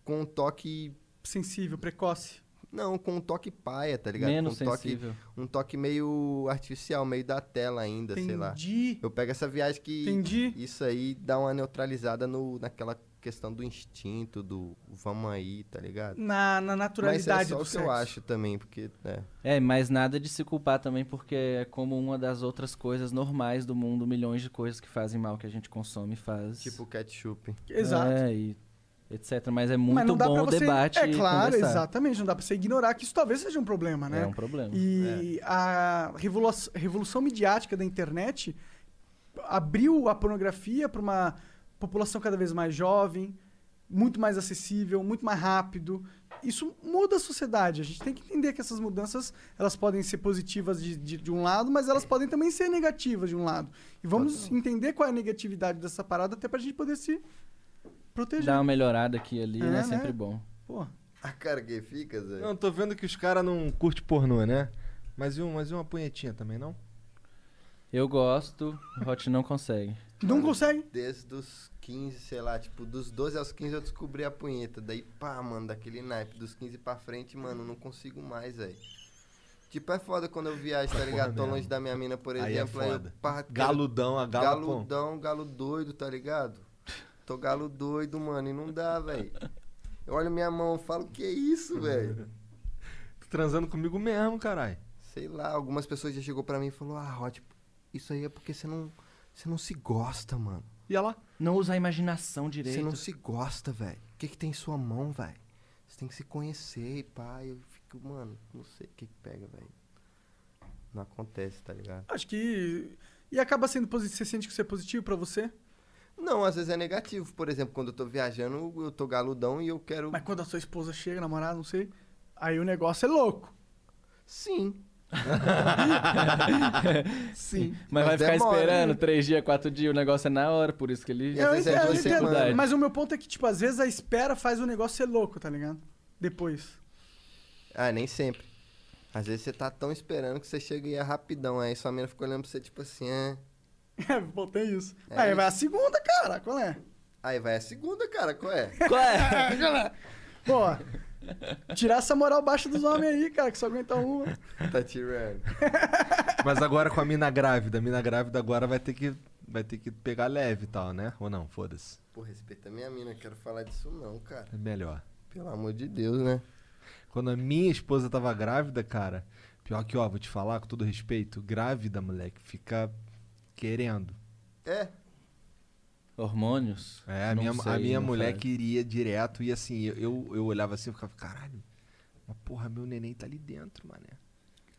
Speaker 5: com um toque.
Speaker 3: Sensível, precoce.
Speaker 5: Não, com um toque paia, tá ligado?
Speaker 7: Menos
Speaker 5: com um toque,
Speaker 7: sensível.
Speaker 5: um toque meio artificial, meio da tela ainda, sei lá.
Speaker 3: Entendi.
Speaker 5: Eu pego essa viagem que
Speaker 3: Entendi.
Speaker 5: isso aí dá uma neutralizada no, naquela questão do instinto, do vamos aí, tá ligado?
Speaker 3: Na, na naturalidade
Speaker 5: Mas é só
Speaker 3: do
Speaker 5: o que
Speaker 3: sexo.
Speaker 5: eu acho também, porque, né,
Speaker 7: É, mas nada de se culpar também, porque é como uma das outras coisas normais do mundo, milhões de coisas que fazem mal que a gente consome e faz.
Speaker 5: tipo ketchup.
Speaker 3: Exato.
Speaker 7: É, e etc. Mas é muito
Speaker 3: Mas não dá
Speaker 7: bom
Speaker 3: pra
Speaker 7: o
Speaker 3: você...
Speaker 7: debate.
Speaker 3: É
Speaker 7: e
Speaker 3: claro,
Speaker 7: conversar.
Speaker 3: exatamente. Não dá pra você ignorar que isso talvez seja um problema, né?
Speaker 7: É um problema.
Speaker 3: E a revolu- revolução midiática da internet abriu a pornografia para uma população cada vez mais jovem, muito mais acessível, muito mais rápido. Isso muda a sociedade. A gente tem que entender que essas mudanças elas podem ser positivas de, de- de um lado, mas elas podem também ser negativas de um lado. E vamos entender qual é a negatividade dessa parada até para a gente poder se proteger.
Speaker 7: Dá uma melhorada aqui e ali,
Speaker 3: É,
Speaker 7: né?
Speaker 3: né?
Speaker 7: É sempre bom.
Speaker 3: Pô,
Speaker 5: A cara que fica, Zé.
Speaker 6: Não, tô vendo que os caras não curte pornô, né? Mas e, um, mas e uma punhetinha também, não?
Speaker 7: Eu gosto, o Hot não consegue.
Speaker 3: não consegue?
Speaker 5: Desde os 15, sei lá, tipo, dos 12 aos 15 eu descobri a punheta. Daí, pá, mano, daquele naipe, dos 15 pra frente, mano, não consigo mais, velho. Tipo, é foda quando eu viajo, tá ligado? Tô
Speaker 6: mesmo.
Speaker 5: longe da minha mina, por
Speaker 6: Aí é
Speaker 5: exemplo. eu,
Speaker 6: foda.
Speaker 5: pá, quero-
Speaker 6: Galudão, a gala, pô.
Speaker 5: Galudão, galo doido, tá ligado? Tô galo doido, mano, e não dá, velho. Eu olho minha mão, falo, que isso, velho?
Speaker 6: Tô Tá transando comigo mesmo, caralho.
Speaker 5: Sei lá, algumas pessoas já chegou pra mim e falou, ah, Rod, isso aí é porque você não, você não se gosta, mano.
Speaker 3: E ela?
Speaker 7: Não usa a imaginação
Speaker 5: Você
Speaker 7: direito.
Speaker 5: não se gosta, velho. O que, que tem em sua mão, velho? Você tem que se conhecer, e pá. Eu fico, mano, não sei o que, que pega, velho. Não acontece, tá ligado?
Speaker 3: Acho que e acaba sendo positivo. Você sente que isso é positivo para você?
Speaker 5: Não, às vezes é negativo. Por exemplo, quando eu tô viajando, eu tô galudão e eu quero.
Speaker 3: Mas quando a sua esposa chega, namorada, não sei, aí o negócio é louco.
Speaker 5: Sim.
Speaker 3: Sim.
Speaker 7: Mas, vai ficar
Speaker 5: demora,
Speaker 7: esperando
Speaker 5: né?
Speaker 7: três dias, quatro dias, o negócio é na hora, por isso que ele.
Speaker 5: E às vezes é de uma semana.
Speaker 3: mas o meu ponto é que, tipo, às vezes a espera faz o negócio ser louco, tá ligado? Depois.
Speaker 5: Ah, nem sempre. Às vezes você tá tão esperando que você chega e é rapidão. Aí sua mina fica olhando pra você, tipo assim, é.
Speaker 3: É, botei isso.
Speaker 5: É
Speaker 3: aí
Speaker 5: isso.
Speaker 3: vai a segunda, cara, qual é?
Speaker 5: Aí vai a segunda, cara, qual é?
Speaker 7: Qual é?
Speaker 3: Pô, tirar essa moral baixa dos homens aí, cara, que só aguenta uma.
Speaker 5: Tá tirando.
Speaker 6: Mas agora com a mina grávida. A mina grávida agora vai ter que, vai ter que pegar leve e tal, né? Ou não, foda-se.
Speaker 5: Pô, respeita minha mina, quero falar disso não, cara.
Speaker 6: É melhor.
Speaker 5: Pelo amor de Deus, né?
Speaker 6: Quando a minha esposa tava grávida, cara, pior que, ó, vou te falar com todo respeito, grávida, moleque, fica querendo.
Speaker 5: É,
Speaker 7: Hormônios?
Speaker 6: É, a
Speaker 7: Não
Speaker 6: minha,
Speaker 7: sei,
Speaker 6: a minha
Speaker 7: não
Speaker 6: mulher
Speaker 7: faz.
Speaker 6: queria direto e assim, eu- eu, eu olhava assim e ficava, caralho, mas porra, meu neném tá ali dentro, mané.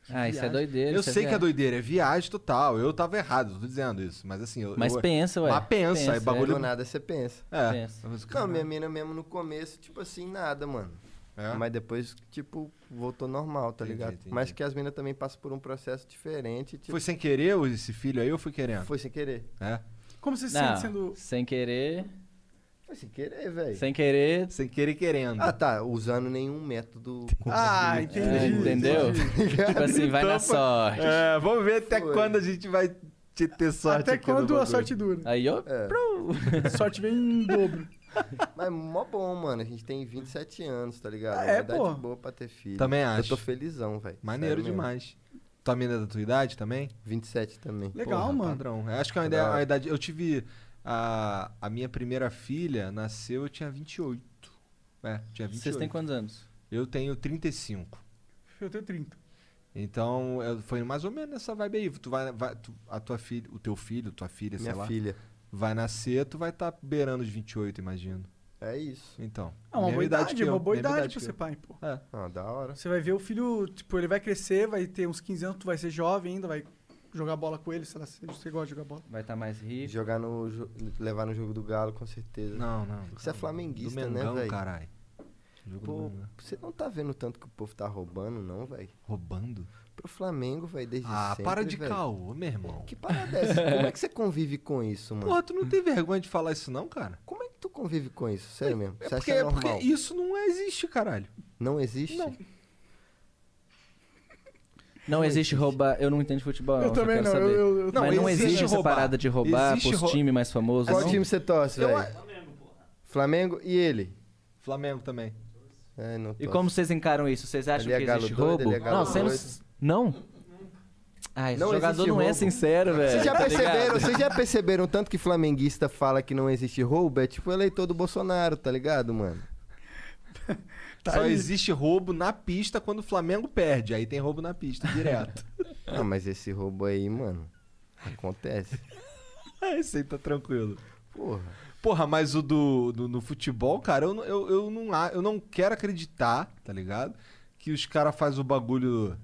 Speaker 7: Ah, isso é
Speaker 6: Viagem.
Speaker 7: doideira.
Speaker 6: Eu
Speaker 7: isso
Speaker 6: sei que é
Speaker 7: viagem.
Speaker 6: doideira, é viagem total. Eu tava errado, tô dizendo isso. Mas assim, eu.
Speaker 7: Mas
Speaker 6: eu-
Speaker 7: pensa, ué.
Speaker 6: Mas pensa,
Speaker 7: Pensa,
Speaker 6: aí
Speaker 7: é.
Speaker 5: do
Speaker 6: bagulho.
Speaker 5: nada você pensa.
Speaker 6: É.
Speaker 7: Pensa.
Speaker 6: Mas,
Speaker 5: Não,
Speaker 6: cara,
Speaker 5: minha mina mesmo no começo, tipo assim, nada, mano.
Speaker 6: É?
Speaker 5: Mas depois, tipo, voltou normal, tá
Speaker 6: Entendi,
Speaker 5: ligado?
Speaker 6: entendi.
Speaker 5: Mas que as minas também passam por um processo diferente, tipo,
Speaker 6: Foi sem querer ou esse filho aí ou foi querendo?
Speaker 5: foi sem querer.
Speaker 6: É.
Speaker 3: Como você se
Speaker 7: Não,
Speaker 3: sente sendo.
Speaker 7: Sem querer.
Speaker 5: Foi sem querer, velho.
Speaker 7: Sem querer.
Speaker 6: Sem querer querendo.
Speaker 5: Ah, tá, usando nenhum método.
Speaker 3: Ah, entendi.
Speaker 7: é, entendeu? tipo assim, vai na
Speaker 6: Então,
Speaker 7: sorte.
Speaker 6: É, vamos ver até
Speaker 5: Foi.
Speaker 6: quando a gente vai te ter sorte.
Speaker 3: Até
Speaker 6: aqui no
Speaker 3: quando a
Speaker 6: bagulho.
Speaker 3: sorte dura.
Speaker 7: Aí eu.
Speaker 5: É.
Speaker 3: A sorte vem em dobro.
Speaker 5: Mas mó bom, mano. A gente tem 27 anos, tá ligado?
Speaker 3: Ah, é,
Speaker 5: Uma idade
Speaker 3: pô.
Speaker 5: boa pra ter filho.
Speaker 6: Também acho.
Speaker 5: Eu tô felizão, velho.
Speaker 6: Maneiro
Speaker 5: Sério mesmo.
Speaker 6: demais. Tua mina é da tua idade também?
Speaker 5: 27 também.
Speaker 3: Legal,
Speaker 6: Porra,
Speaker 3: Ah, mano.
Speaker 6: Padrão. Eu acho que é uma, ideia, uma idade. Eu tive. A, a minha primeira filha nasceu, eu tinha 28. É, tinha 28.
Speaker 7: Vocês têm quantos anos?
Speaker 6: Eu tenho 35.
Speaker 3: Eu tenho 30.
Speaker 6: Então, eu- foi mais ou menos nessa vibe aí. Tu vai, vai- tu- a tua filha, o teu filho, tua filha, sei
Speaker 5: Minha
Speaker 6: lá,
Speaker 5: filha.
Speaker 6: tá vai nascer, tu vai estar beirando os 28, imagino.
Speaker 5: É isso.
Speaker 6: Então.
Speaker 3: É uma
Speaker 6: Mesma
Speaker 3: boa idade,
Speaker 6: que
Speaker 3: é uma
Speaker 6: eu,
Speaker 3: boa
Speaker 6: mesma
Speaker 3: idade pra
Speaker 6: que
Speaker 3: ser
Speaker 6: eu.
Speaker 3: pai, pô.
Speaker 6: É.
Speaker 5: Ah, da hora.
Speaker 3: Você vai ver o filho, tipo, ele vai crescer, vai ter uns 15 anos, tu vai ser jovem ainda, vai jogar bola com ele, sei lá, se você gosta de jogar bola.
Speaker 7: Vai estar mais rico.
Speaker 5: Jogar no. jo- Levar no jogo do Galo, com certeza.
Speaker 6: Não, não.
Speaker 5: Você é
Speaker 6: do
Speaker 5: flamenguista,
Speaker 6: Mengão,
Speaker 5: né, velho?
Speaker 6: caralho. Jogo do
Speaker 5: Pô,
Speaker 6: Mengão.
Speaker 5: você não tá vendo tanto que o povo tá roubando, não, velho?
Speaker 6: Roubando?
Speaker 5: Pro Flamengo, velho, desde
Speaker 6: Ah,
Speaker 5: sempre.
Speaker 6: para de
Speaker 5: velho.
Speaker 6: caô, meu irmão.
Speaker 5: Que parada é essa? Como é que você convive com isso, mano?
Speaker 6: Porra, tu não tem vergonha de falar isso não, cara?
Speaker 5: Como é que tu convive com isso? Sério mesmo?
Speaker 6: É
Speaker 5: Você
Speaker 6: porque,
Speaker 5: acha
Speaker 6: é porque
Speaker 5: normal?
Speaker 6: isso não existe, caralho.
Speaker 5: Não existe?
Speaker 6: Não.
Speaker 7: Não existe roubar. Eu não entendo de futebol, não.
Speaker 3: Eu
Speaker 7: só
Speaker 3: também
Speaker 7: quero
Speaker 3: não,
Speaker 7: saber.
Speaker 3: eu- eu-
Speaker 6: Não,
Speaker 7: Mas não
Speaker 6: existe
Speaker 7: existe, essa
Speaker 6: roubar.
Speaker 7: parada de roubar
Speaker 6: Existe
Speaker 7: pros
Speaker 6: rou-
Speaker 7: times mais famosos,
Speaker 5: Qual
Speaker 7: não?
Speaker 5: time você torce,
Speaker 6: É Eu
Speaker 5: velho?
Speaker 6: a-
Speaker 5: Flamengo e ele?
Speaker 6: Flamengo também.
Speaker 5: É, não
Speaker 7: E
Speaker 5: torce.
Speaker 7: como vocês encaram isso? Vocês acham
Speaker 5: Ele é
Speaker 7: que
Speaker 5: galo
Speaker 7: existe
Speaker 5: doido,
Speaker 7: roubo?
Speaker 5: ele é galo
Speaker 7: não,
Speaker 5: doido.
Speaker 7: vocês não. não? Ah, esse
Speaker 5: Não
Speaker 7: jogador
Speaker 5: existe
Speaker 7: não é
Speaker 5: roubo.
Speaker 7: sincero, velho.
Speaker 5: Vocês já,
Speaker 7: tá
Speaker 5: perceberam,
Speaker 7: ligado?
Speaker 5: vocês já perceberam o tanto que flamenguista fala que não existe roubo? É tipo o eleitor do Bolsonaro, tá ligado, mano?
Speaker 6: Só existe roubo na pista quando o Flamengo perde. Aí tem roubo na pista, direto.
Speaker 5: Ah, mas esse roubo aí, mano, acontece.
Speaker 6: é, isso aí tá tranquilo.
Speaker 5: Porra.
Speaker 6: Porra, mas o do, do- no futebol, cara, eu, não- eu, eu, não, a- eu não quero acreditar, tá ligado? Que os caras fazem o bagulho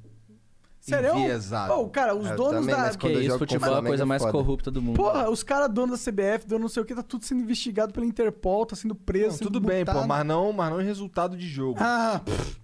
Speaker 3: Sério?
Speaker 6: enviesado.
Speaker 3: Pô, cara, os
Speaker 5: Eu
Speaker 3: donos
Speaker 5: também,
Speaker 3: da.
Speaker 5: mas
Speaker 7: Que
Speaker 5: Quando eu
Speaker 7: isso,
Speaker 5: jogo com o
Speaker 7: futebol é a
Speaker 5: Flamengo
Speaker 7: coisa
Speaker 5: é
Speaker 7: mais
Speaker 5: foda.
Speaker 7: corrupta do mundo.
Speaker 3: Porra, os caras donos da CBF, dono não sei o que, tá tudo sendo investigado pela Interpol, tá sendo preso.
Speaker 6: Não,
Speaker 3: sendo
Speaker 6: tudo bem, pô,
Speaker 3: multado.
Speaker 6: mas não, mas não em resultado de jogo.
Speaker 3: Ah, pff.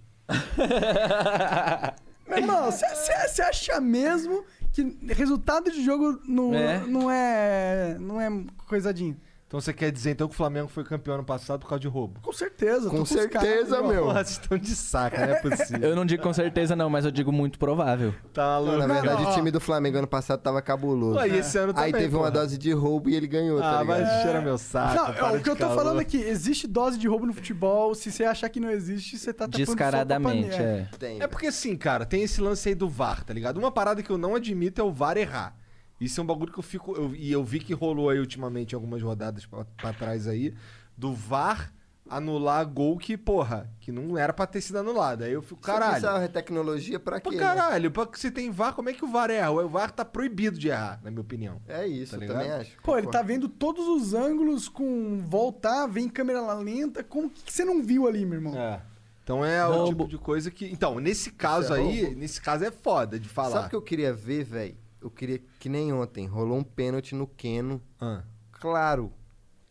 Speaker 3: Meu irmão, você acha mesmo que resultado de jogo não
Speaker 7: É.
Speaker 3: não é. não é coisadinho?
Speaker 6: Então você quer dizer então que o Flamengo foi campeão ano passado por causa de roubo?
Speaker 3: Com certeza,
Speaker 5: Com
Speaker 3: tô os caras,
Speaker 5: certeza,
Speaker 3: irmão.
Speaker 5: meu.
Speaker 6: Porra, vocês estão de saca, não é possível.
Speaker 7: Eu não digo com certeza, não, mas eu digo muito provável.
Speaker 6: Tá
Speaker 5: Não,
Speaker 6: louco.
Speaker 5: na verdade,
Speaker 3: não, ó.
Speaker 5: o time do Flamengo ano passado tava cabuloso.
Speaker 6: Pô, e esse ano
Speaker 5: Aí
Speaker 6: também,
Speaker 5: teve uma
Speaker 6: porra.
Speaker 5: dose de roubo e ele ganhou, tá
Speaker 6: Ah, vai
Speaker 5: ligado?
Speaker 6: cheira meu saco.
Speaker 3: Não, é,
Speaker 6: para
Speaker 3: o que
Speaker 6: de
Speaker 3: eu tô
Speaker 6: caô.
Speaker 3: falando aqui, existe dose de roubo no futebol, se você achar que não existe, você tá tapando sol com a
Speaker 7: Descaradamente,
Speaker 3: peneira.
Speaker 7: é.
Speaker 5: Tem,
Speaker 6: É porque assim, cara, tem esse lance aí do VAR, tá ligado? Uma parada que eu não admito é o VAR errar. Isso é um bagulho que eu fico. eu- e eu vi que rolou aí ultimamente em algumas rodadas pra, pra trás aí. Do VAR anular gol que, porra, que não era pra ter sido anulado. Aí eu fico,
Speaker 5: Caralho.
Speaker 6: caralho.
Speaker 5: tecnologia pra quê?
Speaker 6: Pra
Speaker 5: né?
Speaker 6: caralho, pra que você tem VAR, como é que o VAR erra? O VAR tá proibido de errar, na minha opinião.
Speaker 5: É isso,
Speaker 6: Tá
Speaker 5: eu
Speaker 6: ligado?
Speaker 5: também acho.
Speaker 3: Pô, ele tá vendo todos os ângulos com voltar, vem câmera lá lenta, como que você não viu ali, meu irmão?
Speaker 6: É. Então é o
Speaker 7: Roubo.
Speaker 6: tipo de coisa que. Então, nesse caso
Speaker 5: é
Speaker 6: aí, nesse caso é foda de falar.
Speaker 5: Sabe o que eu queria ver, velho? Eu queria que nem ontem. Rolou um pênalti no Keno.
Speaker 6: Ah.
Speaker 5: Claro,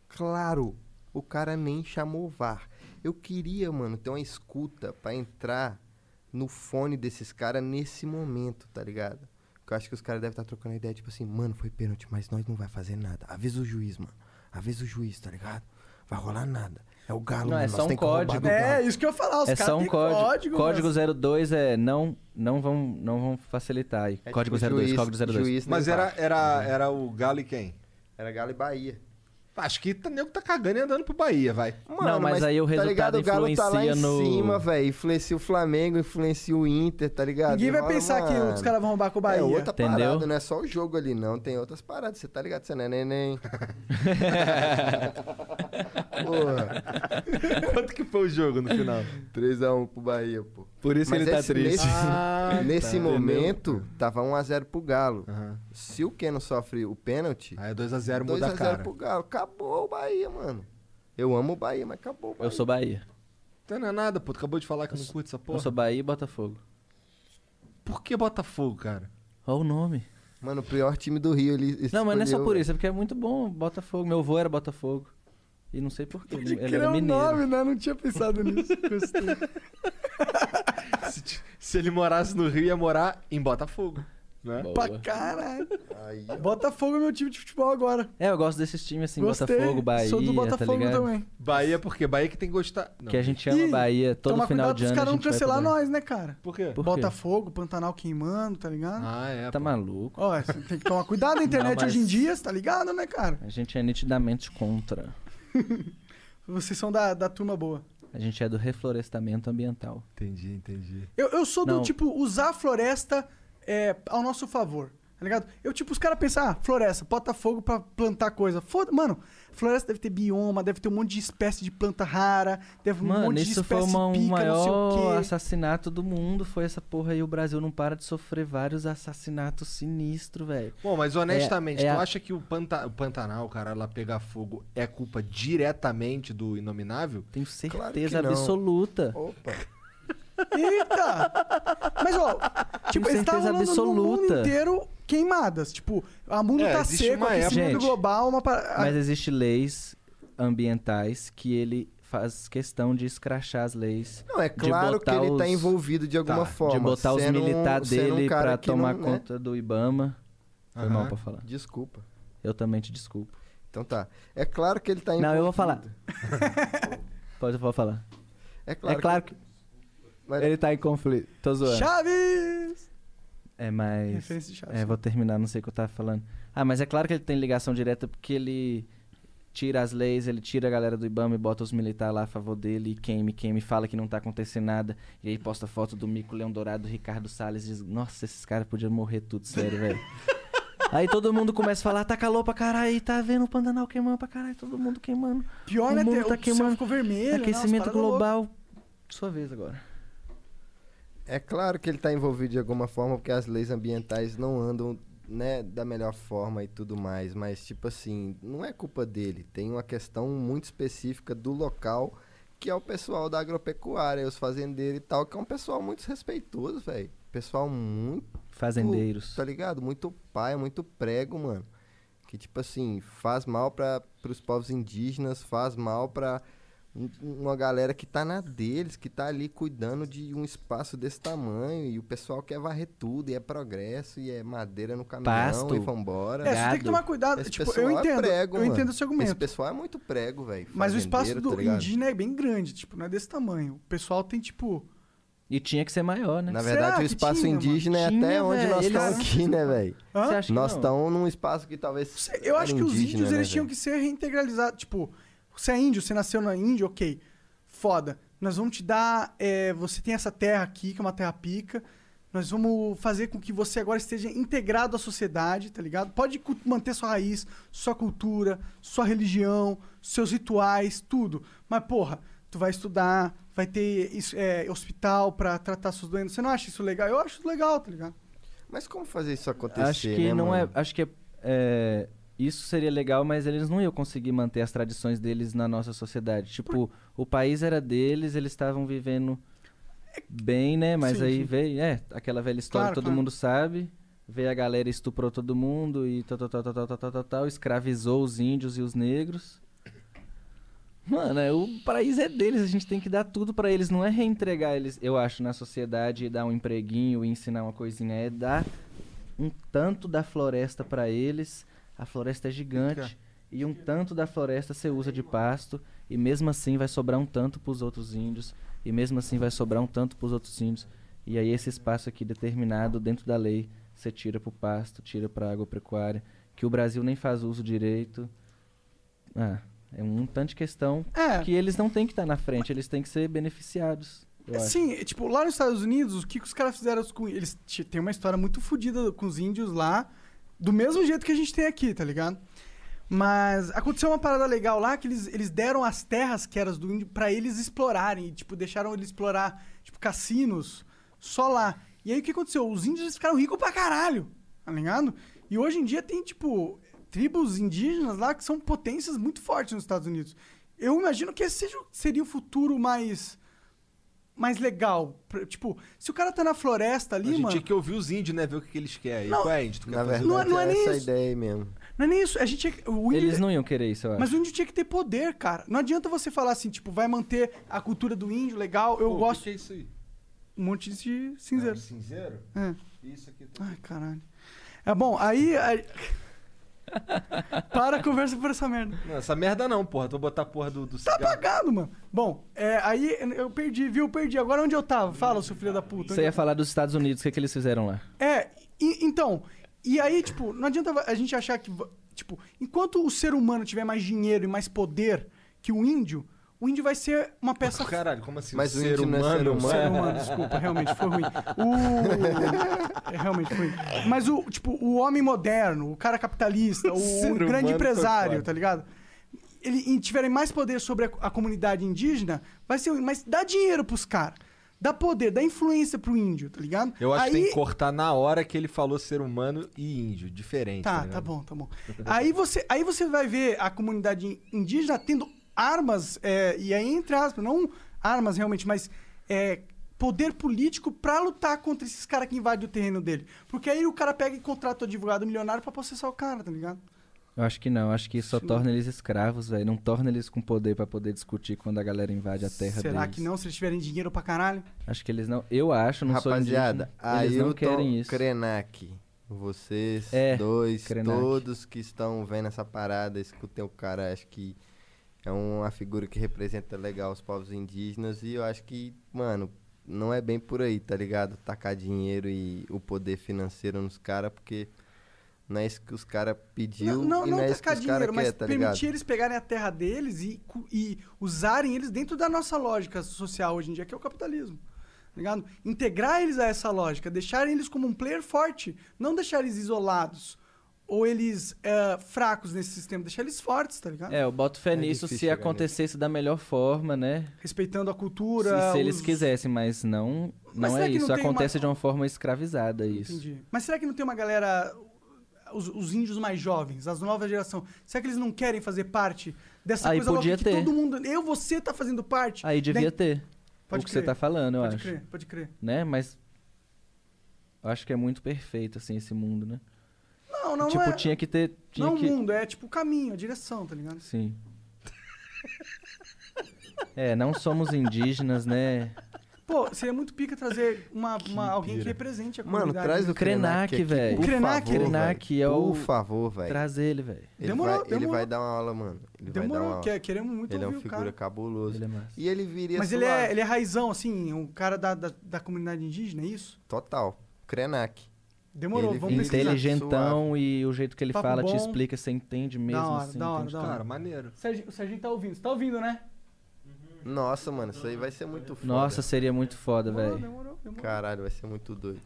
Speaker 5: claro, o cara nem chamou o VAR. Eu queria, mano, ter uma escuta pra entrar no fone desses caras nesse momento, tá ligado? Porque eu acho que os caras devem estar trocando ideia, tipo assim, mano, foi pênalti, mas nós não vai fazer nada. Avisa o juiz, mano. Avisa o juiz, tá ligado? Vai rolar nada. É o galo,
Speaker 7: Não, é
Speaker 5: mano.
Speaker 7: só
Speaker 5: nós
Speaker 7: um
Speaker 5: tem que roubar
Speaker 7: código.
Speaker 5: do
Speaker 3: É,
Speaker 5: Galo.
Speaker 3: isso que eu ia falar, os
Speaker 7: é
Speaker 3: caras
Speaker 7: só um
Speaker 3: têm
Speaker 7: código. Código,
Speaker 3: mas-
Speaker 7: 02 é não, não vão, não vão facilitar. aí.
Speaker 5: É
Speaker 7: código
Speaker 5: tipo
Speaker 7: 02,
Speaker 5: juiz-
Speaker 7: código 02.
Speaker 5: juiz nem
Speaker 6: Mas era,
Speaker 5: VAR.
Speaker 6: era, era o Galo e quem?
Speaker 5: Era Galo e Bahia.
Speaker 6: Acho que tá, nego tá cagando e andando pro Bahia, vai.
Speaker 7: Não, mas aí o resultado
Speaker 5: O Galo tá lá
Speaker 7: influencia
Speaker 5: em
Speaker 7: no-
Speaker 5: cima, velho. Influencia o Flamengo, influencia o Inter, tá ligado?
Speaker 3: Ninguém
Speaker 5: E
Speaker 3: vai
Speaker 5: rola,
Speaker 3: pensar que
Speaker 5: mano.
Speaker 3: os caras vão roubar com o
Speaker 5: É
Speaker 3: Bahia.
Speaker 5: outra
Speaker 7: Entendeu?
Speaker 5: parada, não é só o jogo ali, não. Tem outras paradas, você tá ligado? Você não é neném. Porra,
Speaker 6: Quanto que foi o jogo no final? é
Speaker 5: 3x1 pro Bahia, pô.
Speaker 7: Por isso que ele tá triste.
Speaker 5: Nesse,
Speaker 6: Ah,
Speaker 5: nesse
Speaker 6: tá.
Speaker 5: momento, tava 1x0 pro Galo.
Speaker 6: Aham.
Speaker 5: Se o Keno sofre o pênalti,
Speaker 6: Aí 2x0 muda a
Speaker 5: 2x0
Speaker 6: cara.
Speaker 5: pro Galo. Acabou o Bahia, mano. Eu amo o Bahia, mas acabou o Bahia.
Speaker 7: Eu sou Bahia.
Speaker 6: Então não é nada, pô. Tu acabou de falar que não curte essa porra.
Speaker 7: Eu sou Bahia e Botafogo.
Speaker 6: Por que Botafogo, cara?
Speaker 7: Olha o nome.
Speaker 5: Mano, o pior time do Rio, ele
Speaker 7: Não, mas não é só
Speaker 5: escolheu,
Speaker 7: por isso, é porque é muito bom Botafogo. Meu avô era Botafogo. E não sei porquê. Ele, ele era
Speaker 3: o
Speaker 7: mineiro.
Speaker 3: nome, né? Não tinha pensado nisso. Gostei.
Speaker 6: se, t- se ele morasse no Rio, ia morar em Botafogo. Né?
Speaker 7: Boa.
Speaker 3: pra caralho.
Speaker 5: Aí,
Speaker 3: Botafogo é meu time de futebol agora.
Speaker 7: É, eu gosto desses times assim,
Speaker 3: Gostei.
Speaker 7: Botafogo, Bahia.
Speaker 3: Sou do Botafogo
Speaker 7: tá ligado?
Speaker 3: também.
Speaker 6: Bahia por quê? Bahia que tem que gostar. Não.
Speaker 7: Que é a gente ama
Speaker 3: Ih,
Speaker 7: Bahia todo
Speaker 3: Toma
Speaker 7: final
Speaker 3: cuidado
Speaker 7: de
Speaker 3: os
Speaker 7: ano.
Speaker 3: caras
Speaker 7: a
Speaker 3: não
Speaker 7: gente vai pra
Speaker 3: cancelar
Speaker 7: Bahia.
Speaker 3: nós, né, cara?
Speaker 6: Por quê?
Speaker 7: Por quê?
Speaker 3: Botafogo, Pantanal queimando, tá ligado?
Speaker 6: Ah, é.
Speaker 7: Tá
Speaker 6: pô.
Speaker 7: maluco.
Speaker 3: Ó, você tem que tomar cuidado na internet
Speaker 7: Não, mas-
Speaker 3: hoje em dia, você tá ligado, né, cara?
Speaker 7: A gente é nitidamente contra.
Speaker 3: Vocês são da, da turma boa.
Speaker 7: A gente é do reflorestamento ambiental.
Speaker 6: Entendi, entendi.
Speaker 3: Eu, eu sou do
Speaker 7: Não.
Speaker 3: tipo, usar a floresta é, ao nosso favor. Tá ligado? Eu, tipo, os caras pensam, ah, floresta, bota fogo pra plantar coisa. Foda, mano, floresta deve ter bioma, deve ter um monte de espécie de planta rara, deve ter um
Speaker 7: Mano,
Speaker 3: monte de
Speaker 7: isso foi
Speaker 3: espécie
Speaker 7: uma- o
Speaker 3: pica, não sei o
Speaker 7: maior
Speaker 3: quê.
Speaker 7: assassinato do mundo. Foi essa porra aí. O Brasil não para de sofrer vários assassinatos sinistros, velho.
Speaker 6: Bom, mas honestamente,
Speaker 7: É- é
Speaker 6: tu
Speaker 7: a-
Speaker 6: acha que o, Panta- o Pantanal, cara, lá pegar fogo é culpa diretamente do Inominável?
Speaker 7: Tenho
Speaker 6: certeza
Speaker 7: certeza absoluta.
Speaker 5: Opa.
Speaker 3: Eita! Mas, ó, tipo,
Speaker 7: Com
Speaker 3: eles estavam
Speaker 7: certeza
Speaker 3: rolando no mundo
Speaker 7: absoluta.
Speaker 3: inteiro queimadas. Tipo, o mundo
Speaker 7: É,
Speaker 3: tá
Speaker 7: existe
Speaker 3: seco,
Speaker 7: uma época-
Speaker 3: aquecimento
Speaker 7: Gente,
Speaker 3: global, uma para...
Speaker 7: Mas é existem leis ambientais que ele faz questão de escrachar as leis.
Speaker 5: Não, é
Speaker 7: de
Speaker 5: claro que
Speaker 7: botar
Speaker 5: ele tá
Speaker 7: os-
Speaker 5: envolvido de alguma
Speaker 7: Tá,
Speaker 5: forma.
Speaker 7: De botar os
Speaker 5: sendo um-
Speaker 7: militares
Speaker 5: sendo um
Speaker 7: dele
Speaker 5: cara
Speaker 7: pra
Speaker 5: que não,
Speaker 7: tomar
Speaker 5: né?
Speaker 7: conta do Ibama. Foi
Speaker 5: Aham.
Speaker 7: mal pra falar.
Speaker 5: Desculpa.
Speaker 7: Eu também te desculpo.
Speaker 5: Então tá. É claro que ele tá envolvido.
Speaker 7: Não, eu vou falar. Pode, pode falar.
Speaker 5: É claro
Speaker 7: é claro que... Ele tá em conflito. Tô zoando.
Speaker 3: Chaves!
Speaker 7: É, mas.
Speaker 3: Referência de Chaves,
Speaker 7: É,
Speaker 3: né?
Speaker 7: vou terminar, não sei o que eu tava falando. Ah, mas é claro que ele tem ligação direta porque ele tira as leis, ele tira a galera do Ibama e bota os militares lá a favor dele, e queime, queime, fala que não tá acontecendo nada. E aí posta foto do Mico Leão Dourado, Ricardo Salles, diz: Nossa, esses caras podiam morrer tudo, sério, velho. Aí todo mundo começa a falar, tá calor pra caralho, tá vendo o Pantanal queimando pra caralho, todo mundo queimando.
Speaker 3: Pior,
Speaker 7: o
Speaker 3: né,
Speaker 7: mundo
Speaker 3: ter-
Speaker 7: tá
Speaker 3: o céu
Speaker 7: queimando.
Speaker 3: ficou vermelho, né, umas
Speaker 7: Aquecimento
Speaker 3: paradas
Speaker 7: global. Sua vez agora.
Speaker 5: É claro que ele tá envolvido de alguma forma, porque as leis ambientais não andam, né, da melhor forma e tudo mais. Mas, tipo assim, não é culpa dele. Tem uma questão muito específica do local, que é o pessoal da agropecuária, os fazendeiros e tal, que é um pessoal muito respeitoso, velho. Pessoal muito.
Speaker 7: Fazendeiros.
Speaker 5: Tá ligado? Muito pai, muito prego, mano. Que, tipo assim, faz mal para os povos indígenas, faz mal pra um- uma galera que tá na deles, que tá ali cuidando de um espaço desse tamanho, e o pessoal quer varrer tudo, e é progresso, e é madeira no caminhão,
Speaker 7: Pasto,
Speaker 5: e vambora.
Speaker 3: É, você tem que tomar cuidado.
Speaker 5: Esse
Speaker 3: Tipo,
Speaker 5: pessoal
Speaker 3: eu entendo,
Speaker 5: é prego,
Speaker 3: eu
Speaker 5: mano.
Speaker 3: entendo esse argumento.
Speaker 5: Esse pessoal é muito prego, velho.
Speaker 3: Mas o espaço
Speaker 5: fazendeiro,
Speaker 3: do
Speaker 5: tá ligado?
Speaker 3: indígena é bem grande, tipo, não é desse tamanho. O pessoal tem, tipo...
Speaker 7: E tinha que ser maior, né?
Speaker 5: Na
Speaker 3: Será
Speaker 5: verdade,
Speaker 3: que
Speaker 5: o espaço
Speaker 3: tinha, mano?
Speaker 5: indígena é até
Speaker 3: Tinha,
Speaker 5: onde
Speaker 3: velho,
Speaker 5: nós
Speaker 3: eles-
Speaker 5: estamos aqui, né, velho?
Speaker 3: Hã? Você acha que
Speaker 5: Nós
Speaker 3: não?
Speaker 5: estamos num espaço que talvez.
Speaker 3: Eu acho
Speaker 5: era
Speaker 3: que os
Speaker 5: indígena,
Speaker 3: índios,
Speaker 5: né,
Speaker 3: eles tinham
Speaker 5: velho?
Speaker 3: que ser reintegralizados. Tipo, você é índio, você nasceu na Índia, ok. Foda. Nós vamos te dar... é, você tem essa terra aqui, que é uma terra pica. Nós vamos fazer com que você agora esteja integrado à sociedade, tá ligado? Pode cu- manter sua raiz, sua cultura, sua religião, seus rituais, tudo. Mas, porra, tu vai estudar, vai ter isso- é, hospital pra tratar suas doenças. Você não acha isso legal? Eu acho isso legal, tá ligado?
Speaker 5: Mas como fazer isso acontecer?
Speaker 7: Acho que
Speaker 5: né,
Speaker 7: não
Speaker 5: mano?
Speaker 7: é. Acho que é- é, isso seria legal, mas eles não iam conseguir manter as tradições deles na nossa sociedade. Tipo, o país era deles, eles estavam vivendo bem, né? Mas
Speaker 12: Sim,
Speaker 7: aí
Speaker 12: sim.
Speaker 7: veio, é, aquela velha história
Speaker 12: Claro,
Speaker 7: todo
Speaker 12: claro.
Speaker 7: mundo sabe. Veio a galera e estuprou todo mundo e tal, tal, tal, tal, tal, tal, tal, tal, tal, escravizou os índios e os negros. Mano, é, o país é deles, a gente tem que dar tudo pra eles, não é reentregar eles, eu acho, na sociedade e dar um empreguinho e ensinar uma coisinha, é dar um tanto da floresta pra eles. A floresta é gigante e um tanto da floresta você usa de pasto e mesmo assim vai sobrar um tanto pros outros índios e mesmo assim vai sobrar um tanto pros outros índios. E aí esse espaço aqui determinado dentro da lei, você tira pro pasto, tira pra agropecuária, que o Brasil nem faz uso direito. Ah, é um tanto de questão
Speaker 3: É.
Speaker 7: que eles não têm que estar na frente, eles têm que ser beneficiados. eu acho.
Speaker 3: Sim, é, tipo, lá nos Estados Unidos, o que, que os caras fizeram com. Eles t- têm uma história muito fodida com os índios lá, do mesmo jeito que a gente tem aqui, tá ligado? Mas aconteceu uma parada legal lá que eles, eles deram as terras que eram do índio pra eles explorarem, e, tipo, deixaram eles explorar, tipo, cassinos só lá. E aí o que aconteceu? Os índios eles ficaram ricos pra caralho, tá ligado? E hoje em dia tem, tipo, tribos indígenas lá que são potências muito fortes nos Estados Unidos. Eu imagino que esse seja o- seria o futuro mais mais legal. Pra- Tipo, se o cara tá na floresta
Speaker 6: A
Speaker 3: ali,
Speaker 6: gente
Speaker 3: mano.
Speaker 6: tinha que ouvir os índios, né? Ver o que, que eles querem.
Speaker 3: Não,
Speaker 6: Qual é, índio? Tu quer
Speaker 5: Na
Speaker 6: fazer?
Speaker 5: verdade,
Speaker 3: Não é- não é
Speaker 5: é
Speaker 3: nem
Speaker 5: essa
Speaker 3: isso.
Speaker 5: ideia aí mesmo.
Speaker 3: Não é nem isso. A gente tinha que- o índio-
Speaker 7: Eles não iam querer isso, eu acho.
Speaker 3: é. Mas o índio tinha que ter poder, cara. Não adianta você falar assim, tipo, vai manter a cultura do índio, legal, eu
Speaker 6: Pô, o
Speaker 3: gosto.
Speaker 6: que Ah, é isso aí?
Speaker 3: Um monte de cinzeiro.
Speaker 6: cinzeiro?
Speaker 3: É.
Speaker 5: Hum.
Speaker 6: Isso aqui tá.
Speaker 3: Ai, caralho. É bom, aí. aí- Para a conversa por essa merda.
Speaker 6: Não, essa merda não, porra. Tu vai botar a porra do,
Speaker 5: Tá
Speaker 6: do cigarro.
Speaker 3: Cagado, mano. Bom, é, aí eu perdi, viu? Perdi. Agora onde eu tava? Fala, seu filho da puta.
Speaker 7: Você ia falar dos Estados Unidos, o que, que eles fizeram lá?
Speaker 3: É, e- então. E aí, tipo, não adianta a gente achar que. va- Tipo, enquanto o ser humano tiver mais dinheiro e mais poder que o índio, o índio vai ser uma peça.
Speaker 6: Caralho, como assim?
Speaker 5: Mas
Speaker 6: o
Speaker 5: o
Speaker 6: ser
Speaker 5: índio não é
Speaker 6: humano.
Speaker 5: ser humano?
Speaker 3: Ser humano, desculpa, realmente foi ruim. O... É realmente ruim. Mas o, tipo, o homem moderno, o cara capitalista, o,
Speaker 12: Ser
Speaker 3: o grande
Speaker 12: humano
Speaker 3: empresário,
Speaker 12: concorda.
Speaker 3: tá ligado? Ele em- tiverem mais poder sobre a, a comunidade indígena, vai ser. ruim. Mas dá dinheiro pros caras. Dá poder, dá influência pro índio, tá ligado?
Speaker 6: Eu acho
Speaker 3: Aí-
Speaker 6: que tem que cortar na hora que ele falou ser humano e índio. Diferente.
Speaker 3: Tá,
Speaker 6: ligado?
Speaker 3: tá bom, tá bom. Aí você, aí você vai ver a comunidade indígena tendo armas, é, e aí entre aspas, não armas realmente, mas é, poder político pra lutar contra esses caras que invadem o terreno dele. Porque aí o cara pega e contrata o advogado milionário pra processar o cara, tá ligado?
Speaker 7: Eu acho que não, acho que só
Speaker 3: Sim.
Speaker 7: torna eles escravos, velho. Não torna eles com poder pra poder discutir quando a galera invade a terra
Speaker 3: Será
Speaker 7: deles.
Speaker 3: que não, se eles tiverem dinheiro pra caralho?
Speaker 7: Acho que eles não. Eu acho, não
Speaker 5: Rapaziada,
Speaker 7: sou indígena. Eles não querem
Speaker 5: Ailton
Speaker 7: isso.
Speaker 5: Krenak. Vocês
Speaker 7: É,
Speaker 5: dois,
Speaker 7: Krenak.
Speaker 5: todos que estão vendo essa parada, escutem o cara, acho que é uma figura que representa legal os povos indígenas e eu acho que, mano, não é bem por aí, tá ligado? Tacar dinheiro e o poder financeiro nos caras, porque não é isso que os caras pediu
Speaker 3: não,
Speaker 5: e
Speaker 3: não
Speaker 5: não é isso que
Speaker 3: tacar
Speaker 5: os
Speaker 3: dinheiro,
Speaker 5: caras
Speaker 3: mas
Speaker 5: querem, tá
Speaker 3: permitir
Speaker 5: ligado?
Speaker 3: eles pegarem a terra deles e, cu- e usarem eles dentro da nossa lógica social hoje em dia, que é o capitalismo. tá Ligado? Integrar eles a essa lógica, deixarem eles como um player forte, não deixar eles isolados ou eles é, fracos nesse sistema, deixar eles fortes, tá ligado?
Speaker 7: É, eu boto fé
Speaker 3: É
Speaker 7: nisso
Speaker 3: difícil
Speaker 7: se
Speaker 3: chegar
Speaker 7: acontecesse da melhor forma, né?
Speaker 3: Respeitando a
Speaker 7: Se,
Speaker 3: cultura.
Speaker 7: se eles
Speaker 3: os-
Speaker 7: quisessem, mas não,
Speaker 3: Mas
Speaker 7: não
Speaker 3: será
Speaker 7: é
Speaker 3: que não
Speaker 7: isso.
Speaker 3: tem uma-
Speaker 7: Acontece de uma forma escravizada isso.
Speaker 3: Entendi. Mas será que não tem uma galera, os, os índios mais jovens, as novas geração, será que eles não querem fazer parte dessa
Speaker 7: Aí
Speaker 3: coisa louca
Speaker 7: podia
Speaker 3: que
Speaker 7: ter.
Speaker 3: todo mundo, eu, você tá fazendo parte?
Speaker 7: Aí devia ter.
Speaker 3: Pode
Speaker 7: o que
Speaker 3: crer.
Speaker 7: você tá falando, eu
Speaker 3: Pode
Speaker 7: acho.
Speaker 3: crer, pode crer.
Speaker 7: Né? Mas eu acho que é muito perfeito assim esse mundo, né?
Speaker 3: Não, não,
Speaker 7: tipo,
Speaker 3: não é.
Speaker 7: tinha que ter, tinha
Speaker 3: não
Speaker 7: que
Speaker 3: o mundo, é tipo o caminho, a direção, tá ligado?
Speaker 7: Sim. é, não somos indígenas, né?
Speaker 3: Pô, seria muito pica trazer uma, uma- alguém que
Speaker 7: pira.
Speaker 3: represente a
Speaker 7: Mano,
Speaker 3: comunidade. né?
Speaker 7: traz o Krenak,
Speaker 3: aqui,
Speaker 7: velho.
Speaker 3: O Krenak,
Speaker 5: favor,
Speaker 7: Krenak
Speaker 5: velho.
Speaker 7: é o-
Speaker 5: Por favor, velho.
Speaker 7: Traz ele, velho.
Speaker 5: Ele,
Speaker 3: Demorou,
Speaker 5: vai, ele
Speaker 3: demorou.
Speaker 5: vai dar uma aula, mano. Ele vai dar
Speaker 3: Demorou,
Speaker 5: uma aula.
Speaker 3: que- queremos muito
Speaker 5: Ele é
Speaker 3: ouvir
Speaker 5: uma
Speaker 3: o cara. é
Speaker 5: figura cabulosa.
Speaker 7: é
Speaker 5: E ele viria
Speaker 3: Mas ele é,
Speaker 5: suave.
Speaker 3: ele é raizão, assim, um cara da, da, da comunidade indígena, é isso?
Speaker 5: Total. Krenak.
Speaker 3: Demorou,
Speaker 5: Ele
Speaker 3: vamos
Speaker 5: vem
Speaker 3: pesquisar.
Speaker 7: Inteligentão e o jeito que ele
Speaker 3: Papo
Speaker 7: fala te
Speaker 3: bom.
Speaker 7: explica, você entende mesmo.
Speaker 3: da hora,
Speaker 7: assim,
Speaker 3: da hora,
Speaker 7: entende
Speaker 3: da
Speaker 7: tudo.
Speaker 3: hora. Sergi- o Serginho tá ouvindo, você tá ouvindo, né?
Speaker 5: Nossa, mano, isso aí vai ser muito foda.
Speaker 7: Nossa, seria muito foda,
Speaker 5: Demorou,
Speaker 7: velho.
Speaker 5: Caralho, vai ser muito doido.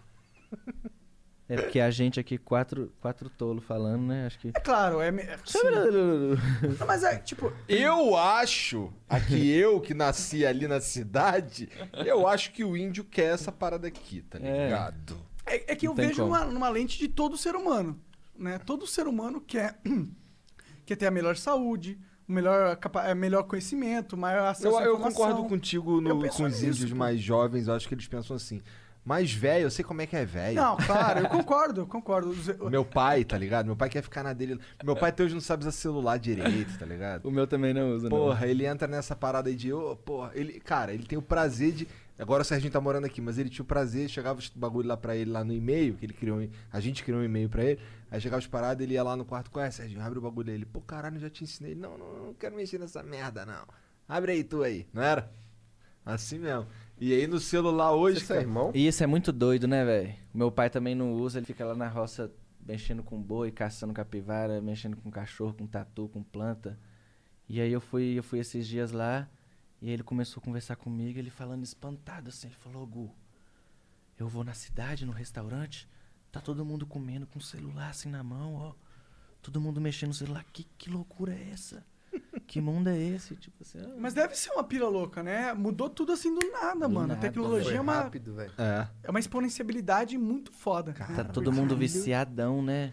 Speaker 7: É porque a gente aqui, quatro, quatro tolo falando, né? Acho que.
Speaker 3: É claro, é... me- é assim, Não, mas é, tipo...
Speaker 6: Eu acho, aqui eu que nasci ali na cidade, eu acho que o índio quer essa parada aqui, tá
Speaker 3: É.
Speaker 6: ligado?
Speaker 3: É, é que eu
Speaker 6: Não tem
Speaker 3: vejo
Speaker 6: como.
Speaker 3: numa, numa lente de todo ser humano. Né? Todo ser humano quer, quer ter a melhor saúde, o melhor, capa- é, melhor conhecimento, maior acesso
Speaker 6: Eu,
Speaker 3: à
Speaker 6: eu
Speaker 3: informação.
Speaker 6: concordo contigo no-
Speaker 3: Eu penso
Speaker 6: com os
Speaker 3: nisso,
Speaker 6: índios
Speaker 3: pô.
Speaker 6: mais jovens, eu acho que eles pensam assim. Mas velho, eu sei como é que é velho.
Speaker 3: Não, claro, eu concordo, eu concordo. Os-
Speaker 6: Meu pai, tá ligado? Meu pai quer ficar na dele. Meu pai até hoje não sabe usar celular direito, tá ligado?
Speaker 7: O meu também não usa,
Speaker 6: Porra, ele entra nessa parada aí de, ô, porra, ele, cara, ele tem o prazer de. Agora o Serginho tá morando aqui, mas ele tinha o prazer, chegava os bagulho lá pra ele lá no e-mail, que ele criou, um- a gente criou um e-mail pra ele, aí chegava as paradas, ele ia lá no quarto, qual é, Serginho, abre o bagulho aí, ele, pô, caralho, já te ensinei, não, não, não quero mexer nessa merda, não. Abre aí tu aí, não era? Assim mesmo. E aí no celular hoje, cara,
Speaker 7: E isso é muito doido, né, velho? Meu pai também não usa, ele fica lá na roça mexendo com boi, caçando capivara, mexendo com cachorro, com tatu, com planta. E aí eu fui, eu fui esses dias lá e aí ele começou a conversar comigo, ele falando espantado assim, ele falou, Gu, eu vou na cidade, no restaurante, tá todo mundo comendo com o celular assim na mão, ó. Todo mundo mexendo no celular, que, que loucura é essa? Que mundo é esse? Tipo assim, ah,
Speaker 3: Mas deve ser uma pira louca, né? Mudou tudo assim do nada, mano. a
Speaker 7: nada,
Speaker 3: tecnologia
Speaker 7: velho.
Speaker 3: é uma,
Speaker 5: Rápido, velho.
Speaker 6: É.
Speaker 3: é uma exponenciabilidade muito foda.
Speaker 7: tá todo mundo viciadão, né?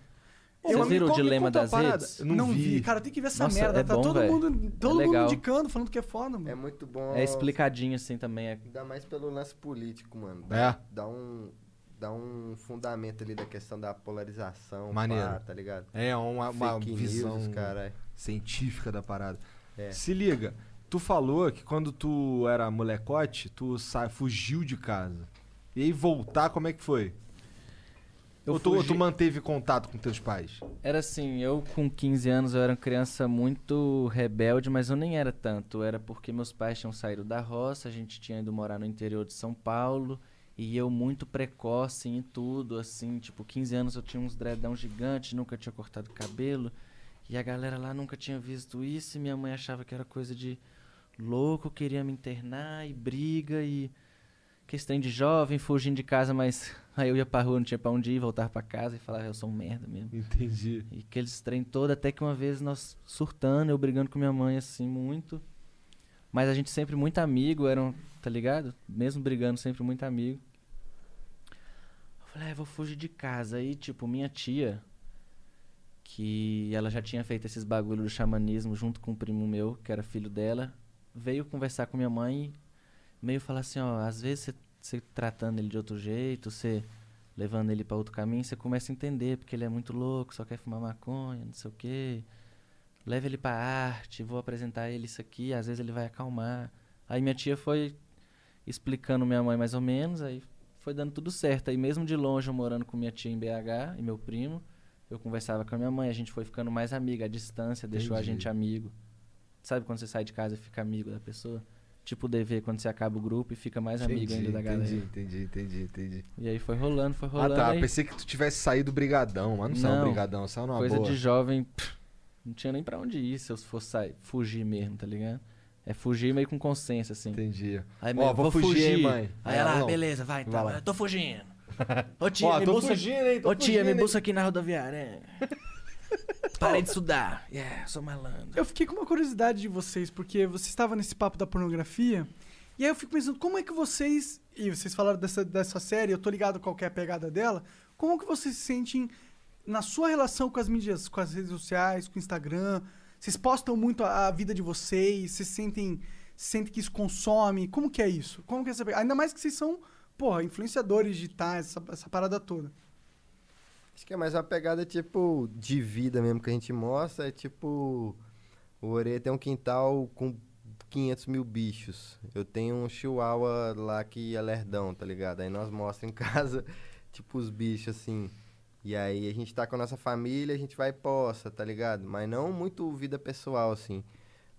Speaker 7: Vocês
Speaker 3: Ô, me
Speaker 7: viram o
Speaker 3: con- me
Speaker 7: dilema
Speaker 3: conta uma
Speaker 7: das
Speaker 3: parada.
Speaker 7: redes?
Speaker 3: Não, vi. Cara, tem que ver essa
Speaker 7: Nossa,
Speaker 3: merda.
Speaker 7: é
Speaker 3: tá
Speaker 7: bom,
Speaker 3: todo
Speaker 7: velho.
Speaker 3: mundo, todo
Speaker 7: é
Speaker 3: mundo
Speaker 7: legal.
Speaker 3: indicando, falando que é foda, mano.
Speaker 5: É muito bom.
Speaker 7: É explicadinho assim também. É...
Speaker 5: Ainda mais pelo lance político, mano.
Speaker 7: É.
Speaker 5: Dá, dá um, dá um fundamento ali da questão da polarização.
Speaker 6: Maneiro.
Speaker 5: pá, tá ligado?
Speaker 6: É uma, uma
Speaker 5: Fake
Speaker 6: visão
Speaker 5: News, cara.
Speaker 6: científica da parada.
Speaker 5: É.
Speaker 6: Se liga, tu falou que quando tu era molecote, tu sa- fugiu de casa. E aí voltar, como é que foi?
Speaker 7: Eu
Speaker 6: Ou tu, ou tu
Speaker 7: fugi-
Speaker 6: manteve contato com teus pais?
Speaker 7: Era assim, eu com 15 anos eu era uma criança muito rebelde, mas eu nem era tanto. Era porque meus pais tinham saído da roça, a gente tinha ido morar no interior de São Paulo. E eu muito precoce em tudo, assim, tipo, 15 anos eu tinha uns dreadão gigante, nunca tinha cortado cabelo. E a galera lá nunca tinha visto isso, e minha mãe achava que era coisa de louco, queria me internar, e briga, e que esse trem de jovem, fugindo de casa, mas aí eu ia pra rua, não tinha pra onde ir, voltava pra casa e falava, eu sou um merda mesmo.
Speaker 6: Entendi.
Speaker 7: E aqueles trem todo, até que uma vez nós surtando, eu brigando com minha mãe, assim, muito. Mas a gente sempre muito amigo, eram, tá ligado? Mesmo brigando, sempre muito amigo. Eu falei, ah, eu vou fugir de casa. Aí, tipo, minha tia, que ela já tinha feito esses bagulho do xamanismo junto com um primo meu, que era filho dela, veio conversar com minha mãe e meio falar assim, ó, às vezes você- você tratando ele de outro jeito, você levando ele pra outro caminho, você começa a entender, porque ele é muito louco, só quer fumar maconha, não sei o quê. Leva ele pra arte, vou apresentar ele isso aqui, às vezes ele vai acalmar. Aí minha tia foi explicando minha mãe mais ou menos, aí foi dando tudo certo. Aí mesmo de longe, eu morando com minha tia em BH e meu primo, eu conversava com a minha mãe, a gente foi ficando mais amiga, a distância deixou a
Speaker 6: Entendi.
Speaker 7: gente amigo. Sabe quando você sai de casa e fica amigo da pessoa? Tipo o DV, quando você acaba o grupo e fica mais amigo ainda da galera.
Speaker 6: entendi, entendi, entendi, entendi.
Speaker 7: E aí foi rolando, foi
Speaker 6: Ah
Speaker 7: rolando.
Speaker 6: tá,
Speaker 7: aí...
Speaker 6: pensei que tu tivesse saído brigadão, mas não, saiu brigadão, saiu numa
Speaker 7: coisa
Speaker 6: boa.
Speaker 7: de jovem, pff, não tinha nem pra onde ir se eu fosse sair, fugir mesmo, tá ligado? É fugir meio com consciência, assim.
Speaker 6: Entendi.
Speaker 7: Aí
Speaker 6: Ó,
Speaker 7: meio,
Speaker 6: vou fugir, hein, mãe?
Speaker 7: Aí
Speaker 6: Aí
Speaker 7: ela,
Speaker 6: ela, não.
Speaker 7: beleza, vai, então,
Speaker 6: Vai lá.
Speaker 7: eu tô fugindo. Ô tia,
Speaker 6: Ó,
Speaker 7: me
Speaker 6: tô
Speaker 7: busca...
Speaker 6: fugindo, hein, tô
Speaker 7: Ô tia, me
Speaker 6: fugindo, hein.
Speaker 7: busca aqui na rodoviária. hein? Parei de estudar. Yeah, sou malandro.
Speaker 3: Eu fiquei com uma curiosidade de vocês, porque vocês estavam nesse papo da pornografia, e aí eu fico pensando, como é que vocês. E vocês falaram dessa, dessa série, eu tô ligado qual que é a pegada dela. Como que vocês se sentem na sua relação com as mídias, com as redes sociais, com o Instagram? Vocês postam muito a, a vida de vocês? Vocês sentem, sentem que isso consome? Como que é isso? Como que é essa pegada? Ainda mais que vocês são, porra, influenciadores digitais, essa, essa parada toda.
Speaker 5: Acho que é mais uma pegada, tipo, de vida mesmo que a gente mostra. É tipo, o Orelha tem um quintal com 500 mil bichos. Eu tenho um chihuahua lá que é lerdão, tá ligado? Aí nós mostramos em casa, tipo, os bichos, assim. E aí a gente tá com a nossa família, a gente vai e posta, tá ligado? Mas não muito vida pessoal, assim.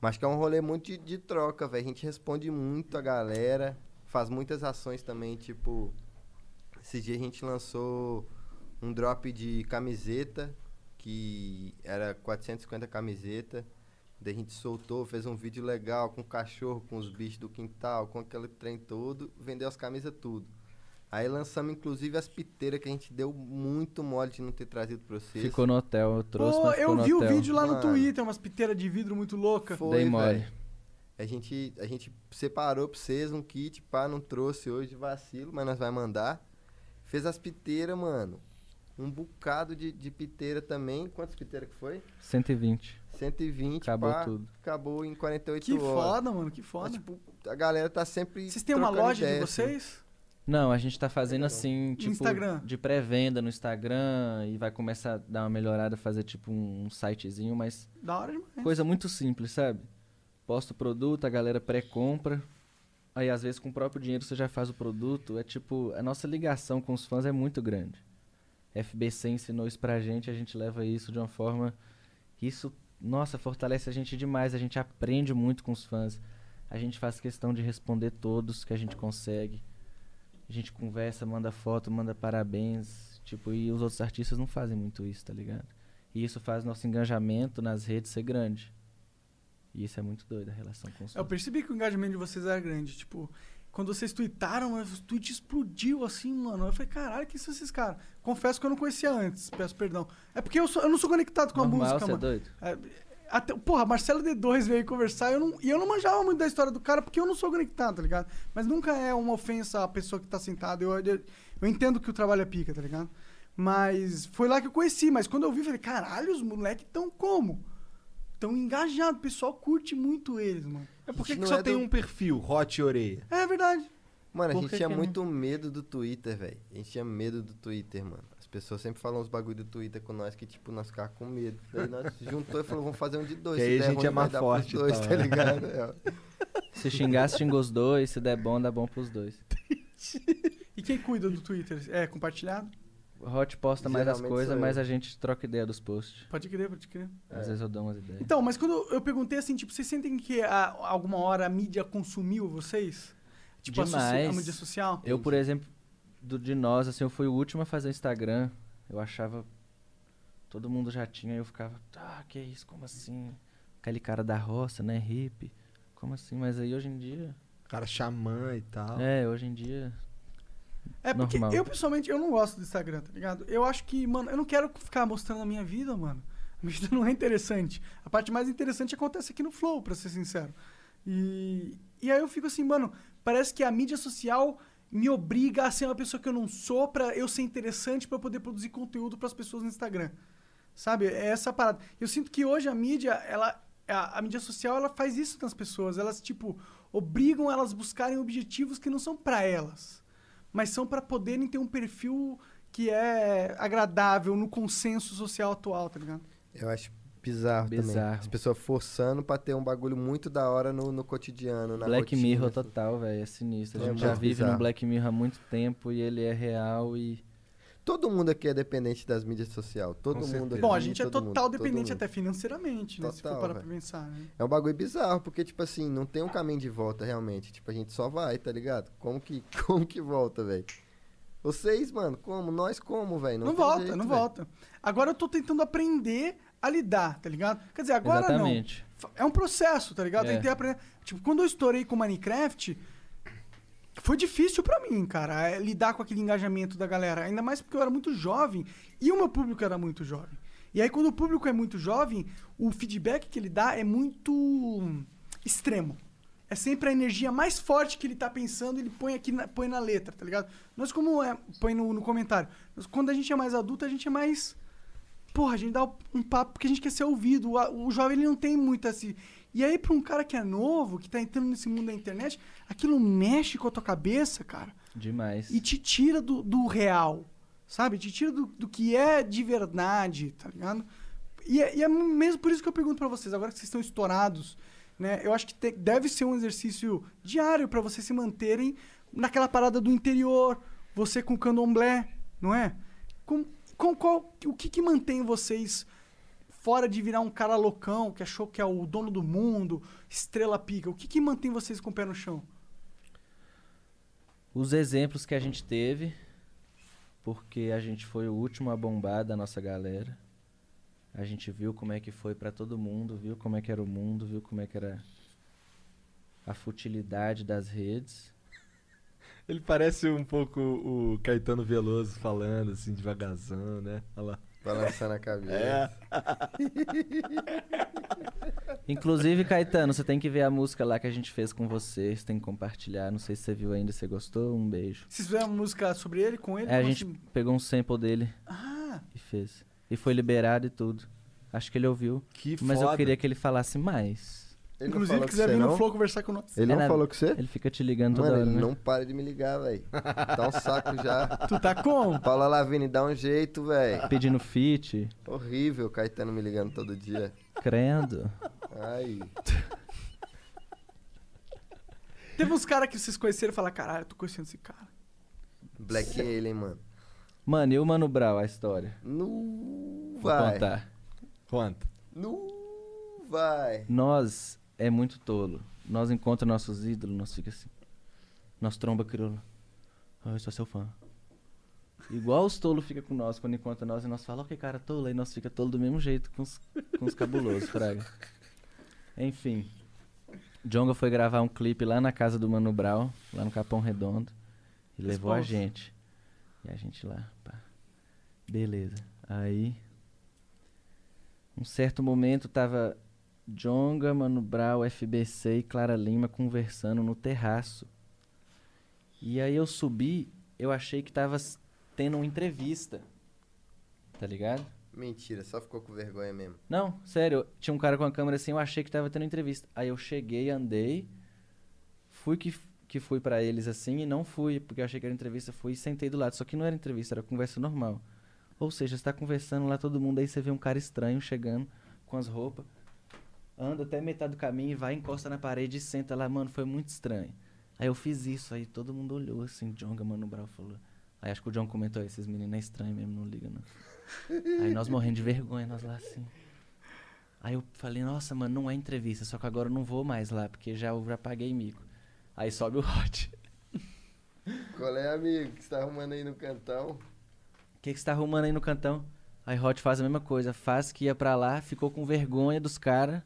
Speaker 5: Mas que é um rolê muito de, de troca, velho. A gente responde muito a galera, faz muitas ações também, tipo... Esse dia a gente lançou um drop de camiseta, que era 450 camiseta. Daí a gente soltou, fez um vídeo legal com o cachorro, com os bichos do quintal, com aquele trem todo, vendeu as camisas tudo. Aí lançamos inclusive as piteiras que a gente deu muito mole de não ter trazido pra vocês.
Speaker 7: Ficou no hotel, eu trouxe,
Speaker 3: Pô,
Speaker 7: mas ficou
Speaker 3: eu
Speaker 7: no
Speaker 3: vi o
Speaker 7: hotel.
Speaker 3: vídeo lá no
Speaker 5: Mano.
Speaker 3: Twitter, umas piteiras de vidro muito louca.
Speaker 5: Foi,
Speaker 7: Dei mole.
Speaker 5: velho. A gente, a gente separou pra vocês um kit, pá, não trouxe hoje, vacilo, mas nós vai mandar. Fez as piteiras, mano. Um bocado de, de piteira também. Quantas piteiras que foi?
Speaker 7: 120.
Speaker 5: 120,
Speaker 7: Acabou
Speaker 5: pá,
Speaker 7: tudo.
Speaker 5: Acabou em 48
Speaker 3: Que
Speaker 5: horas.
Speaker 3: foda, mano, que foda.
Speaker 5: A galera tá sempre.
Speaker 3: Vocês têm uma
Speaker 5: trocando
Speaker 3: loja de
Speaker 5: ideia, assim.
Speaker 3: vocês?
Speaker 7: Não, a gente tá fazendo assim, tipo,
Speaker 3: Instagram.
Speaker 7: de pré-venda no Instagram e vai começar a dar uma melhorada, fazer tipo um sitezinho, mas
Speaker 3: Da hora demais.
Speaker 7: coisa muito simples, sabe? Posta o produto, a galera pré-compra. Aí às vezes com o próprio dinheiro você já faz o produto, é tipo, a nossa ligação com os fãs é muito grande. FBC ensinou isso pra gente, a gente leva isso de uma forma que isso, nossa, fortalece a gente demais, a gente aprende muito com os fãs. A gente faz questão de responder todos que a gente consegue. A gente conversa, manda foto, manda parabéns. Tipo, e os outros artistas não fazem muito isso, tá ligado? E isso faz nosso engajamento nas redes ser grande. E isso é muito doido a relação com os
Speaker 5: É
Speaker 3: Eu
Speaker 7: fãs.
Speaker 3: percebi que o engajamento de vocês era grande. Tipo, quando vocês tweetaram, mano, o tweet explodiu assim, mano. Eu falei, caralho, que são esses caras? Confesso que eu não conhecia antes, peço perdão. É porque eu, sou- eu não sou conectado com
Speaker 7: Normal,
Speaker 3: a música,
Speaker 7: cê é
Speaker 3: mano.
Speaker 7: doido.
Speaker 3: É, até, porra, Marcelo D2 veio conversar eu não, e eu não manjava muito da história do cara porque eu não sou conectado, tá ligado? Mas nunca é uma ofensa à pessoa que tá sentada. Eu, eu, eu entendo que o trabalho é pica, tá ligado? Mas foi lá que eu conheci. Mas quando eu vi, eu falei, caralho, os moleques tão como? Tão engajados, o pessoal curte muito eles, mano.
Speaker 6: É por que que
Speaker 5: Isso não
Speaker 6: só
Speaker 5: é
Speaker 6: tem
Speaker 5: do-
Speaker 6: um perfil, Hot e Orelha?
Speaker 3: É verdade.
Speaker 5: Mano, a
Speaker 3: Por
Speaker 5: gente
Speaker 3: que
Speaker 5: tinha
Speaker 6: é,
Speaker 3: que
Speaker 6: né?
Speaker 3: não?
Speaker 5: muito medo do Twitter, velho. A gente tinha medo do Twitter, mano. As pessoas sempre falam uns bagulho do Twitter com nós que, tipo, nós ficávamos com medo. Daí nós juntou e falou, vamos fazer um de dois.
Speaker 6: Que
Speaker 5: se
Speaker 6: aí a
Speaker 5: der
Speaker 6: gente
Speaker 5: ruim,
Speaker 6: é
Speaker 5: vai
Speaker 6: mais
Speaker 5: dar pros
Speaker 6: forte e
Speaker 5: Dois,
Speaker 6: tal,
Speaker 5: tá
Speaker 6: né?
Speaker 5: ligado? É.
Speaker 7: Se xingar, xinga os dois. Se der bom, dá bom pros dois.
Speaker 3: E quem cuida do Twitter? É compartilhado?
Speaker 7: O Hot posta mais as
Speaker 5: Geralmente
Speaker 7: coisas,
Speaker 5: sou eu. É.
Speaker 7: mas a gente troca ideia dos posts.
Speaker 3: Pode crer, pode crer.
Speaker 7: Às vezes eu dou umas ideias.
Speaker 3: Então, mas quando eu perguntei assim, tipo, vocês sentem que a- alguma hora a mídia consumiu vocês? Tipo, a soci-
Speaker 7: Demais.
Speaker 3: a mídia social?
Speaker 7: Eu, por exemplo, do, de nós, assim, eu fui o último a fazer o Instagram. Eu achava. Todo mundo já tinha, eu ficava. Ah, que isso, como assim? Aquele cara da roça, né? Hippie. Como assim? Mas aí hoje em dia.
Speaker 6: Cara, xamã e
Speaker 5: Ah.
Speaker 6: tal.
Speaker 7: É, hoje em dia.
Speaker 3: É porque
Speaker 7: normal.
Speaker 3: eu, pessoalmente, eu não gosto do Instagram, tá ligado? Eu acho que, mano, eu não quero ficar mostrando a minha vida, mano. A minha vida não é interessante. A parte mais interessante acontece aqui no Flow, pra ser sincero. E, e aí eu fico assim, mano, parece que a mídia social me obriga a ser uma pessoa que eu não sou pra eu ser interessante pra eu poder produzir conteúdo pras pessoas no Instagram. Sabe? É essa parada. Eu sinto que hoje a mídia, ela a, a mídia social, ela faz isso nas pessoas. Elas tipo obrigam elas a buscarem objetivos que não são pra elas, mas são pra poderem ter um perfil que é agradável no consenso social atual, tá ligado?
Speaker 5: Eu acho bizarro, também.
Speaker 7: Bizarro.
Speaker 5: As pessoas forçando pra ter um bagulho muito da hora no, no cotidiano, na
Speaker 7: Black
Speaker 5: rotina,
Speaker 7: Mirror
Speaker 5: assim.
Speaker 6: tá
Speaker 7: total, velho. É sinistro. A
Speaker 5: É
Speaker 7: gente
Speaker 5: muito
Speaker 7: já vive
Speaker 5: bizarro.
Speaker 7: no Black Mirror há muito tempo e ele é real e.
Speaker 5: Todo mundo aqui é dependente das mídias sociais. Todo
Speaker 7: Com
Speaker 5: mundo
Speaker 7: certeza.
Speaker 5: aqui,
Speaker 3: Bom, a gente é
Speaker 5: todo
Speaker 3: total
Speaker 5: mundo, todo
Speaker 3: dependente
Speaker 5: mundo.
Speaker 3: até financeiramente, né? se for
Speaker 5: Total,
Speaker 3: parar pra
Speaker 5: velho.
Speaker 3: pensar, né?
Speaker 5: É um bagulho bizarro, porque, tipo assim, não tem um caminho de volta realmente. Tipo, a gente só vai, tá ligado? Como que, como que volta, velho? Vocês, mano, como? Nós como, velho?
Speaker 3: Não,
Speaker 5: tem
Speaker 3: volta,
Speaker 5: jeito,
Speaker 3: não
Speaker 5: velho.
Speaker 3: volta. Agora eu tô tentando aprender a lidar, tá ligado? Quer dizer, agora
Speaker 7: Exatamente.
Speaker 3: não. É um processo, tá ligado?
Speaker 7: É.
Speaker 3: Tem que aprender. Tipo, quando eu estourei com Minecraft, foi difícil pra mim, cara, é, lidar com aquele engajamento da galera. Ainda mais porque eu era muito jovem e o meu público era muito jovem. E aí, quando o público é muito jovem, o feedback que ele dá é muito extremo. É sempre a energia mais forte que ele tá pensando, ele põe aqui, na, põe na letra, tá ligado? Nós, como é, põe no, no comentário, nós, quando a gente é mais adulto, a gente é mais. Porra, a gente dá um papo porque a gente quer ser ouvido. O, a- o jovem ele não tem muito assim. E aí, pra um cara que é novo, que tá entrando nesse mundo da internet, aquilo mexe com a tua cabeça, cara,
Speaker 7: Demais.
Speaker 3: e te tira do, do real, sabe? Te tira do, do que é de verdade, tá ligado? E é, e é mesmo por isso que eu pergunto pra vocês, agora que vocês estão estourados, né? Eu acho que te- deve ser um exercício diário pra vocês se manterem naquela parada do interior, você com candomblé, não é? Com, com qual, o que, que mantém vocês fora de virar um cara loucão que achou que é o dono do mundo, estrela pica? O que, que mantém vocês com o pé no chão?
Speaker 7: Os exemplos que a gente teve, porque a gente foi o último a bombar da nossa galera. A gente viu como é que foi pra todo mundo, viu como é que era o mundo, viu como é que era a futilidade das redes.
Speaker 6: Ele parece um pouco o Caetano Veloso falando, assim, devagarzão, né? Olha lá.
Speaker 5: Balançando a cabeça.
Speaker 6: É.
Speaker 7: Inclusive, Caetano, você tem que ver a música lá que a gente fez com você, você tem que compartilhar. Não sei se você viu ainda, se você gostou, um beijo.
Speaker 3: Vocês fizeram uma música sobre ele, com ele?
Speaker 7: É, a
Speaker 3: Como
Speaker 7: gente
Speaker 3: assim?
Speaker 7: pegou um sample dele
Speaker 3: Ah,
Speaker 7: e fez. E foi liberado e tudo. Acho que ele ouviu.
Speaker 6: Que
Speaker 7: mas eu
Speaker 6: foda.
Speaker 7: queria que ele falasse mais.
Speaker 5: Ele não
Speaker 3: inclusive,
Speaker 5: falou
Speaker 3: quiser
Speaker 5: com você,
Speaker 3: vir no
Speaker 5: não?
Speaker 3: Flow conversar com nós.
Speaker 5: Ele
Speaker 7: É,
Speaker 5: não
Speaker 7: né?
Speaker 5: falou com você?
Speaker 7: Ele fica te ligando toda
Speaker 5: Mano,
Speaker 7: hora,
Speaker 5: ele
Speaker 7: né?
Speaker 5: não para de me ligar, velho. Tá um saco já.
Speaker 3: Tu tá como?
Speaker 5: Paula Lavigne, dá um jeito, velho.
Speaker 7: Pedindo fit,
Speaker 5: Horrível, Caetano me ligando todo dia.
Speaker 7: crendo.
Speaker 5: Ai. É.
Speaker 3: Teve uns caras que vocês conheceram e falaram, caralho, eu tô conhecendo esse cara.
Speaker 5: Black ele, hein, mano.
Speaker 7: Mano, e o Mano Brau, a história?
Speaker 5: Nu
Speaker 7: Vou
Speaker 5: vai.
Speaker 7: contar.
Speaker 6: Quanto?
Speaker 5: Nu vai.
Speaker 7: Nós é muito tolo. Nós encontramos nossos ídolos, nós fica assim. Nós tromba crioulo. Ah, eu sou seu fã. Igual os tolos fica com nós quando encontra nós e nós fala, ó que cara tolo, aí nós fica tolo do mesmo jeito com os, com os cabulosos, fraga. Enfim. Jonga foi gravar um clipe lá na casa do Mano Brau, lá no Capão Redondo, e levou a
Speaker 3: Responsa.
Speaker 7: gente. E a gente lá, pá. Beleza. Aí um certo momento tava Jonga, Mano Brau, FBC e Clara Lima conversando no terraço. E aí eu subi, eu achei que tava s- tendo uma entrevista. Tá ligado?
Speaker 5: Mentira, só ficou com vergonha mesmo.
Speaker 7: Não, sério, tinha um cara com a câmera assim, eu achei que tava tendo entrevista. Aí eu cheguei, andei, fui que, f- que fui pra eles assim e não fui, porque eu achei que era entrevista, fui e sentei do lado. Só que não era entrevista, era conversa normal. Ou seja, você tá conversando lá todo mundo, aí você vê um cara estranho chegando com as roupas, anda até metade do caminho, e vai, encosta na parede e senta lá, mano, foi muito estranho. Aí eu fiz isso, aí todo mundo olhou assim, Jonga, mano, Brau falou. Aí acho que o John comentou, esses meninos é estranho mesmo, não liga não. Aí nós morrendo de vergonha, nós lá assim. Aí eu falei, nossa, mano, não é entrevista, só que agora eu não vou mais lá, porque já, eu já paguei mico. Aí sobe o hot.
Speaker 5: Qual é, amigo? que você tá arrumando aí no cantão?
Speaker 7: O que, que você tá arrumando aí no cantão? Aí Hot faz a mesma coisa, faz que ia pra lá, ficou com vergonha dos caras,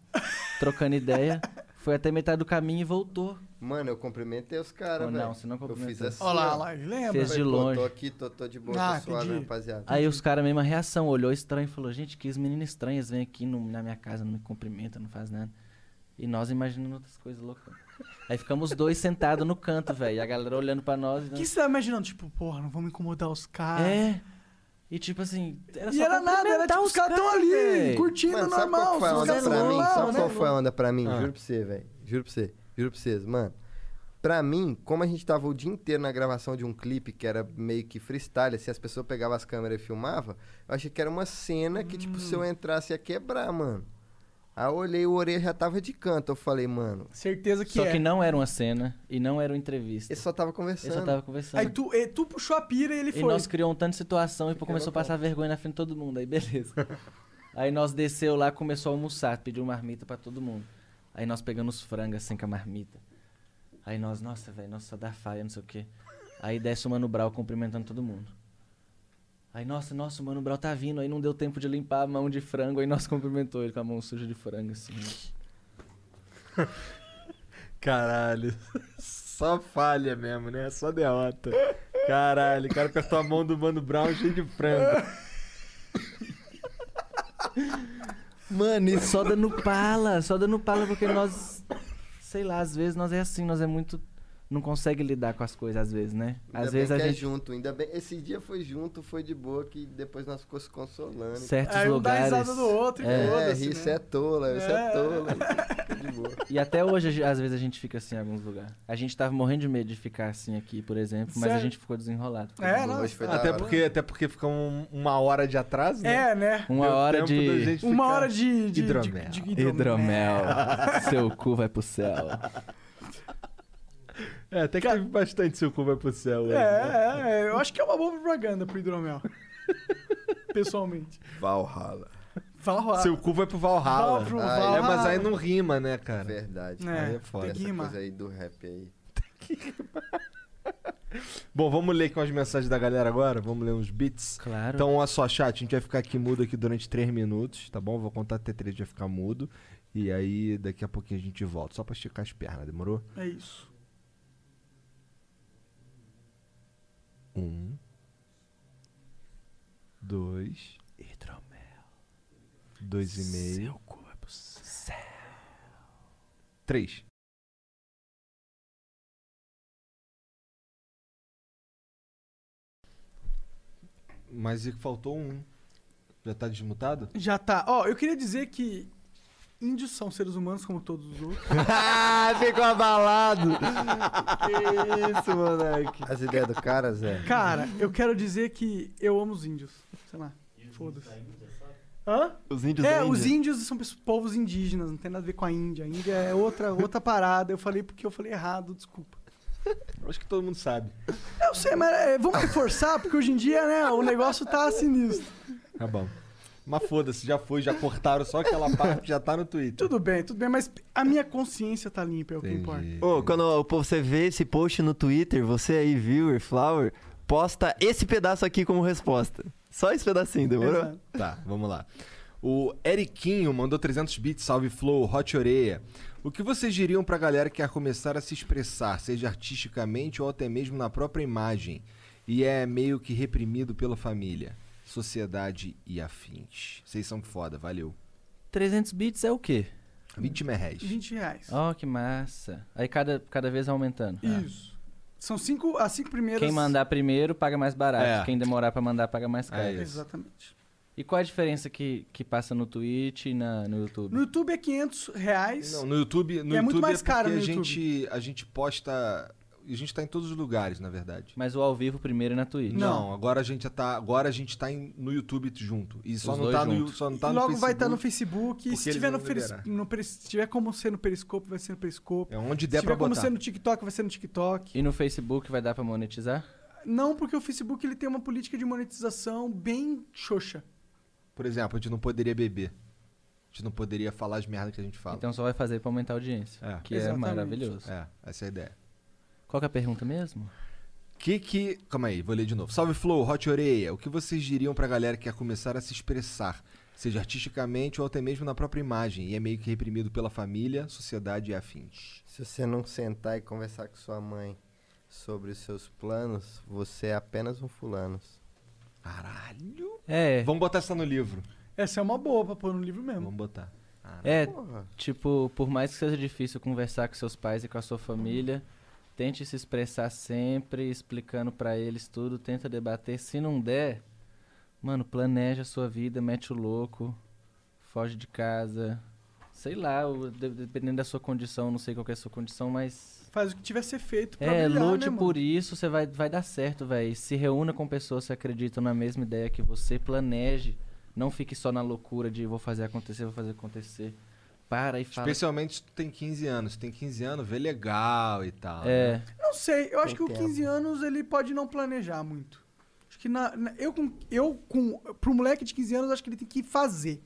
Speaker 7: trocando ideia, Foi até metade do caminho e voltou.
Speaker 5: Mano, eu cumprimentei os caras,
Speaker 7: Oh,
Speaker 5: velho.
Speaker 7: não, você não
Speaker 5: Eu fiz
Speaker 7: cumprimentou.
Speaker 5: assim.
Speaker 3: Olha lá,
Speaker 5: ó.
Speaker 3: lá, lembra?
Speaker 7: Fez de
Speaker 5: Falei, pô,
Speaker 7: longe.
Speaker 5: Tô aqui, tô, tô de boa,
Speaker 3: Ah,
Speaker 5: tô suave,
Speaker 3: entendi.
Speaker 5: rapaziada.
Speaker 7: Aí os caras, mesma reação, olhou estranho e falou: Gente, que os meninos estranhos vêm aqui no- na minha casa, não me cumprimentam, não faz nada. E nós imaginando outras coisas loucas. Aí ficamos dois sentados no canto, velho. e A galera olhando pra nós. e
Speaker 3: O
Speaker 5: É.
Speaker 7: dando-
Speaker 3: que você tá imaginando? Tipo, porra, não vamos incomodar os caras.
Speaker 7: É. E tipo assim, era só
Speaker 3: E era nada, era
Speaker 7: cumprimentar
Speaker 3: tipo, os caras tão ali,
Speaker 7: véi.
Speaker 3: curtindo
Speaker 5: Mano, sabe
Speaker 3: normal.
Speaker 5: qual foi a
Speaker 3: os
Speaker 5: onda
Speaker 3: caras
Speaker 5: pra
Speaker 3: tão
Speaker 5: mim?
Speaker 3: lá,
Speaker 5: sabe
Speaker 3: né?
Speaker 5: qual foi a onda pra mim?
Speaker 6: Ah.
Speaker 5: Juro pra você, velho. Juro pra você. Juro pra vocês, mano. Pra mim, como a gente tava o dia inteiro na gravação de um clipe que era meio que freestyle, assim, as pessoas pegavam as câmeras e filmavam, eu achei que era uma cena que, tipo,
Speaker 3: Hum.
Speaker 5: se eu entrasse ia quebrar, mano. Aí eu olhei, o orelha já tava de canto. Eu falei, mano,
Speaker 3: Certeza que
Speaker 7: Só
Speaker 3: é.
Speaker 7: que não era uma cena e não era uma entrevista.
Speaker 5: ele só tava
Speaker 7: Eu
Speaker 5: conversando.
Speaker 7: só tava conversando.
Speaker 3: Aí tu, eh, tu puxou a pira e ele
Speaker 7: E
Speaker 3: foi.
Speaker 7: nós criou um tanto de situação e pô, começou a passar vergonha na frente de todo mundo. Aí beleza. aí nós desceu lá, começou a almoçar, pediu marmita pra todo mundo. Aí nós pegando os frangos assim com a marmita. Aí nós, nossa, velho, nossa, só dá falha, não sei o quê. Aí desce o Mano Brau cumprimentando todo mundo. Aí, nossa, nossa, o Mano Brau tá vindo. Aí não deu tempo de limpar a mão de frango. Aí nós cumprimentou ele com a mão suja de frango, assim.
Speaker 6: Caralho. Só falha mesmo, né? Só derrota. Caralho, o cara com a mão do Mano Brown cheio de frango.
Speaker 7: Mano, e só dando pala, só dando pala porque nós, sei lá, às vezes nós é assim, nós é muito, não consegue lidar com as coisas às vezes, né?
Speaker 5: Ainda
Speaker 7: Às
Speaker 5: bem
Speaker 7: vezes a
Speaker 5: que é
Speaker 7: gente
Speaker 5: junto, ainda bem. Esse dia foi junto, foi de boa, que depois nós ficamos se consolando.
Speaker 7: certos
Speaker 3: Aí um dá
Speaker 7: lugares.
Speaker 3: risada do outro e
Speaker 5: É,
Speaker 3: foda-se,
Speaker 5: isso
Speaker 3: né?
Speaker 5: é tola, isso é, tola. Fica de boa.
Speaker 7: E até hoje a ge- às vezes a gente fica assim em alguns lugares. A gente tava morrendo de medo de ficar assim aqui, por exemplo, mas a
Speaker 3: Sério?
Speaker 7: gente ficou desenrolado. ficou
Speaker 3: É,
Speaker 7: de boa.
Speaker 3: não,
Speaker 5: Hoje foi da
Speaker 6: Até
Speaker 5: hora.
Speaker 6: porque, até porque fica um- uma hora de atraso, né?
Speaker 3: É, né?
Speaker 7: Uma
Speaker 6: Deu
Speaker 7: hora
Speaker 6: tempo da
Speaker 7: de
Speaker 6: gente
Speaker 3: Uma
Speaker 6: ficar-
Speaker 3: hora de... de
Speaker 6: Hidromel.
Speaker 3: De, de
Speaker 7: hidromel.
Speaker 6: né?
Speaker 7: Seu cu vai pro céu.
Speaker 6: É, até que teve bastante seu cu vai pro céu. hoje,
Speaker 3: É,
Speaker 6: né?
Speaker 3: é, é, eu acho que é uma boa propaganda pro hidromel. Pessoalmente.
Speaker 5: Valhalla.
Speaker 3: Fala rolar.
Speaker 6: Seu cu vai pro Valhalla.
Speaker 3: Fala pro
Speaker 5: Ah, é,
Speaker 6: É,
Speaker 3: Valhalla.
Speaker 6: mas aí não rima, né, cara?
Speaker 5: Verdade.
Speaker 3: É,
Speaker 6: aí é foda.
Speaker 3: Tem que
Speaker 5: Essa
Speaker 3: rimar.
Speaker 5: coisa aí do rap aí.
Speaker 6: Bom, vamos ler aqui umas mensagens da galera agora. Vamos ler uns beats.
Speaker 7: Claro.
Speaker 6: Então, olha só, chat. A gente vai ficar aqui mudo aqui durante 3 minutos, tá bom? Vou contar até 3 vai ficar mudo. E aí, daqui a pouquinho a gente volta. Só pra esticar as pernas, demorou?
Speaker 3: É isso.
Speaker 6: Um. Dois. Hidromel. Dois e meio. Seu corpo. Três. Mas e faltou um. Já tá desmutado?
Speaker 3: Já tá. Ó, eu queria dizer que índios são seres humanos como todos os outros.
Speaker 6: Ficou abalado.
Speaker 5: Isso, moleque. As ideias do cara, Zé.
Speaker 3: Cara, eu quero dizer que eu amo os índios. Sei lá. Foda-se. Hã?
Speaker 8: Os índios
Speaker 3: É,
Speaker 8: da
Speaker 3: os
Speaker 8: Índia.
Speaker 3: índios são pessoas- povos indígenas, não tem nada a ver com a Índia. A Índia é outra, outra parada. Eu falei porque eu falei errado, desculpa.
Speaker 6: Acho que todo mundo sabe.
Speaker 3: Eu sei, mas é, vamos reforçar, porque hoje em dia, né, o negócio tá sinistro.
Speaker 6: Tá bom. Mas foda-se, já foi, já cortaram só aquela parte que já tá no Twitter.
Speaker 3: Tudo bem, tudo bem, mas a minha consciência tá limpa, é o que
Speaker 6: Entendi.
Speaker 3: importa.
Speaker 8: Ô, quando o povo- você vê esse post no Twitter, você aí, viewer, flower, posta esse pedaço aqui como resposta. Só esse pedacinho, demorou?
Speaker 3: Exato.
Speaker 6: Tá, vamos lá. O Eriquinho mandou 300 bits, salve Flow, Hot Oreia. O que vocês diriam pra galera que quer começar a se expressar, seja artisticamente ou até mesmo na própria imagem, e é meio que reprimido pela família, sociedade e afins? Vocês são foda, valeu. é
Speaker 7: 300 bits é o quê?
Speaker 6: 20 merréis.
Speaker 3: 20 reais.
Speaker 8: Ah,
Speaker 7: Oh, que massa. Aí cada, cada vez aumentando.
Speaker 8: tá.
Speaker 3: Isso. São cinco, as cinco primeiras.
Speaker 7: Quem mandar primeiro paga mais barato.
Speaker 6: É.
Speaker 7: Quem demorar pra mandar paga mais caro.
Speaker 6: É isso.
Speaker 3: Exatamente.
Speaker 7: E qual a diferença que, que passa no Twitch e na, no YouTube?
Speaker 3: No YouTube é 500 reais.
Speaker 6: Não, no YouTube, no
Speaker 3: E é
Speaker 6: YouTube
Speaker 3: muito mais
Speaker 6: é porque
Speaker 3: caro no
Speaker 6: a gente a gente posta, a gente tá em todos os lugares, na verdade.
Speaker 7: Mas o ao vivo primeiro é na Twitch.
Speaker 6: Não, agora a gente já tá, agora a gente tá em- no YouTube junto. E só
Speaker 7: Os
Speaker 6: não
Speaker 7: dois
Speaker 6: tá no
Speaker 7: juntos.
Speaker 6: Yu- só não
Speaker 3: e
Speaker 6: tá no
Speaker 3: logo vai
Speaker 6: Facebook.
Speaker 3: estar no Facebook.
Speaker 6: porque
Speaker 3: Se
Speaker 6: eles
Speaker 3: tiver,
Speaker 6: vão
Speaker 3: no Peris-
Speaker 6: liberar.
Speaker 3: no Peris- se tiver como ser no Periscope, vai ser no Periscope.
Speaker 6: É onde
Speaker 3: Se
Speaker 6: der
Speaker 3: tiver
Speaker 6: pra
Speaker 3: como
Speaker 6: botar.
Speaker 3: ser no TikTok, vai ser no TikTok.
Speaker 7: E no Facebook vai dar pra monetizar?
Speaker 3: Não, porque o Facebook ele tem uma política de monetização bem xoxa.
Speaker 6: Por exemplo, a gente não poderia beber. A gente não poderia falar as merdas que a gente fala.
Speaker 7: Então só vai fazer pra aumentar a audiência.
Speaker 6: É.
Speaker 7: Que
Speaker 3: Exatamente.
Speaker 7: é maravilhoso.
Speaker 6: É, essa é a ideia.
Speaker 7: Qual que é a pergunta mesmo?
Speaker 6: Que que... Calma aí, vou ler de novo. Salve Flow, Hot Oreia. O que vocês diriam pra galera que quer começar a se expressar, seja artisticamente ou até mesmo na própria imagem, e é meio que reprimido pela família, sociedade e afins.
Speaker 5: Se você não sentar e conversar com sua mãe sobre os seus planos, você é apenas um fulano.
Speaker 6: Caralho!
Speaker 7: É.
Speaker 6: Vamos botar essa no livro.
Speaker 3: Essa é uma boa pra pôr no livro mesmo.
Speaker 6: Vamos botar.
Speaker 7: É, tipo, por mais que seja difícil conversar com seus pais e com a sua família, tente se expressar sempre, explicando pra eles tudo, tenta debater. Se não der, mano, planeja a sua vida, mete o louco, foge de casa. Sei lá, o- de- dependendo da sua condição, não sei qual que é a sua condição, mas.
Speaker 3: Faz o que tiver a ser feito pra
Speaker 7: É,
Speaker 3: brilhar,
Speaker 7: lute
Speaker 3: né,
Speaker 7: por isso, você vai, vai dar certo, velho. Se reúna com pessoas que acreditam na mesma ideia que você, planeje. Não fique só na loucura de vou fazer acontecer, vou fazer acontecer. Para e fala.
Speaker 6: Especialmente se tu tem 15 anos. Se tem 15 anos, vê legal e tal.
Speaker 7: É.
Speaker 6: né?
Speaker 3: Não sei, eu acho que
Speaker 6: Tem
Speaker 3: o 15 anos ele pode não planejar muito. Acho que na, na- eu com eu com pro moleque de 15 anos acho que ele tem que fazer.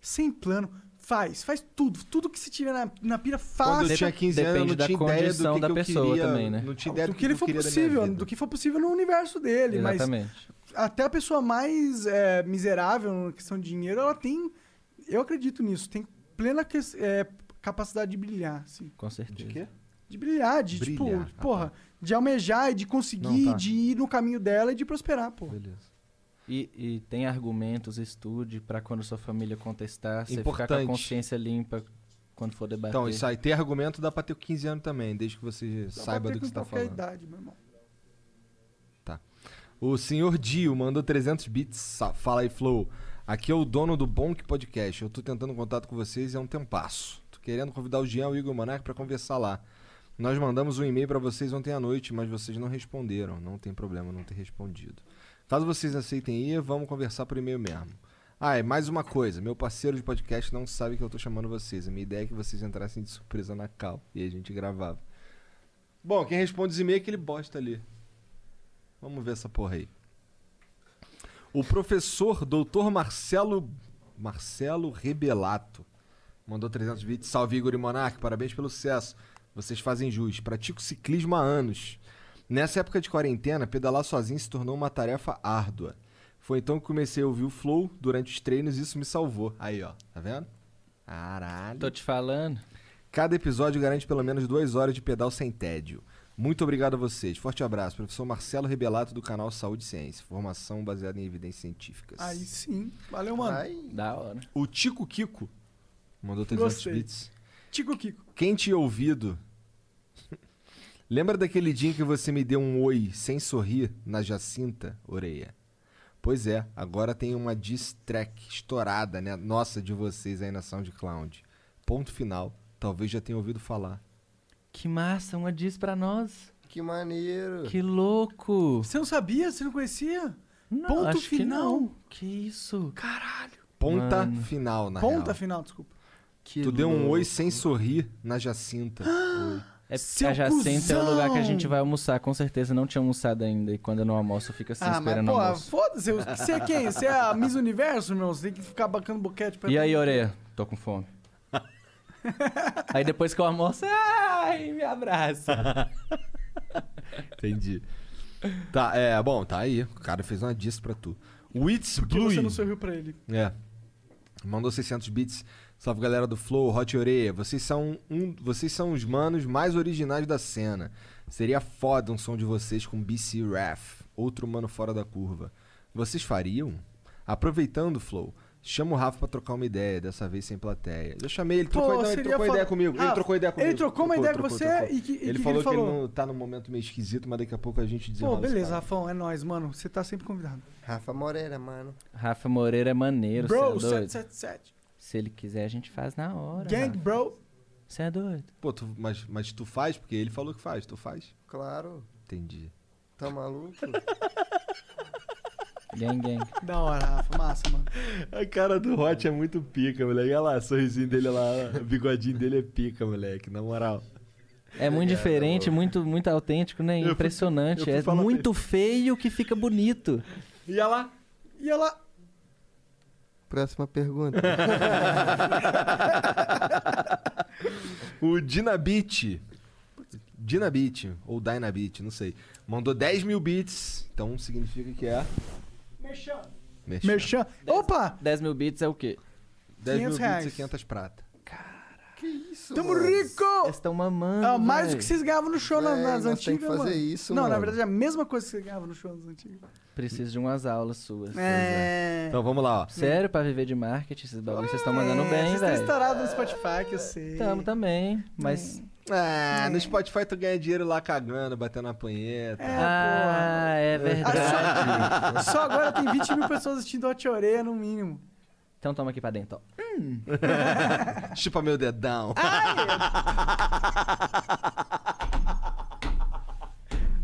Speaker 3: Sem plano, faz, faz tudo, tudo que se tiver na, na pira faz.
Speaker 6: Quando eu tinha 15 anos, eu não tinha ideia do que, que eu queria,
Speaker 7: né?
Speaker 6: Não tinha ideia
Speaker 3: Ah, do
Speaker 6: do
Speaker 3: que ele
Speaker 6: eu
Speaker 3: for
Speaker 6: queria da minha
Speaker 3: possível,
Speaker 6: vida.
Speaker 3: do que for possível no universo dele, mas
Speaker 7: Exatamente.
Speaker 3: até a pessoa mais é, miserável na questão de dinheiro, ela tem, eu acredito nisso, tem plena que- é, capacidade de brilhar, assim.
Speaker 7: Com certeza.
Speaker 6: De quê?
Speaker 3: De brilhar, de,
Speaker 6: Brilhar, tá
Speaker 3: tipo, porra, de almejar e de conseguir,
Speaker 7: Não, tá.
Speaker 3: de ir no caminho dela e de prosperar, porra.
Speaker 6: Beleza.
Speaker 7: E, e tem argumentos, estude pra quando sua família contestar, você ficar com a
Speaker 6: Importante.
Speaker 7: consciência limpa quando for debater.
Speaker 6: Então, isso aí, ter argumento dá pra ter 15 anos também, desde que você saiba do que você tá falando.
Speaker 3: idade, meu irmão.
Speaker 6: Tá. O senhor Dio mandou 300 bits. sa- Fala aí, Flow. Aqui é o dono do Bonk Podcast. Eu tô tentando contato com vocês há um tempasso. Tô querendo convidar o Jean e o Igor Monark pra conversar lá. Nós mandamos um e-mail pra vocês ontem à noite, mas vocês não responderam. Não tem problema não ter respondido. Caso vocês aceitem ir, vamos conversar por e-mail mesmo. Ah, é mais uma coisa. Meu parceiro de podcast não sabe que eu tô chamando vocês. A minha ideia é que vocês entrassem de surpresa na cal e a gente gravava. Bom, quem responde os e-mails é aquele bosta ali. Vamos ver essa porra aí. O professor Dr. Marcelo Marcelo Rebelato mandou 300 bits. Salve Igor e Monark, parabéns pelo sucesso. Vocês fazem jus. Pratico ciclismo há anos. Nessa época de quarentena, pedalar sozinho se tornou uma tarefa árdua. Foi então que comecei a ouvir o flow durante os treinos e isso me salvou. Aí, ó, tá vendo? Caralho.
Speaker 7: Tô te falando.
Speaker 6: Cada episódio garante pelo menos duas horas de pedal sem tédio. Muito obrigado a vocês. Forte abraço. Professor Marcelo Rebelato, do canal Saúde e Ciência. Formação baseada em evidências científicas.
Speaker 3: Aí sim. Valeu, mano.
Speaker 7: Da hora.
Speaker 6: O Tico Kiko mandou 300
Speaker 3: Gostei.
Speaker 6: bits.
Speaker 3: Tico Kiko.
Speaker 6: Quente e ouvido. Lembra daquele dia em que você me deu um oi sem sorrir na Jacinta, Oreia? Pois é, agora tem uma diss track estourada, né? Nossa, de vocês aí na SoundCloud. Ponto final. Talvez já tenha ouvido falar.
Speaker 7: Que massa, uma diz pra nós.
Speaker 5: Que
Speaker 6: É.
Speaker 5: maneiro.
Speaker 7: Que louco.
Speaker 3: Você não sabia? Você não conhecia? Ponto
Speaker 7: acho que
Speaker 3: final.
Speaker 7: não. Que, isso?
Speaker 3: Caralho.
Speaker 6: Ponta final, na
Speaker 3: Ponta
Speaker 6: real.
Speaker 3: final, desculpa.
Speaker 6: tu deu um oi sem sorrir na Jacinta. Oi.
Speaker 7: É,
Speaker 3: Seu
Speaker 7: a Jacinta é o lugar que a
Speaker 3: cuzão!
Speaker 7: gente vai almoçar, com certeza. Não tinha almoçado ainda. E quando eu não almoço, fica assim
Speaker 3: Ah, mas
Speaker 7: esperando o
Speaker 3: porra,
Speaker 7: almoço.
Speaker 3: foda-se. eu- Você é quem? Você é a Miss Universo, meu? Você tem que ficar bacando boquete pra
Speaker 7: E aí, Oreia? Tô com fome. aí depois que eu almoço, ai, me abraça.
Speaker 6: Entendi. Tá, é, bom, tá aí. O cara fez uma disso pra tu. O It's
Speaker 3: Porque
Speaker 6: Blue.
Speaker 3: você não sorriu pra ele.
Speaker 6: É. Mandou 600 bits. Salve galera do Flow, Hot Oreia. Vocês são, um, vocês são os manos mais originais da cena. Seria foda um som de vocês com BC Raf, outro mano fora da curva. Vocês fariam? Aproveitando, Flow, chama o Rafa pra trocar uma ideia, dessa vez sem plateia. Eu chamei ele, trocou,
Speaker 3: Pô,
Speaker 6: ideia, ele
Speaker 3: seria
Speaker 6: trocou
Speaker 3: foda.
Speaker 6: ideia comigo. ele
Speaker 3: Ah,
Speaker 6: trocou ideia
Speaker 3: ele
Speaker 6: comigo.
Speaker 3: trocou uma ideia com você e que- e que
Speaker 6: ele
Speaker 3: que
Speaker 6: falou
Speaker 3: ele
Speaker 6: que ele
Speaker 3: falou?
Speaker 6: não tá num momento meio esquisito, mas daqui a pouco a gente
Speaker 3: Pô,
Speaker 6: desenrola esse
Speaker 3: beleza,
Speaker 6: papo.
Speaker 3: Rafão. É nóis, mano. Você tá sempre convidado.
Speaker 5: Rafa Moreira, mano.
Speaker 7: Rafa Moreira é maneiro, você é
Speaker 3: Bro,
Speaker 7: doido.
Speaker 3: 777.
Speaker 7: Se ele quiser, a gente faz na hora.
Speaker 3: Gang,
Speaker 7: Rafa.
Speaker 3: bro.
Speaker 7: Você é doido.
Speaker 6: Pô, tu- mas, mas tu faz? Porque ele falou que faz, tu faz.
Speaker 5: Claro.
Speaker 6: Entendi.
Speaker 5: Tá maluco?
Speaker 7: Gang, gang.
Speaker 3: Da hora, Rafa. Massa, mano.
Speaker 6: A cara do Hot é muito pica, moleque. Olha lá, sorrisinho dele lá, o bigodinho dele é pica, moleque, na moral.
Speaker 7: É muito diferente, muito, muito autêntico, né?
Speaker 6: fui-
Speaker 7: Impressionante.
Speaker 6: eu fui
Speaker 7: é
Speaker 6: falar
Speaker 7: muito feio que fica bonito.
Speaker 6: E olha lá.
Speaker 3: E ela...
Speaker 5: Próxima pergunta.
Speaker 6: O Dinabit. Dinabit, ou Dynabit, não sei. Mandou 10 mil bits, então significa que é.
Speaker 3: Mexendo.
Speaker 6: Merchan.
Speaker 3: Merchan. Opa!
Speaker 7: 10 mil bits é o quê?
Speaker 6: 10 mil
Speaker 3: 500
Speaker 6: bits
Speaker 3: reais.
Speaker 6: e 500 prata.
Speaker 5: Que isso,
Speaker 3: Tamo
Speaker 5: mano?
Speaker 3: rico!
Speaker 7: Eles estão mamando.
Speaker 3: Ah, mais do
Speaker 7: velho.
Speaker 3: que vocês ganhavam no show na-
Speaker 5: Véi,
Speaker 3: nas
Speaker 5: nós tem que
Speaker 3: antigas,
Speaker 5: fazer
Speaker 3: mano.
Speaker 5: isso,
Speaker 3: Não, na
Speaker 5: mano.
Speaker 3: verdade é a mesma coisa que você ganhava no show nas antigas.
Speaker 7: Preciso de umas aulas suas.
Speaker 3: É.
Speaker 6: Então vamos lá, ó.
Speaker 7: Sério, pra viver de marketing, esses bagulhos vocês estão mandando
Speaker 3: É,
Speaker 7: bem,
Speaker 3: Vocês estão
Speaker 7: velho.
Speaker 3: estourados no Spotify, que eu sei.
Speaker 7: Tamo também, mas.
Speaker 6: Ah, no Spotify tu ganha dinheiro lá cagando, batendo na punheta.
Speaker 7: É. ah, é verdade.
Speaker 3: Só agora tem 20 mil pessoas assistindo a Choré, no mínimo.
Speaker 7: então toma aqui pra dentro, ó.
Speaker 6: Chupa meu dedão.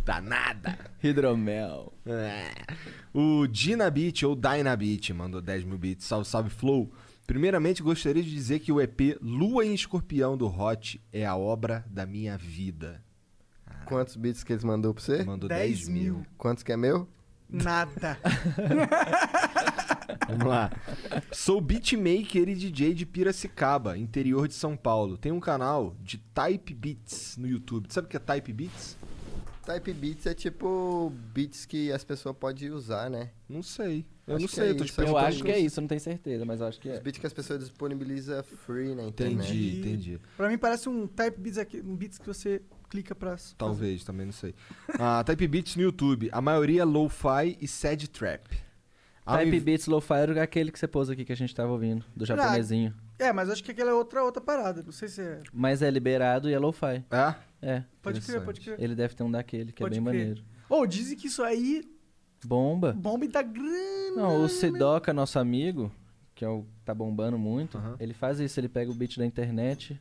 Speaker 6: Danada.
Speaker 7: Hidromel.
Speaker 6: É. O Dinabit ou Dynabit mandou 10 mil bits. Salve, salve, Flow. Primeiramente, gostaria de dizer que o EP Lua em Escorpião do Hot é a obra da minha vida.
Speaker 5: Quantos bits que eles mandou pra você?
Speaker 6: Mandou 10,
Speaker 3: 10
Speaker 6: mil.
Speaker 3: mil.
Speaker 5: Quantos que é meu?
Speaker 3: Nada.
Speaker 6: Vamos lá. Sou beatmaker e DJ de Piracicaba, interior de São Paulo. Tem um canal de Type Beats no YouTube. Tu Sabe o que é Type Beats?
Speaker 5: Type beats é tipo beats que as pessoas podem usar, né?
Speaker 6: Não sei. Eu
Speaker 5: Acho
Speaker 6: não
Speaker 5: que
Speaker 6: sei,
Speaker 5: é
Speaker 6: eu tô te
Speaker 5: isso,
Speaker 7: Eu
Speaker 6: perguntando.
Speaker 7: acho que é isso, não tenho certeza, mas eu acho que
Speaker 5: Os
Speaker 7: é.
Speaker 5: beats que as pessoas disponibilizam é free na internet.
Speaker 6: Entendi, entendi.
Speaker 7: Tá
Speaker 3: pra mim parece um type beats, aqui, um beats que você clica pra...
Speaker 6: Talvez, também não sei. Ah, type Beats no YouTube. A maioria é lo-fi e sad trap. Ao
Speaker 7: Type
Speaker 6: inv-
Speaker 7: Beats Lo-Fi era aquele que você pôs aqui que a gente tava ouvindo, do japonesinho.
Speaker 3: É, mas acho que aquela é outra, outra parada. Não sei se é...
Speaker 7: Mas é liberado e é Lo-Fi.
Speaker 6: É?
Speaker 7: É.
Speaker 3: Pode crer,
Speaker 6: Interessante.
Speaker 3: pode crer.
Speaker 7: Ele deve ter um daquele, que
Speaker 3: Pode
Speaker 7: é bem
Speaker 3: crer.
Speaker 7: maneiro.
Speaker 3: Ou dizem que isso aí
Speaker 7: Bomba.
Speaker 3: bomba e tá dá grana.
Speaker 7: Não, o Sidoca, nosso amigo, que é o tá bombando muito,
Speaker 6: Aham.
Speaker 7: ele faz isso, ele pega o beat da internet,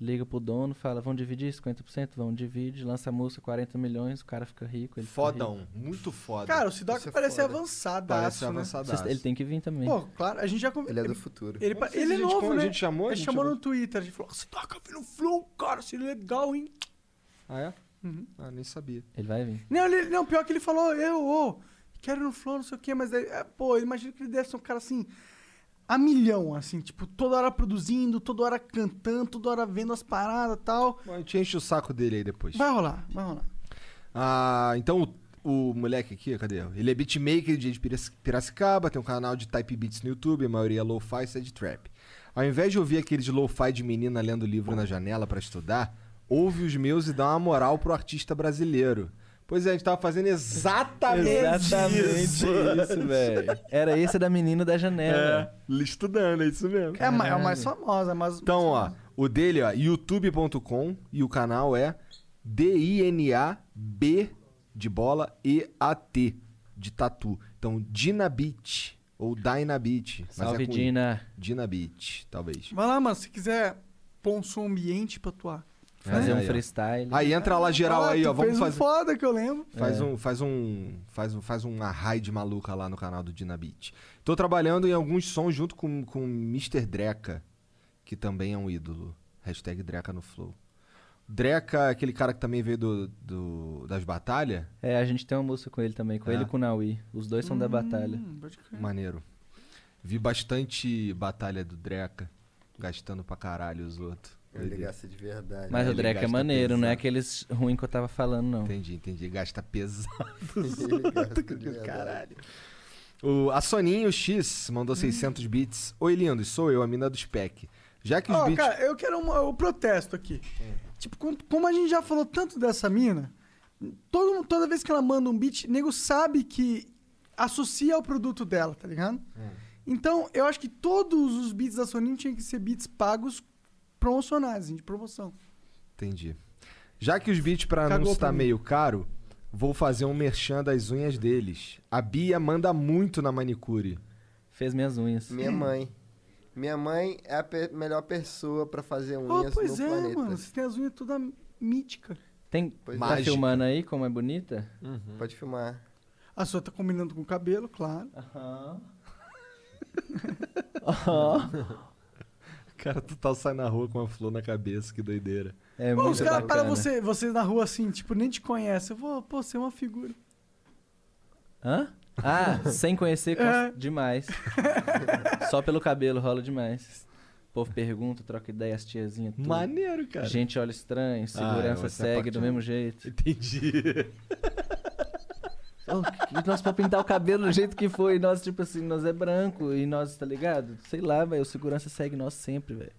Speaker 7: liga pro dono, fala, vão dividir 50%, vão divide, lança a música 40 milhões, o cara fica rico, ele tá fica rico.
Speaker 6: Fodão, muito foda.
Speaker 3: Cara, o Sidoca
Speaker 5: Isso é
Speaker 3: parece né?
Speaker 5: foda.
Speaker 3: avançado.
Speaker 6: parece
Speaker 3: avançado.
Speaker 6: avançadaço.
Speaker 7: Vocês- Ele tem que vir também.
Speaker 3: Né? Pô, claro, a gente já... Conv...
Speaker 5: Ele é do futuro.
Speaker 3: Ele, pa-
Speaker 6: sei se
Speaker 3: ele
Speaker 6: a
Speaker 3: é
Speaker 6: gente
Speaker 3: novo,
Speaker 6: con- a
Speaker 3: né?
Speaker 6: gente chamou, a
Speaker 3: Ele
Speaker 6: gente
Speaker 3: chamou
Speaker 6: chamou.
Speaker 3: no Twitter. A gente falou, você toca no Flow, cara, seria legal, hein?
Speaker 6: Ah, é?
Speaker 3: Uhum.
Speaker 6: Ah, nem sabia.
Speaker 7: Ele vai vir.
Speaker 3: Não, ele- não, pior que ele falou, eu, ô, quero ir no Flow, não sei o quê, mas, aí, é, pô, eu imagino que ele deve ser um cara assim, a milhão, assim, tipo, toda hora produzindo, toda hora cantando, toda hora vendo as paradas e tal.
Speaker 6: Bom, a gente enche o saco dele aí depois.
Speaker 3: Vai rolar, vai rolar.
Speaker 6: Ah, então o, o moleque aqui, cadê? Ele é beatmaker de Piraci- Piracicaba, tem um canal de type beats no YouTube, a maioria é lo-fi e sad trap. Ao invés de ouvir aquele de lo-fi de menina lendo livro na janela pra estudar, ouve os meus e dá uma moral pro artista brasileiro. Pois é, a gente tava fazendo exatamente, isso.
Speaker 7: velho. Era esse da menina da janela.
Speaker 6: É, estudando, é isso mesmo.
Speaker 3: É, a ma- é a mais famosa, mas...
Speaker 6: Então, ó, o dele, ó, youtube.com e o canal é D-I-N-A-B de bola E-A-T de tatu. Então, Dinabit ou Dynabit. mas
Speaker 7: Salve,
Speaker 6: é com I.
Speaker 7: Dina.
Speaker 6: Dinabit, talvez.
Speaker 3: Vai lá, mano, se quiser pôr um som ambiente pra atuar.
Speaker 7: Fazer
Speaker 6: É,
Speaker 7: um
Speaker 6: aí, ó.
Speaker 7: freestyle.
Speaker 6: Aí entra lá geral
Speaker 3: Ah,
Speaker 6: aí,
Speaker 3: tu
Speaker 6: ó, vamos
Speaker 3: fez um
Speaker 6: fazer
Speaker 3: foda que eu lembro.
Speaker 6: Faz um, faz um, faz um, faz uma raid maluca lá no canal do Dinabit. Tô trabalhando em alguns sons junto com com o Mr. Dreca, que também é um ídolo. Hashtag Dreca no Flow. Dreca, é aquele cara que também veio do, do- das batalhas,
Speaker 7: É, a gente tem uma música com ele também, com
Speaker 6: É.
Speaker 7: ele e com o Naui. Os dois são da batalha.
Speaker 3: Hum, pode crer.
Speaker 6: maneiro. Vi bastante batalha do Dreca, gastando pra caralho os outros.
Speaker 5: Ele gasta de verdade.
Speaker 7: Mas
Speaker 6: Ele
Speaker 7: o Drek é
Speaker 6: gasta
Speaker 7: maneiro, não é
Speaker 6: pesado.
Speaker 7: aqueles ruins que eu tava falando, não.
Speaker 6: Entendi, entendi. Gasta pesado.
Speaker 5: Ele gasta de verdade.
Speaker 6: Caralho. O, a Soninho X mandou 600 bits. Oi, lindos, sou eu, a mina do Spec. Já que os É.
Speaker 3: Ó,
Speaker 6: bits...
Speaker 3: cara, eu quero um, eu protesto aqui. Tipo, com- como a gente já falou tanto dessa mina, todo, mu- toda vez que ela manda um beat, nego sabe que associa ao produto dela, tá ligado?
Speaker 6: É.
Speaker 3: Então, eu acho que todos os beats da Soninho tinham que ser beats pagos promocionais, assim, de promoção.
Speaker 6: Entendi. Já que os beats pra
Speaker 3: Cagou
Speaker 6: anúncio
Speaker 3: pra
Speaker 6: tá
Speaker 3: mim.
Speaker 6: meio caro, vou fazer um merchan das unhas deles. A Bia manda muito na manicure.
Speaker 7: Fez minhas unhas.
Speaker 5: Minha mãe. Minha mãe é a pe- melhor pessoa pra
Speaker 7: Ah,
Speaker 5: fazer
Speaker 3: Oh,
Speaker 5: unhas
Speaker 3: pois
Speaker 5: no
Speaker 3: é,
Speaker 5: planeta.
Speaker 3: mano, vocês têm as unhas toda mítica.
Speaker 7: Tem,
Speaker 5: Pois
Speaker 7: tá
Speaker 6: Mágica.
Speaker 7: filmando aí como é bonita?
Speaker 5: Pode filmar.
Speaker 3: A sua tá combinando com o cabelo, claro.
Speaker 7: É
Speaker 6: Cara, tu tá saindo na rua com uma flor na cabeça, que doideira.
Speaker 7: É
Speaker 3: Pô,
Speaker 7: muito
Speaker 3: os caras
Speaker 7: bacana.
Speaker 3: param você, você na rua assim, tipo, nem te conhece. Eu vou, pô, você é uma figura.
Speaker 7: Hã? Ah, sem conhecer, com-
Speaker 3: É.
Speaker 7: demais. Só pelo cabelo rola demais. O povo pergunta, troca ideia, as tiazinhas, tudo.
Speaker 6: Maneiro, cara.
Speaker 7: Gente olha estranho, segurança
Speaker 6: essa é a
Speaker 7: segue
Speaker 6: parte
Speaker 7: do
Speaker 6: boa.
Speaker 7: mesmo jeito.
Speaker 6: Entendi.
Speaker 7: Ô, que- E nós pra pintar o cabelo do jeito que foi. E nós, tipo assim, nós é branco. E nós, tá ligado? Sei lá, velho. O segurança segue nós sempre, velho.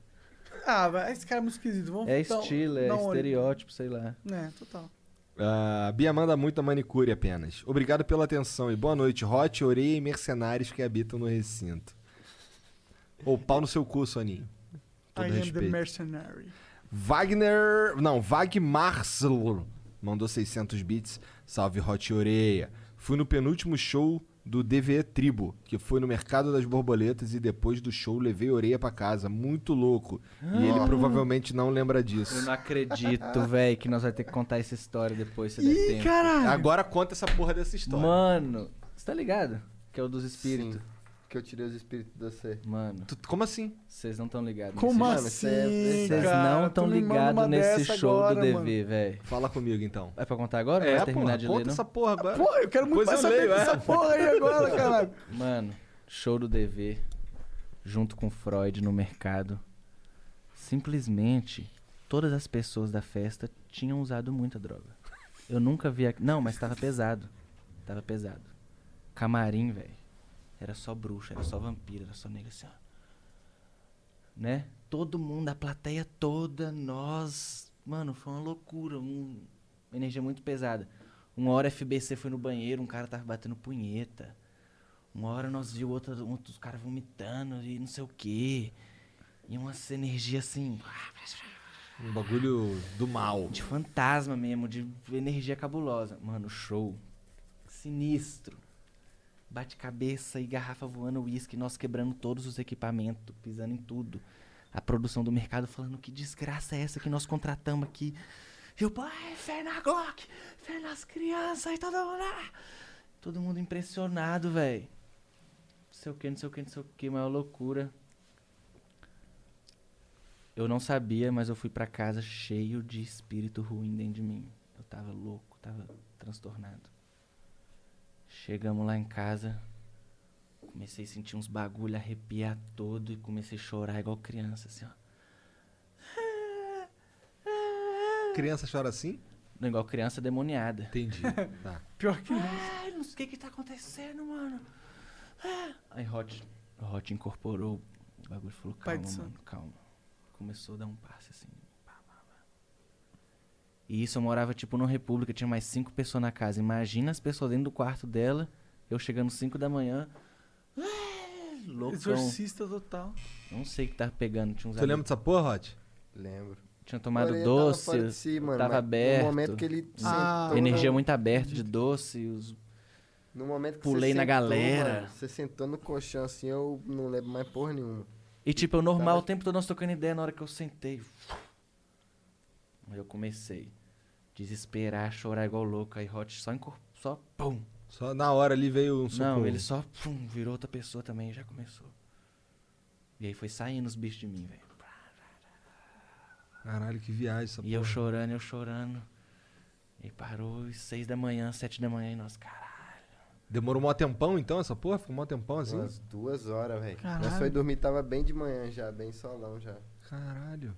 Speaker 3: Ah, vai, esse cara é muito esquisito. Vamos
Speaker 7: É
Speaker 3: dar um-
Speaker 7: estilo, é
Speaker 3: dar um olho.
Speaker 7: estereótipo, sei lá.
Speaker 3: É, total.
Speaker 6: Ah, Bia manda muito a manicure apenas. Obrigado pela atenção e boa noite, Hot, Oreia e mercenários que habitam no recinto. Ou pau no seu cu, Soninho. Todo
Speaker 3: I am the
Speaker 6: respeito.
Speaker 3: mercenary.
Speaker 6: Wagner. Não, Wagmarsl mandou 600 bits. Salve, Hot Oreia. Fui no penúltimo show do DVE Tribo, que foi no Mercado das Borboletas e depois do show levei Oreia pra casa. Muito louco. E ele
Speaker 7: Ah.
Speaker 6: provavelmente não lembra disso.
Speaker 7: Eu não acredito, velho, que nós vai ter que contar essa história depois, se der
Speaker 6: Ih,
Speaker 7: tempo.
Speaker 6: caralho! Agora conta essa porra dessa história.
Speaker 7: Mano, você tá ligado? Que é o dos espíritos.
Speaker 5: Que eu tirei os espíritos de você.
Speaker 7: Mano.
Speaker 6: como assim?
Speaker 7: Vocês não estão ligados
Speaker 5: Como
Speaker 7: nesse
Speaker 5: assim,
Speaker 7: show. é Vocês
Speaker 5: cara?
Speaker 7: não
Speaker 5: Tu
Speaker 7: estão
Speaker 5: me manda uma
Speaker 7: ligados nesse
Speaker 5: dessa
Speaker 7: show
Speaker 5: agora,
Speaker 7: do
Speaker 5: mano.
Speaker 7: DV, velho.
Speaker 6: Fala comigo então.
Speaker 7: É pra contar agora? ou
Speaker 6: É,
Speaker 7: vai terminar
Speaker 6: porra,
Speaker 7: de
Speaker 6: conta
Speaker 7: ler, não?
Speaker 6: essa porra agora.
Speaker 3: Porra, eu quero muito mais
Speaker 6: Depois eu
Speaker 3: saber
Speaker 6: leio,
Speaker 3: dessa
Speaker 6: é.
Speaker 3: porra aí agora, caralho.
Speaker 7: Mano, show do DV, junto com Freud no mercado. Simplesmente, todas as pessoas da festa tinham usado muita droga. Eu nunca vi. A... Não, mas tava pesado. Tava pesado. Camarim, velho. Era só bruxa, era só vampiro, era só nega assim, ó. Né? Todo mundo, a plateia toda, nós. Mano, foi uma loucura. um- Uma energia muito pesada. Uma hora FBC foi no banheiro, um cara tava batendo punheta. Uma hora nós viu outra, outros caras vomitando e não sei o quê. E uma energia assim.
Speaker 6: Um bagulho do mal.
Speaker 7: De fantasma mesmo, de energia cabulosa. Mano, show. Sinistro. Bate-cabeça e garrafa voando uísque, nós quebrando todos os equipamentos, pisando em tudo. A produção do mercado falando que desgraça é essa que nós contratamos aqui. E o pai, fé na Glock, fé nas crianças e todo mundo. ah! Todo mundo impressionado, velho. Não sei o que, não sei o que, não sei o que, maior loucura. Eu não sabia, mas eu fui pra casa cheio de espírito ruim dentro de mim. Eu tava louco, tava transtornado. Chegamos lá em casa, comecei a sentir uns bagulho, arrepiar todo e comecei a chorar igual criança, assim, ó.
Speaker 6: Criança chora assim?
Speaker 7: Não, igual criança demoniada.
Speaker 6: Entendi. Tá.
Speaker 3: Pior que não.
Speaker 7: Ai, não sei o que que tá acontecendo, mano. Ah. Aí Hot, Hot incorporou o bagulho e falou,
Speaker 3: Pai do
Speaker 7: calma, mano, calma. Começou a dar um passe assim. pá, pá, pá. E isso eu morava tipo numa república, tinha mais cinco pessoas na casa. Imagina as pessoas dentro do quarto dela, eu chegando 5 da manhã. ah, Loucão.
Speaker 3: Exorcista total.
Speaker 7: Não sei o que tava pegando. Tinha uns
Speaker 6: Tu lembra
Speaker 7: amigos-
Speaker 6: dessa porra, Hot?
Speaker 5: Lembro.
Speaker 7: tinha tomado
Speaker 5: Porém, tava
Speaker 7: doce,
Speaker 5: fora
Speaker 7: tava,
Speaker 5: de si, mano, mas no
Speaker 7: aberto.
Speaker 5: momento que ele
Speaker 7: Ah,
Speaker 5: sentou, né?
Speaker 7: energia
Speaker 5: não-
Speaker 7: muito aberta de doce, os
Speaker 5: No momento que
Speaker 7: Pulei
Speaker 5: você
Speaker 7: na
Speaker 5: sentou,
Speaker 7: galera.
Speaker 5: mano, você sentou no colchão assim, eu não lembro mais porra nenhuma.
Speaker 7: E tipo, eu normal, o tempo todo nós trocando ideia, na hora que eu sentei. Aí eu comecei. Desesperar, chorar igual louco. Aí Hot só encor... só pum.
Speaker 6: Só na hora ali veio um socorro.
Speaker 7: Não, ele só pum, virou outra pessoa também, já começou. E aí foi saindo os bichos de mim, velho.
Speaker 6: Caralho, que viagem essa
Speaker 7: E eu chorando, eu chorando. E parou às seis da manhã, sete da manhã, e nós, caralho.
Speaker 6: Demorou mó tempão então essa porra? Ficou mó tempão assim?
Speaker 5: Umas duas horas, velho.
Speaker 6: Caralho.
Speaker 5: Nós foi dormir, tava bem de manhã já, bem solão já.
Speaker 6: Caralho.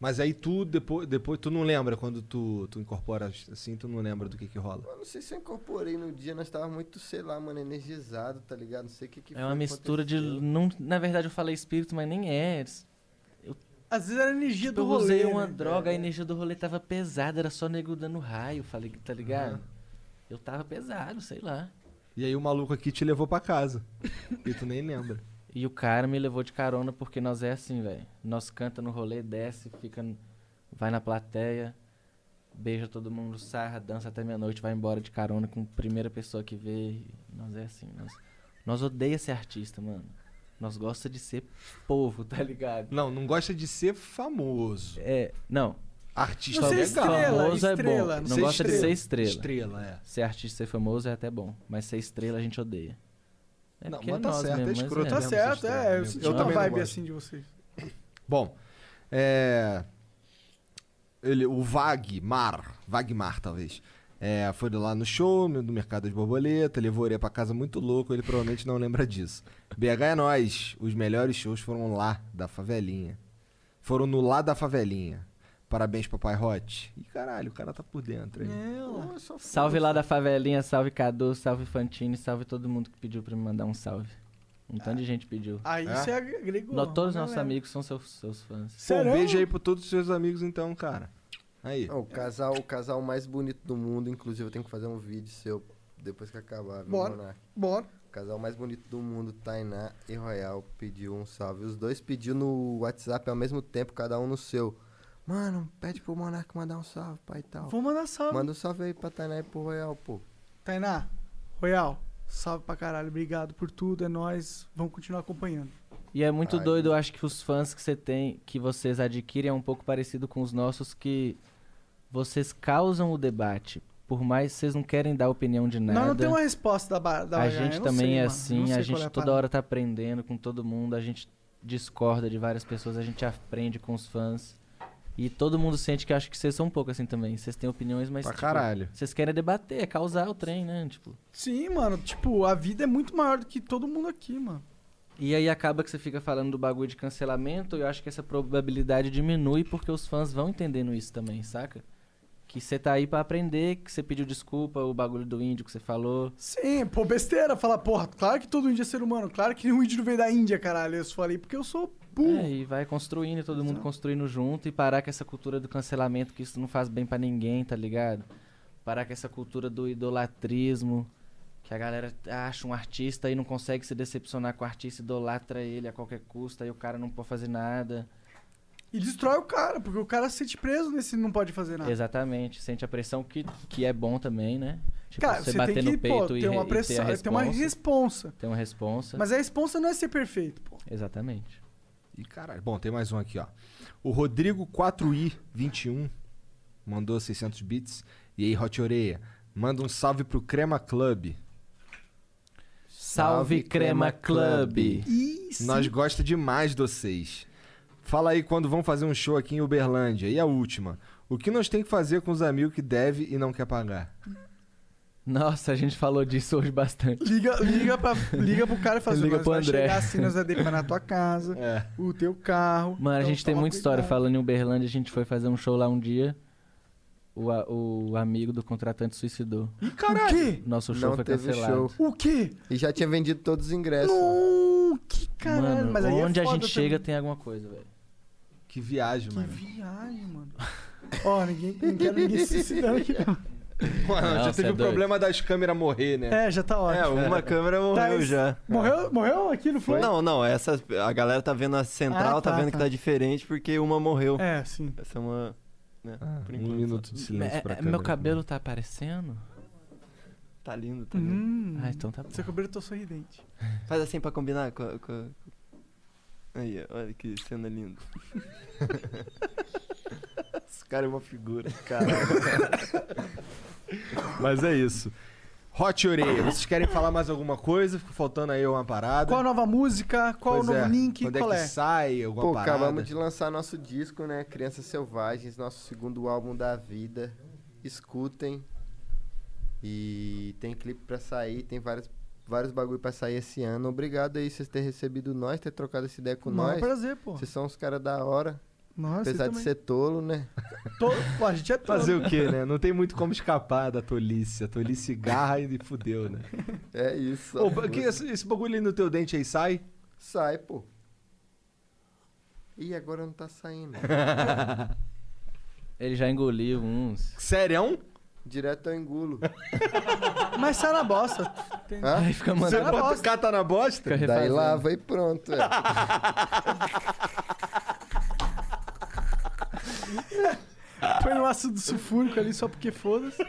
Speaker 6: Mas aí tu, depois, depois tu não lembra quando tu, tu incorpora assim, tu não lembra do que que rola.
Speaker 5: Eu não sei se eu incorporei no dia, nós tava muito, sei lá, mano, energizado, tá ligado? Não sei o que que
Speaker 7: É uma mistura de. Não, na verdade eu falei espírito, mas nem é.
Speaker 3: Às vezes era a energia
Speaker 7: Tipo,
Speaker 3: do
Speaker 7: eu
Speaker 3: rolê.
Speaker 7: usei uma
Speaker 3: né?
Speaker 7: droga, a energia do rolê tava pesada, era só nego dando raio, falei, tá ligado? Eu tava pesado, sei lá.
Speaker 6: E aí o maluco aqui te levou pra casa. e tu nem lembra.
Speaker 7: E o cara me levou de carona porque nós é assim, velho. Nós canta no rolê, desce, fica. n- Vai na plateia, beija todo mundo, sarra, dança até meia-noite, vai embora de carona com a primeira pessoa que vê. e Nós é assim, nós. Nós odeia ser artista, mano. Nós gosta de ser povo, tá ligado?
Speaker 6: Não, não gosta de ser famoso.
Speaker 7: É, não.
Speaker 6: Artista
Speaker 3: Não ser é
Speaker 6: legal.
Speaker 3: estrela,
Speaker 7: famoso
Speaker 3: estrela,
Speaker 7: é bom.
Speaker 3: não
Speaker 7: Não
Speaker 3: ser
Speaker 7: gosta de
Speaker 3: estrela.
Speaker 7: ser estrela.
Speaker 6: Estrela, é.
Speaker 7: Ser artista e ser famoso é até bom. Mas ser estrela a gente odeia. É
Speaker 6: Não,
Speaker 7: porque
Speaker 6: mas tá
Speaker 7: nós
Speaker 6: certo, é
Speaker 7: mesmo, mas
Speaker 6: escroto
Speaker 3: Tá
Speaker 6: mesmo,
Speaker 3: certo, é.
Speaker 6: vocês têm,
Speaker 3: Eu
Speaker 6: né?
Speaker 3: senti
Speaker 6: Eu
Speaker 3: uma
Speaker 6: também não
Speaker 3: vibe
Speaker 6: gosto.
Speaker 3: assim de vocês.
Speaker 6: Bom, é, ele, o Vagmar, Vagmar talvez, é, foi lá no show, no, no mercado de borboleta, levou a orelha pra casa muito louco, ele provavelmente não lembra disso. BH é nós, os melhores shows foram lá da favelinha. Foram no lá da favelinha. Parabéns, Papai Hot. Ih, caralho, o cara tá por dentro aí.
Speaker 3: É. Não,
Speaker 7: Salve lá da favelinha, salve Cadu, salve Fantini, salve todo mundo que pediu pra me mandar um salve. Um tanto de gente pediu.
Speaker 3: Aí
Speaker 6: É?
Speaker 3: você agregou.
Speaker 7: No- todos os
Speaker 3: né,
Speaker 7: nossos
Speaker 3: velho?
Speaker 7: amigos são seus, seus fãs.
Speaker 6: Pô,
Speaker 3: Sério?
Speaker 6: um beijo aí pra todos os seus amigos, então, cara. Aí.
Speaker 5: Não, o, casal, o casal mais bonito do mundo, inclusive eu tenho que fazer um vídeo seu depois que acabar, viu,
Speaker 3: Bora.
Speaker 5: Monark?
Speaker 3: Bora.
Speaker 5: O casal mais bonito do mundo, Tainá e Royal, pediu um salve. Os dois pediu no WhatsApp ao mesmo tempo, cada um no seu. Mano, pede pro Monark mandar um salve, pai e tal.
Speaker 3: Vou mandar salve.
Speaker 5: Manda um salve aí pra Tainá e pro Royal, pô.
Speaker 3: Tainá, Royal, salve pra caralho. Obrigado por tudo. É nóis. Vamos continuar acompanhando.
Speaker 7: E é muito
Speaker 5: Ai.
Speaker 7: doido, eu acho que os fãs que você tem, que vocês adquirem, é um pouco parecido com os nossos, que vocês causam o debate. Por mais que vocês não querem dar opinião de nada.
Speaker 3: Nós não temos uma resposta da, ba- da
Speaker 7: a
Speaker 3: Bagaiá, eu
Speaker 7: gente
Speaker 3: não sei,
Speaker 7: também é
Speaker 3: mano. Eu não
Speaker 7: assim,
Speaker 3: sei
Speaker 7: a
Speaker 3: qual é
Speaker 7: gente
Speaker 3: a
Speaker 7: toda
Speaker 3: parada.
Speaker 7: hora tá aprendendo com todo mundo, a gente discorda de várias pessoas, a gente aprende com os fãs. E todo mundo sente que acha que vocês são um pouco assim também. Vocês têm opiniões, mas. tipo,
Speaker 6: Pra caralho.
Speaker 7: Vocês querem debater, é causar o trem, né? Tipo.
Speaker 3: Sim, mano. Tipo, a vida é muito maior do que todo mundo aqui, mano.
Speaker 7: E aí acaba que você fica falando do bagulho de cancelamento, e eu acho que essa probabilidade diminui porque os fãs vão entendendo isso também, saca? Que você tá aí pra aprender, que você pediu desculpa, o bagulho do índio que você falou.
Speaker 3: Sim, pô, besteira. Falar, porra, claro que todo índio é ser humano. Claro que o índio não veio da Índia, caralho. Eu só falei porque eu sou burro.
Speaker 7: É, e vai construindo, e todo mundo construindo junto e parar com essa cultura do cancelamento, que isso não faz bem pra ninguém, tá ligado? Parar com essa cultura do idolatrismo, que a galera acha um artista e não consegue se decepcionar com o artista, idolatra ele a qualquer custo, aí o cara não pode fazer nada.
Speaker 3: E destrói o cara, porque o cara se sente preso nesse não pode fazer nada.
Speaker 7: Exatamente, sente a pressão que, que é bom também, né? Tipo,
Speaker 3: Cara,
Speaker 7: você
Speaker 3: você
Speaker 7: bater
Speaker 3: tem que
Speaker 7: no peito
Speaker 3: pô,
Speaker 7: e,
Speaker 3: ter
Speaker 7: re-
Speaker 3: uma
Speaker 7: e ter
Speaker 3: pressão,
Speaker 7: a
Speaker 3: tem uma
Speaker 7: responsa.
Speaker 3: responsa.
Speaker 7: Tem uma responsa.
Speaker 3: Mas a responsa não é ser perfeito, pô.
Speaker 7: Exatamente.
Speaker 6: Ih, caralho. Bom, tem mais um aqui, ó. O Rodrigo 4i21 mandou 600 bits. E aí, Hot Oreia, manda um salve pro Crema Club.
Speaker 7: Salve, Crema Club!
Speaker 3: Isso.
Speaker 6: Nós gosta demais de vocês. Fala aí quando vão fazer um show aqui em Uberlândia. E a última. O que nós tem que fazer com os amigos que deve e não quer pagar?
Speaker 7: Nossa, a gente falou disso hoje bastante.
Speaker 3: Liga, liga, pra, liga pro cara e fala assim,
Speaker 7: Liga
Speaker 3: "Nós
Speaker 7: pro
Speaker 3: vai
Speaker 7: André."
Speaker 3: chegar assim, nós vai depar na tua casa,
Speaker 5: É.
Speaker 3: o teu carro.
Speaker 7: Mano, a
Speaker 3: Então,
Speaker 7: gente tem
Speaker 3: toma
Speaker 7: muita história.
Speaker 3: cuidado.
Speaker 7: Falando em Uberlândia, a gente foi fazer um show lá um dia. O, a- o amigo do contratante suicidou.
Speaker 3: Ih, caralho! O quê?
Speaker 7: Nosso show
Speaker 5: Não
Speaker 7: foi
Speaker 5: teve
Speaker 7: cancelado.
Speaker 5: show.
Speaker 3: O quê?
Speaker 5: E já tinha vendido todos os ingressos.
Speaker 3: Não, que caralho.
Speaker 7: Mano,
Speaker 3: Mas aí é
Speaker 7: onde a
Speaker 3: foda
Speaker 7: gente chega
Speaker 3: também.
Speaker 7: tem alguma coisa, velho.
Speaker 6: Que viagem, mano.
Speaker 3: Que viagem, mano. Ó, ninguém, não quero ninguém se suicidando aqui. não.
Speaker 6: Mano,
Speaker 7: Não,
Speaker 6: já
Speaker 7: cê
Speaker 6: teve
Speaker 7: é
Speaker 6: o
Speaker 7: doido.
Speaker 6: problema das câmeras morrer, né?
Speaker 3: É, já tá
Speaker 8: É,
Speaker 3: ótimo.
Speaker 8: uma câmera
Speaker 3: Tá,
Speaker 8: morreu
Speaker 3: esse-
Speaker 8: já.
Speaker 3: Morreu, morreu aqui, não foi?
Speaker 8: Não, não, essa a galera tá vendo a central,
Speaker 3: Ah,
Speaker 8: tá,
Speaker 3: tá,
Speaker 8: vendo que
Speaker 3: tá.
Speaker 8: tá diferente porque uma morreu.
Speaker 3: É, sim.
Speaker 5: Tá
Speaker 8: Essa é uma, né,
Speaker 6: Ah,
Speaker 8: por
Speaker 6: um
Speaker 8: enquanto.
Speaker 6: minuto de silêncio
Speaker 7: É-
Speaker 6: pra
Speaker 7: é-
Speaker 6: câmera. né?
Speaker 7: meu cabelo tá aparecendo?
Speaker 8: Tá lindo, tá lindo.
Speaker 3: Hum,
Speaker 7: Ah, então tá bom.
Speaker 3: Você cobriu, eu tô sorridente.
Speaker 8: Faz assim pra combinar com, a- com a- Aí, ó, olha que cena linda. Esse cara é uma figura, cara.
Speaker 6: Mas é isso. Hot Oreia, vocês querem falar mais alguma coisa? Ficou faltando aí uma parada.
Speaker 3: Qual a nova música? Qual
Speaker 6: Pois
Speaker 3: o novo
Speaker 6: é.
Speaker 3: link?
Speaker 6: Quando
Speaker 3: Qual
Speaker 6: é que
Speaker 3: é?
Speaker 6: sai? Alguma
Speaker 5: Pô,
Speaker 6: parada?
Speaker 5: acabamos de lançar nosso disco, né? Crianças Selvagens, nosso segundo álbum da vida. Escutem. E tem clipe pra sair, tem várias, vários bagulho pra sair esse ano. Obrigado aí vocês terem recebido nós, ter trocado essa ideia com
Speaker 3: Maior
Speaker 5: nós.
Speaker 3: prazer, pô.
Speaker 5: Vocês são os caras da hora.
Speaker 3: Nossa,
Speaker 5: apesar de ser tolo, né?
Speaker 3: Pô, a gente é todo.
Speaker 6: Fazer o quê, né? Não tem muito como escapar da tolice. A tolice garra e fudeu, né?
Speaker 5: É isso.
Speaker 6: Ô, ba- que esse, esse bagulho aí no teu dente aí sai?
Speaker 5: Sai, pô. Ih, agora não tá saindo.
Speaker 7: Ele já engoliu uns.
Speaker 6: Sério? É um?
Speaker 5: Direto eu engulo.
Speaker 3: Mas sai na bosta. Tem-
Speaker 5: Hã?
Speaker 7: Aí fica
Speaker 6: Você
Speaker 5: é
Speaker 7: mandando.
Speaker 3: na
Speaker 6: bota o
Speaker 3: bosta.
Speaker 6: cata na bosta?
Speaker 7: Fica
Speaker 5: Daí
Speaker 7: refazendo.
Speaker 5: lava e pronto. É.
Speaker 3: Põe no ácido sulfúrico ali só porque foda-se.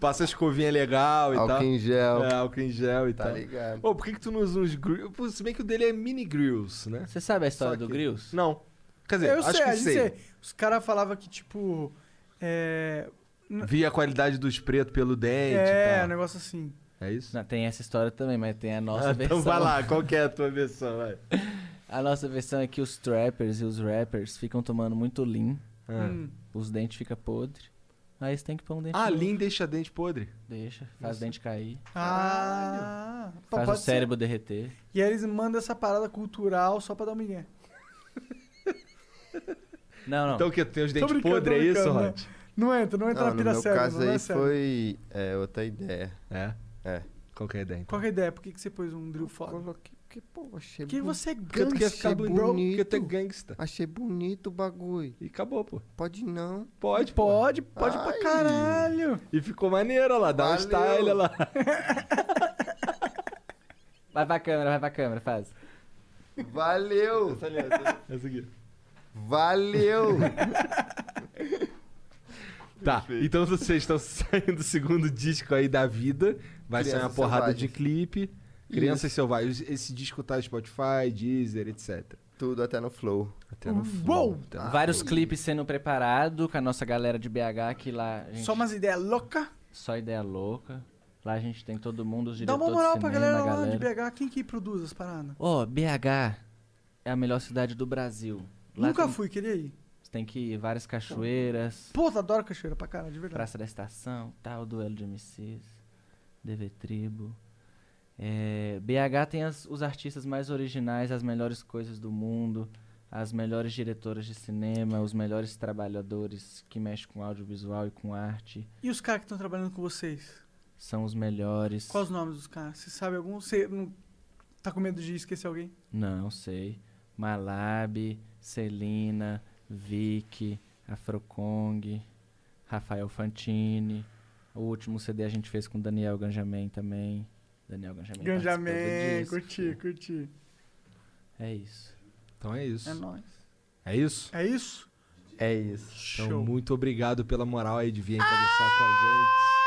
Speaker 6: Passa a escovinha legal e
Speaker 5: Álcool
Speaker 6: tal.
Speaker 5: em gel.
Speaker 6: É, álcool em gel e
Speaker 5: Tá
Speaker 6: tal.
Speaker 5: ligado.
Speaker 6: Ô, por que que tu não usa uns grills? Pô, Se bem que o dele é mini grills, né?
Speaker 7: Você sabe a história
Speaker 6: Só
Speaker 7: do
Speaker 6: que-
Speaker 7: Grills?
Speaker 6: Não. Quer dizer,
Speaker 3: Eu
Speaker 6: acho
Speaker 3: sei, a
Speaker 6: que
Speaker 3: gente
Speaker 6: sei.
Speaker 3: sei. Os caras falavam que, tipo. É.
Speaker 6: Via a qualidade dos pretos pelo dente e
Speaker 3: É,
Speaker 6: tal.
Speaker 3: um negócio assim.
Speaker 6: É isso?
Speaker 7: Não, tem essa história também, mas tem a nossa
Speaker 6: Ah,
Speaker 7: versão.
Speaker 6: então vai lá, qual que é a tua versão, vai.
Speaker 7: A nossa versão é que os trappers e os rappers ficam tomando muito lean,
Speaker 3: Hum.
Speaker 7: os dentes ficam podres. Aí você tem que pôr um dente.
Speaker 6: Ah,
Speaker 7: novo.
Speaker 6: Lean deixa dente podre.
Speaker 7: Deixa, faz dente cair,
Speaker 3: Ah, pô,
Speaker 7: faz o
Speaker 3: pode ser.
Speaker 7: cérebro derreter.
Speaker 3: E aí eles mandam essa parada cultural só pra dar um migué.
Speaker 7: Não, não.
Speaker 6: Então o que? Tem os
Speaker 3: Tô
Speaker 6: dentes
Speaker 3: brincando,
Speaker 6: podres,
Speaker 3: tô
Speaker 6: é isso,
Speaker 3: brincando,
Speaker 6: Rod?
Speaker 3: Não não entra, não entra
Speaker 5: Não,
Speaker 3: na
Speaker 5: no
Speaker 3: pira
Speaker 5: meu
Speaker 3: séria.
Speaker 5: caso
Speaker 3: não é
Speaker 5: aí
Speaker 3: séria.
Speaker 5: foi é, outra ideia.
Speaker 6: É?
Speaker 5: É.
Speaker 6: Qual que é a ideia, então?
Speaker 3: Qual que é a ideia? Por que, que você pôs um drill foda? Coloquei,
Speaker 5: porque, pô, achei
Speaker 3: Que você é
Speaker 5: Porque tu
Speaker 3: gangster,
Speaker 5: quer ficar
Speaker 3: bro.
Speaker 5: bonito.
Speaker 6: Porque tu é gangsta.
Speaker 5: Achei bonito o bagulho.
Speaker 6: E acabou, pô.
Speaker 5: Pode não.
Speaker 6: Pode,
Speaker 3: pode, pode
Speaker 5: Ai.
Speaker 3: pra caralho.
Speaker 6: E ficou maneiro, olha lá. Dá um
Speaker 5: Valeu.
Speaker 6: style, olha lá.
Speaker 7: Vai pra câmera, vai pra câmera, faz.
Speaker 5: Valeu!
Speaker 6: Essa aqui.
Speaker 5: Valeu!
Speaker 6: Tá, então vocês estão saindo do segundo disco aí da vida. Vai sair uma
Speaker 5: Crianças
Speaker 6: porrada
Speaker 5: Selvagens.
Speaker 6: de clipe. Crianças Selvagens. Esse disco tá no Spotify, Deezer, etc.
Speaker 5: Tudo até no Flow.
Speaker 6: Até no
Speaker 3: Uhum. Uou! Ah,
Speaker 6: Flow. até no
Speaker 7: Vários
Speaker 6: Flow.
Speaker 7: clipes sendo preparado com a nossa galera de BH que lá. gente,
Speaker 3: Só umas ideias loucas.
Speaker 7: Só ideia louca. Lá a gente tem todo mundo, os
Speaker 3: Dá
Speaker 7: diretores
Speaker 3: uma moral
Speaker 7: de
Speaker 3: pra
Speaker 7: cinema,
Speaker 3: galera
Speaker 7: a
Speaker 3: lá de
Speaker 7: galera.
Speaker 3: BH. Quem que produz as paradas?
Speaker 7: Ó, BH é a melhor cidade do Brasil. Lá
Speaker 3: Nunca
Speaker 7: tem,
Speaker 3: fui, queria ir.
Speaker 7: Tem que ir várias cachoeiras,
Speaker 3: Pô, eu adoro cachoeira pra caralho, de verdade.
Speaker 7: Praça da Estação, tal, Duelo de MCs, DV Tribo. É, BH tem as- os artistas mais originais, as melhores coisas do mundo, as melhores diretoras de cinema, os melhores trabalhadores que mexem com audiovisual e com arte.
Speaker 3: E os caras que estão trabalhando com vocês?
Speaker 7: São os melhores.
Speaker 3: Quais os nomes dos caras? Você sabe algum? Você não tá com medo de esquecer alguém?
Speaker 7: Não sei. Malab, Celina, Vic, Afrokong, Rafael Fantini. O último CD a gente fez com Daniel Ganjamin também. Daniel Ganjamin. participou do
Speaker 3: Ganjamin,
Speaker 7: disco.
Speaker 3: curti, curti.
Speaker 7: É isso.
Speaker 6: Então é isso.
Speaker 3: É nóis.
Speaker 6: É isso?
Speaker 3: É isso?
Speaker 5: É isso.
Speaker 6: Então,
Speaker 3: Show. Ah!
Speaker 6: muito obrigado pela moral aí de vir conversar com a gente.